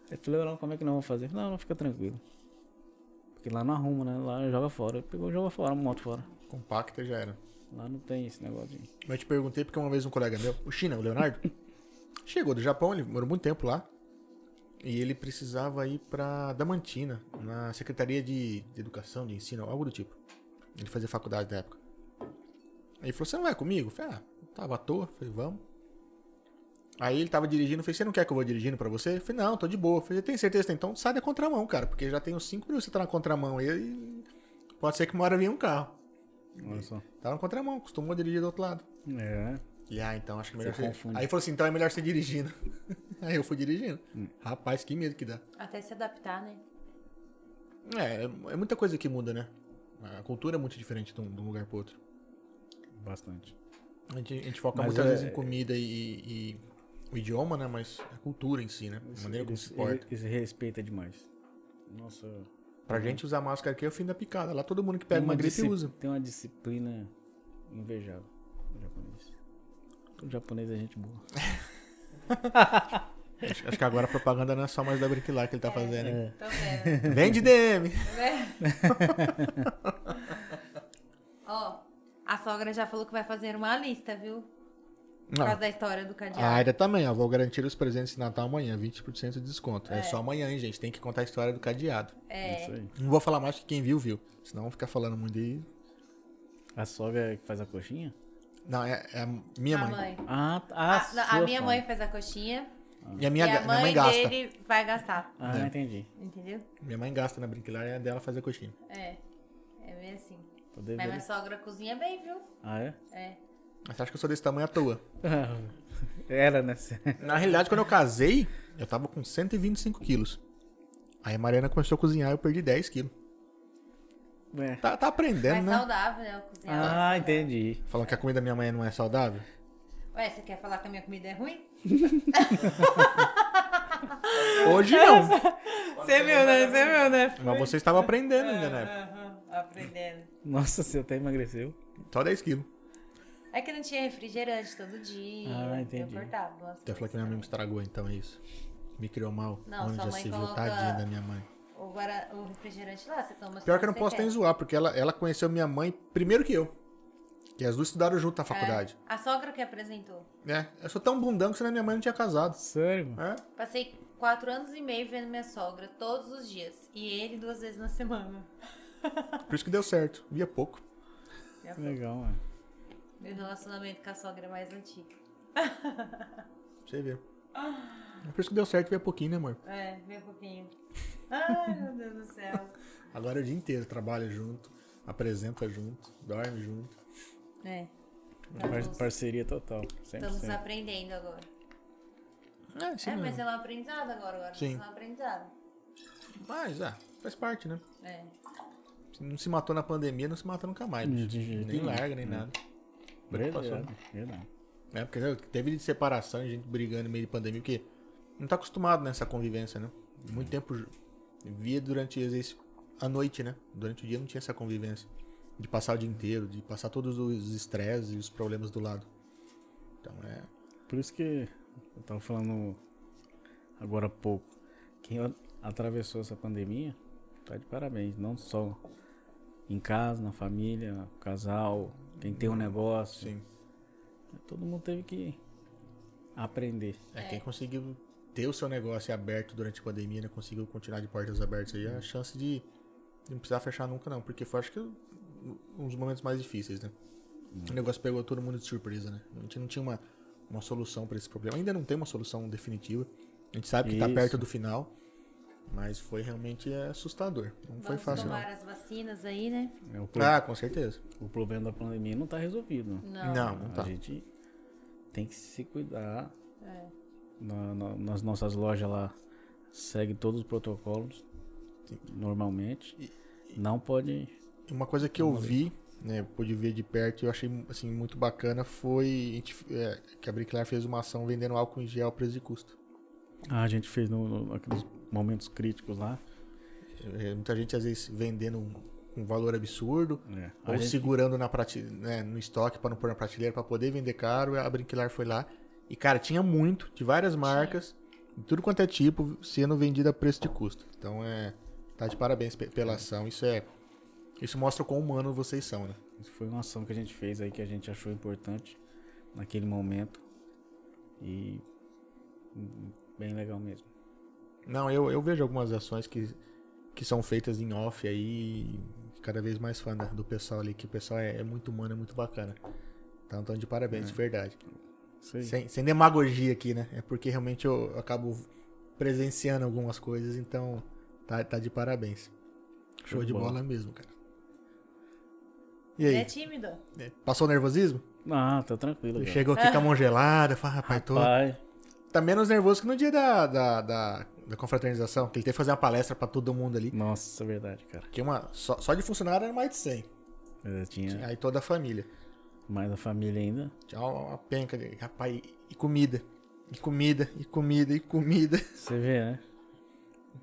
Eu falei, não, como é que não vou fazer? Não, não, fica tranquilo. Porque lá não arruma, né? Lá joga fora. Pegou, joga fora, a moto fora.
Compacta já era.
Lá não tem esse negócio de...
Mas eu te perguntei porque uma vez um colega meu, o China, o Leonardo, chegou do Japão, ele morou muito tempo lá. E ele precisava ir pra Damantina, na Secretaria de, de Educação, de Ensino, algo do tipo. Ele fazia faculdade na época. Aí ele falou: Você não vai comigo? Eu falei: Ah, eu tava à toa. Eu falei: Vamos. Aí ele tava dirigindo, eu falei: Você não quer que eu vou dirigindo pra você? Eu falei: Não, tô de boa. Eu falei: Tem certeza? Então sai da contramão, cara, porque já tem uns 5 minutos que você tá na contramão aí. E pode ser que uma hora venha um carro.
Olha só.
Tava na contramão, costumou dirigir do outro lado.
É.
E ah, então acho que é melhor
Você
você.
confunde.
Aí falou assim, então é melhor você dirigindo. Aí eu fui dirigindo. Rapaz, que medo que dá.
Até se adaptar, né?
É, é muita coisa que muda, né? A cultura é muito diferente de um, de um lugar pro outro.
Bastante.
A gente, a gente foca
Mas
muitas
é-
vezes em comida e, e o idioma, né? Mas a cultura em si, né? A maneira como se porta.
Ele, ele se respeita demais. Nossa...
Pra gente usar máscara aqui é o fim da picada. Lá todo mundo que pega
Tem
uma, gripe
disci-
usa.
Tem uma disciplina invejável no japonês. O japonês é gente boa.
Acho, acho que agora a propaganda não é só mais da Brick lá que ele tá fazendo. hein?
Tô vendo.
Vende DM!
Tá vendo? Ó, a sogra já falou que vai fazer uma lista, viu? Por
Não,
causa da história do
A
cadeado.
Aida também, ó. Vou garantir os presentes de Natal amanhã, 20% de desconto. É. só amanhã, hein, gente. Tem que contar a história do cadeado.
É. Isso aí.
Não vou falar mais que quem viu, viu. Senão ficar falando muito aí.
A sogra é que faz a coxinha?
Não, é, é a minha
a
mãe.
mãe.
Ah, tá.
A,
Ah,
não, a
sua
minha
sogra.
mãe fez a coxinha
E a minha,
e
ga-
a
minha
mãe,
mãe gasta.
dele vai gastar.
Ah,
É.
entendi.
Entendeu?
Minha mãe gasta na brinquilar e a dela faz a coxinha.
É. É meio assim.
Tô
Mas
devendo.
minha sogra cozinha bem, viu?
Ah, é?
É.
Mas Você acha que eu sou desse tamanho à toa?
Era, né?
Na realidade, quando eu casei, eu tava com 125 quilos. Aí a Mariana começou a cozinhar e eu perdi 10 quilos.
É.
Tá, tá aprendendo,
Mas
né?
saudável, né? o cozinhar.
Ah, entendi.
Falando que a comida da minha mãe não é saudável.
Ué, você quer falar que a minha comida é ruim?
Hoje não.
Você viu, né? Você viu, né?
Mas você estava aprendendo ainda né? na época.
Aprendendo.
Nossa, você até emagreceu.
Só 10 quilos.
É que não tinha refrigerante todo dia.
Ah, entendi.
Eu cortava. umas
Até falar que minha mãe me estragou, então é isso. Me criou mal.
Não,
Onde
sua
já
mãe
se viu,
coloca-
tadinha da minha mãe.
coisas. O, guara- o refrigerante lá, você toma. só
Pior que eu não
você
posso
quer.
nem zoar, porque ela, ela conheceu minha mãe primeiro que eu. E as duas estudaram junto na
É.
faculdade.
A sogra que apresentou.
É. Eu sou tão bundão que senão minha mãe não tinha casado.
Sério? mano?
É.
Passei quatro anos e meio vendo minha sogra todos os dias. E ele duas vezes na semana.
Por isso que deu certo. Via pouco.
Que legal, mano.
Meu relacionamento com a sogra é mais antigo.
Pra você ver. É Por isso que deu certo, via pouquinho, né, amor?
É, meu pouquinho. Ai, meu Deus do céu.
Agora é o dia inteiro, trabalha junto, apresenta junto, dorme junto.
É.
Par- parceria total.
Estamos
100%.
aprendendo agora.
É, sim.
é,
mesmo.
mas é um é aprendizado agora, agora
Sim.
é um aprendizado.
Mas, ah, faz parte, né?
É.
Se não se matou na pandemia, não se mata nunca mais,
Hum,
bicho.
de jeito
Nem
nenhum.
larga, nem nada.
Verdade, verdade.
É, porque né, teve de separação, gente brigando no meio de pandemia, porque não tá acostumado nessa convivência, né? Muito tempo ju- via durante às vezes, a noite, né? Durante o dia não tinha essa convivência. De passar o dia inteiro, de passar todos os estresses e os problemas do lado. Então é.
Por isso que eu tava falando agora há pouco. Quem a- atravessou essa pandemia tá de parabéns. Não só em casa, na família, casal, quem tem um negócio.
Sim.
Todo mundo teve que aprender.
É, quem conseguiu ter o seu negócio aberto durante a pandemia, né? Conseguiu continuar de portas abertas aí, a chance de de não precisar fechar nunca, não. Porque foi acho que um dos momentos mais difíceis, né? O negócio pegou todo mundo de surpresa, né? A gente não tinha uma, uma solução pra esse problema. Ainda não tem uma solução definitiva. A gente sabe que tá
Isso.
perto do final. Mas foi realmente é, assustador. Não foi
Vamos
fácil,
tomar
não.
as vacinas aí, né?
É, O, pro-
Ah, com certeza.
o problema da pandemia não tá resolvido.
Não.
Não, não,
A
tá.
gente tem que se cuidar. Na- na- nas nossas lojas lá, segue todos os protocolos
Sim.
normalmente. Não pode.
Uma coisa que eu vi, né, pude ver de perto e eu achei assim, muito bacana foi a gente, é, que a Briclar fez uma ação vendendo álcool em gel a preço de custo.
Ah, a gente fez no, no- naqueles momentos críticos lá.
É, muita gente às vezes vendendo um, um valor absurdo
É. A
ou
gente-
segurando na prate, né, no estoque para não pôr na prateleira para poder vender caro. A Brinquilar foi lá e cara tinha muito de várias marcas, de tudo quanto é tipo sendo vendido a preço de custo. Então é tá de parabéns pe- pela ação. Isso é isso mostra o quão humano vocês são, né?
Isso foi uma ação que a gente fez aí que a gente achou importante naquele momento. E. hum, Bem legal mesmo.
Não, eu, eu vejo algumas ações que, que são feitas em off aí, e cada vez mais fã da- do pessoal ali, que o pessoal é, é muito humano, é muito bacana. Então, então de parabéns, de verdade.
Isso aí.
Sem, sem demagogia aqui, né? É porque realmente eu, eu acabo presenciando algumas coisas, então tá, tá de parabéns. Show de bola mesmo, cara. E
É
aí,
tímido?
é, passou o nervosismo?
Ah, tá tranquilo. cara.
Chegou aqui com a mão gelada, fala, rapaz, tô,
Pai,
tá menos nervoso que no dia da, da, da, da confraternização, que ele teve que fazer uma palestra pra todo mundo ali.
nossa, é verdade, cara.
Tinha uma, só, só de funcionário era mais de 100.
Eu tinha
Aí toda a família.
mais a família ainda.
Tinha uma, uma penca de rapaz e, e comida. E comida, e comida, e comida.
Você vê, né?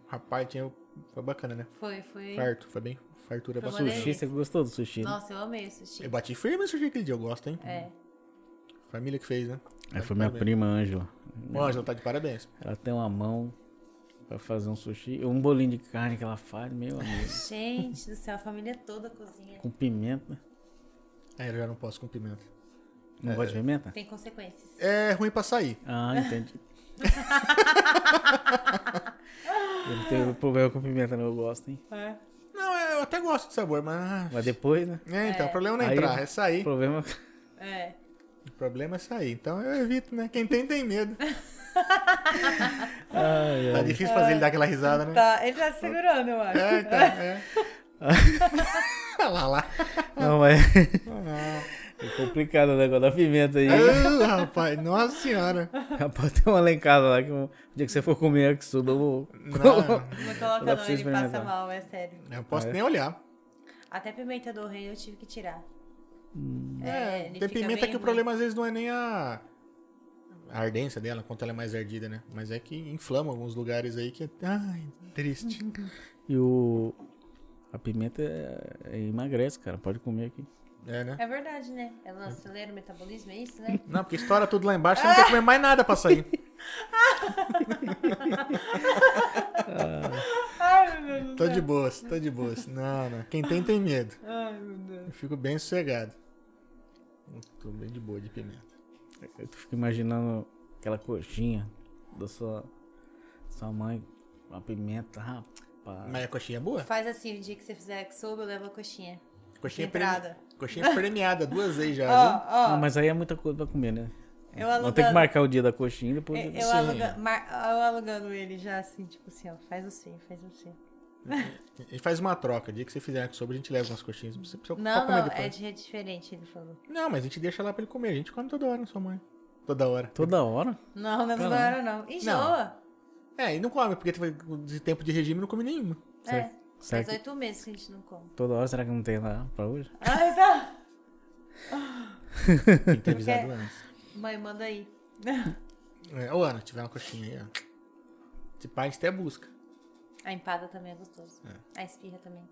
Rapaz, tinha. Foi bacana, né?
Foi, foi.
Farto, foi bem. Fartura
Foi
bacana.
maneiro.
Sushi, você gostou do sushi? né?
Nossa, eu amei o sushi.
Eu bati firme esse dia aquele dia, eu gosto, hein?
É.
Família que fez, né?
Aí É, foi minha prima, Ângela.
Ô, Ângela, tá de parabéns.
Ela tem uma mão pra fazer um sushi. Um bolinho de carne que ela faz, meu amigo.
Gente do céu, a família toda cozinha.
com pimenta.
É, eu já não posso com pimenta.
Não gosta de pimenta?
Tem consequências.
É ruim pra sair.
Ah, entendi. eu não tenho um problema com pimenta, não. Eu gosto, hein?
Não, é, eu até gosto do sabor, mas.
Mas depois, né?
É, então, o problema não é
Aí-
entrar, é
O
sair.
problema
É.
O problema é sair. Então eu evito, né? Quem tem, tem medo.
É.
Tá difícil fazer ele dar aquela risada, né?
Tá, ele tá se segurando, eu acho.
É, então, é. Olha lá, lá.
não é. É complicado o negócio da pimenta aí.
Ah, rapaz, nossa senhora.
Rapaz, tem uma lá em casa lá que o dia que você for comer, é que suba, eu vou.
Não,
Não coloca
Dá pra
não,
você
ele passa
experimentar.
mal, é sério.
eu posso nem olhar.
Até pimenta do rei eu tive que tirar.
É,
ele
tem
fica
pimenta
bem
que o
ruim.
problema às vezes não é nem a, a ardência dela, quanto ela é mais ardida, né? Mas é que inflama alguns lugares aí que é. Ai, triste.
E o. A pimenta é- é- emagrece, cara. Pode comer aqui.
É, né?
É verdade, né? Ela acelera o metabolismo, é isso, né?
Não, porque estoura tudo lá embaixo, você não quer comer mais nada pra sair.
Ai, meu Deus.
Tô de boas, tô de boas. Não, não. Quem tem, tem medo.
Ai, meu Deus.
Eu fico bem sossegado. Hum, Tô bem de boa de pimenta.
Eu fico imaginando aquela coxinha da sua, sua mãe com a pimenta, Ah, rapaz.
Mas a coxinha é boa?
Faz assim, o dia que você fizer que soube, eu levo a coxinha.
Coxinha,
Entrada.
premi- coxinha premiada duas vezes já, viu?
Ó, ó,
Não, mas aí é muita coisa pra comer, né?
eu
Vamos ter que
alugando.
marcar o dia da coxinha e depois.
Eu, aluga, mar- eu alugando ele já assim, tipo assim, ó, faz assim, faz assim.
A gente faz uma troca. O dia que você fizer com sobre, a gente leva umas coxinhas. Você precisa só
Não,
comer
não, é
depois.
de jeito diferente, ele falou.
Não, mas a gente deixa lá pra ele comer. A gente come toda hora, sua mãe. Toda hora.
Toda hora?
Não, não é toda hora não. Enjoa?
É, e não come, porque teve- de tempo de regime não come nenhuma.
É.
Será
Faz
que
oito meses que a gente não compra.
toda hora será que não tem lá pra hoje?
Ah, exato.
Tem que ter avisado antes.
Mãe, manda aí.
É, ô, Ana, tiver uma coxinha aí, ó. Se pá, a gente até busca.
A empada também é gostosa. A espirra também.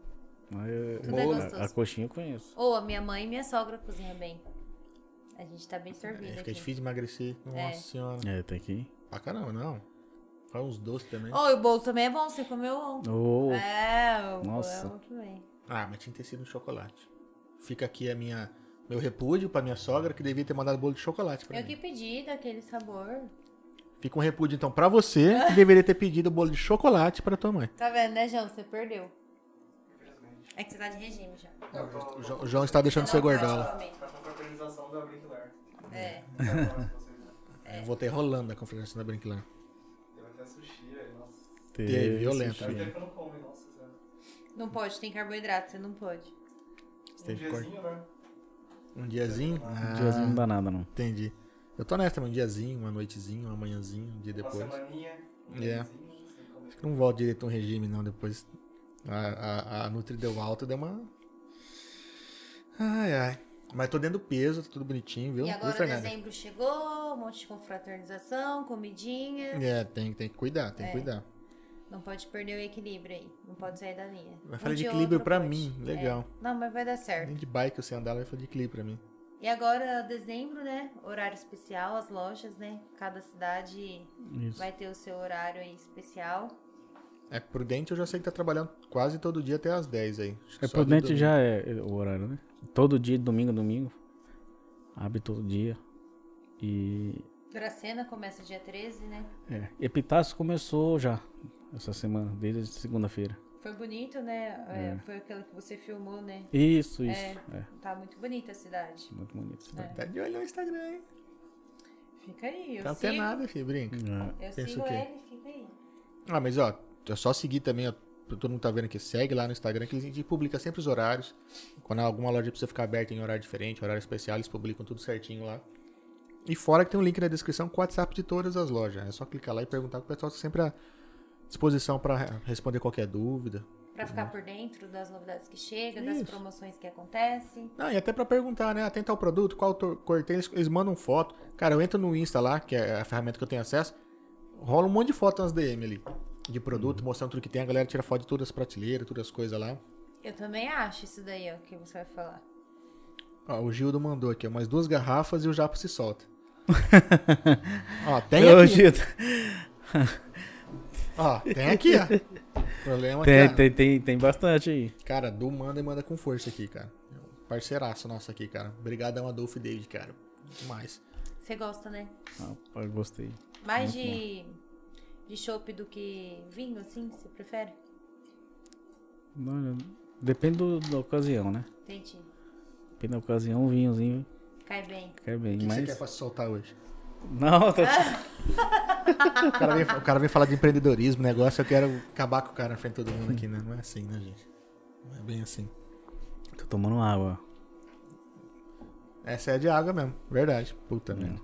Mas eu-
Tudo é
Boa.
gostoso.
a coxinha eu conheço.
Ou a minha mãe e minha sogra cozinham bem. A gente tá bem servido
É, fica
aqui.
difícil de emagrecer. Nossa
É.
senhora.
É, tem que ir.
Pra caramba, não. Faz uns doces também.
Oh, e o bolo também é bom, você comeu ontem.
Ô,
É, o
Nossa.
bolo é bom também.
Ah, mas tinha que ter sido um chocolate. Fica aqui a minha, meu repúdio pra minha sogra, que devia ter mandado bolo de chocolate pra
Eu
mim.
que pedi daquele sabor.
Fica um repúdio, então, pra você, que deveria ter pedido bolo de chocolate pra tua mãe.
Tá vendo, né, João? Você perdeu.
Infelizmente.
É que você tá de regime já.
Eu tô-
O
tô-
Jo- o João está deixando você gordola.
Exatamente.
Pra confraternização da Tá Brinquilar.
É.
Eu vou ter rolando da conferência da Brinquilan.
Deu até sushi, velho. Nossa.
Teve, violento.
Faz
sushi.
tempo que eu não como, hein? Nossa Senhora.
Não pode, tem carboidrato, você não pode.
Você
Um
teve corte.
diazinho, né?
Um diazinho?
Um diazinho não
Ah,
dá nada, não.
entendi. Eu tô nessa também, um diazinho, uma noitezinha, uma manhãzinha, um dia
Uma
depois.
semaninha. Um
Yeah.
diazinho, sem comer.
Não volto direito a um regime, não, depois. A, a, a Nutri deu alta, deu uma. Ai, ai. Mas tô dentro do peso, tá tudo bonitinho, viu?
E agora
viu, Fernanda?
dezembro chegou, um monte de confraternização, comidinha.
É, tem, tem que cuidar, tem
É.
que cuidar.
Não pode perder o equilíbrio aí. Não pode sair da linha.
Vai
Um
falar de
dia ou
equilíbrio
outro
pra
pode.
mim, Hum.
É.
legal.
Não, mas vai dar certo.
Nem de bike eu sei andar, ela vai falar de equilíbrio pra mim.
E agora, dezembro, né? Horário especial, as lojas, né? Cada cidade
Isso.
vai ter o seu horário aí especial.
É prudente, eu já sei que tá trabalhando quase todo dia até as 10 aí. Acho que
É
só de
prudente
domingo.
já é é o horário, né? Todo dia, domingo, domingo. Abre todo dia. E.
Dracena começa dia 13, né?
É. Epitácio começou já essa semana, desde segunda-feira.
Foi bonito, né? É, foi aquela que você filmou, né?
Isso, isso.
É.
É.
Tá muito bonita a cidade.
Muito bonito. isso daí.
Tá de olho no Instagram, hein?
Fica aí, eu
Tá até
sigo.
nada, filho, brinca.
É.
Eu
Pensa
sigo
o quê?
ele, fica aí.
Ah, mas ó, é só seguir também, ó, pra todo mundo tá vendo aqui, segue lá no Instagram, que eles- a gente publica sempre os horários. Quando alguma loja precisa ficar aberta em horário diferente, horário especial, eles publicam tudo certinho lá. E fora que tem um link na descrição com o WhatsApp de todas as lojas. É só clicar lá e perguntar que o pessoal tá sempre à disposição pra responder qualquer dúvida.
Pra ficar por dentro das novidades que chegam, das
Uhum. Isso.
promoções que acontecem.
Não, e até pra perguntar, né? Ah, tem tal produto, qual tor- cor tem, eles, eles mandam foto. Cara, eu entro no Insta lá, que é a ferramenta que eu tenho acesso, rola um monte de foto nas DM ali, de produto, mostrando tudo que tem. A galera tira foto de todas as prateleiras, todas as coisas lá.
Eu também acho isso daí, ó, que você vai falar.
Ó, o Gildo mandou aqui, ó, mais duas garrafas e o Japa se solta. ó, tem
Ô,
aqui.
Tito,
Ó, tem aqui, ó. Problema
Tem,
aqui,
tem, tem, tem bastante aí.
ó. Cara, Du manda e manda com força aqui, cara. É um Parceiraço nosso aqui, cara. Obrigadão, Adolfo e David, cara. Demais.
Você gosta, né?
Rapaz, gostei.
Mais de de chopp do que vinho, assim, você prefere?
Olha, Depende do- da ocasião, né?
Entendi.
Depende da ocasião, um vinhozinho
Cai bem.
cai bem.
O que você
mas.
quer pra se soltar hoje?
Não, tá.
O cara, vem, o cara vem falar de empreendedorismo, negócio, eu quero acabar com o cara na frente de todo mundo aqui, né? Não é assim, né, gente? Não é bem assim.
Tô tomando água.
Essa é de água mesmo, verdade. Puta merda.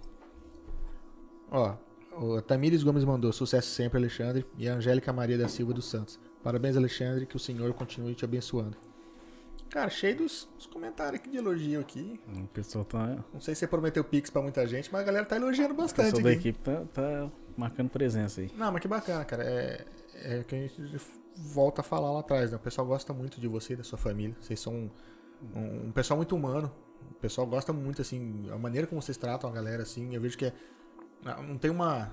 Ó, o Tamires Gomes mandou sucesso sempre, Alexandre, e a Angélica Maria da Silva dos Santos. Parabéns, Alexandre, que o Senhor continue te abençoando. Cara, cheio dos, dos comentários aqui de elogio aqui.
O pessoal tá.
Não sei se você prometeu Pix pra muita gente, mas a galera tá elogiando
O
bastante
pessoal da
aqui.
equipe tá, tá marcando presença aí.
Não, mas que bacana, cara. É, é o que a gente volta a falar lá atrás, né? O pessoal gosta muito de você e da sua família. Vocês são um, um- um pessoal muito humano. O pessoal gosta muito, assim, a maneira como vocês tratam a galera, assim. Eu vejo que é, não tem uma.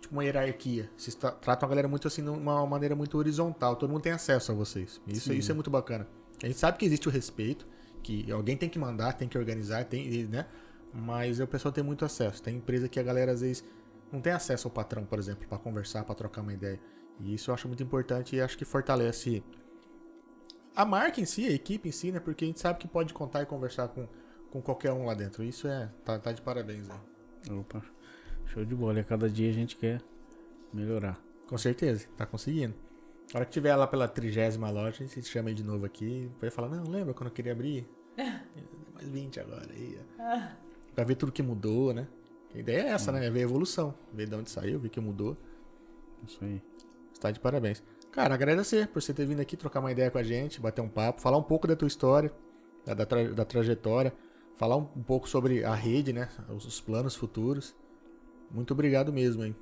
Tipo, uma hierarquia. Vocês tra- tratam a galera muito assim, de uma maneira muito horizontal. Todo mundo tem acesso a vocês. Isso, isso é muito bacana. A gente sabe que existe o respeito, que alguém tem que mandar, tem que organizar, tem, e, né? Mas o pessoal tem muito acesso. Tem empresa que a galera às vezes não tem acesso ao patrão, por exemplo, pra conversar, pra trocar uma ideia. E isso eu acho muito importante e acho que fortalece a marca em si, a equipe em si, né? Porque a gente sabe que pode contar e conversar com, com qualquer um lá dentro. Isso é. Tá, tá de parabéns, né?
Opa, show de bola. E a cada dia a gente quer melhorar.
Com certeza, tá conseguindo. A hora que tiver lá pela trigésima loja, você chama aí de novo aqui, vai falar, não, lembra quando eu queria abrir? Mais 20 agora aí. ó." Pra ver tudo que mudou, né? A ideia é essa, né? É ver a evolução. Ver de onde saiu, ver que mudou.
Isso aí.
Você tá de parabéns. Cara, agradecer por você ter vindo aqui trocar uma ideia com a gente, bater um papo, falar um pouco da tua história, da, da tra- da trajetória, falar um, um pouco sobre a rede, né? Os, os planos futuros. Muito obrigado mesmo, hein?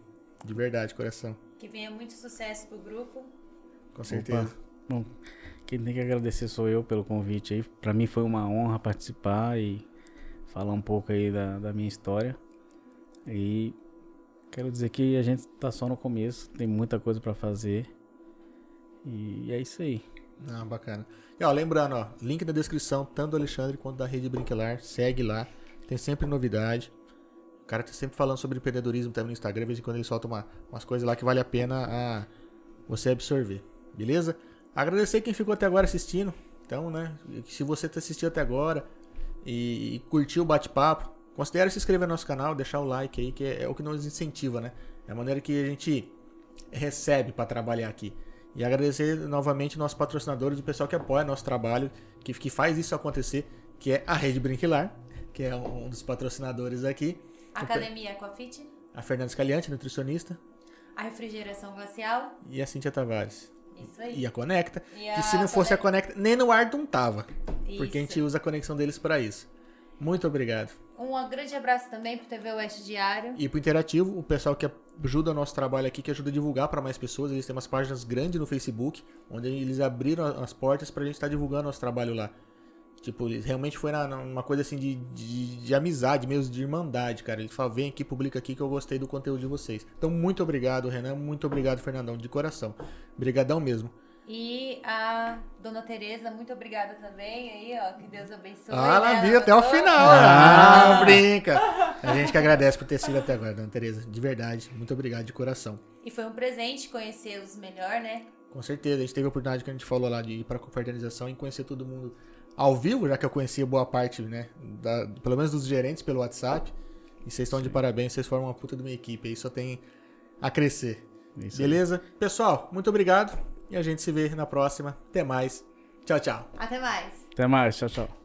De verdade, coração.
Que venha muito sucesso pro grupo.
Com certeza.
Bom, quem tem que agradecer sou eu pelo convite aí. Pra mim foi uma honra participar e falar um pouco aí da, da minha história. E quero dizer que a gente tá só no começo, tem muita coisa pra fazer. E é isso aí.
Ah, bacana. E ó, lembrando, ó, link na descrição, tanto do Alexandre quanto da Rede Brinquelar, segue lá, tem sempre novidade. O cara tá sempre falando sobre empreendedorismo também no Instagram, de vez em quando ele solta uma- umas coisas lá que vale a pena ah, a você absorver, beleza? Agradecer quem ficou até agora assistindo. Então, né, se você tá assistindo até agora e, e curtiu o bate-papo, considere se inscrever no nosso canal, deixar o like aí, que é, é o que nos incentiva, né? É a maneira que a gente recebe para trabalhar aqui. E agradecer novamente nossos patrocinadores, o pessoal que apoia nosso trabalho, que, que faz isso acontecer, que é a Rede Brinquilar, que é um dos patrocinadores aqui.
Academia Aquafit,
A Fernanda Scaliante, nutricionista,
a refrigeração glacial,
e a Cintia Tavares.
isso aí.
E a Conecta,
E
que se
a
não fosse a
Conecta.
Conecta, nem no ar não tava. Porque a
Isso.
gente usa a conexão deles para isso. Muito obrigado.
Um grande abraço também pro TV Oeste Diário.
E pro Interativo, o pessoal que ajuda o nosso trabalho aqui, que ajuda a divulgar para mais pessoas. Eles têm umas páginas grandes no Facebook, onde eles abriram a- as portas pra gente estar divulgando nosso trabalho lá. Tipo, eles- realmente foi na- numa coisa assim de, de, de amizade mesmo, de irmandade, cara. Eles falam, vem aqui, publica aqui que eu gostei do conteúdo de vocês. Então, muito obrigado, Renan. Muito obrigado, Fernandão, de coração. Obrigadão mesmo.
E a Dona Tereza, muito obrigada também aí, ó. Que Deus abençoe.
Ah, ela
né?
viu até o
Ela
final.
gostou.
Ah, brinca. A gente que agradece por ter sido até agora, Dona Tereza. De verdade, muito obrigado de coração.
E foi um presente conhecê-los melhor, né?
Com certeza, a gente teve a oportunidade que a gente falou lá de ir para a confraternização e conhecer todo mundo ao vivo, já que eu conhecia boa parte, né? da- pelo menos dos gerentes pelo WhatsApp. E vocês estão de parabéns, vocês formam uma puta de uma equipe aí, só tem a crescer.
É isso aí.
Beleza? Pessoal, muito obrigado e a gente se vê na próxima. Até mais. Tchau, tchau.
Até mais.
Até mais, tchau, tchau.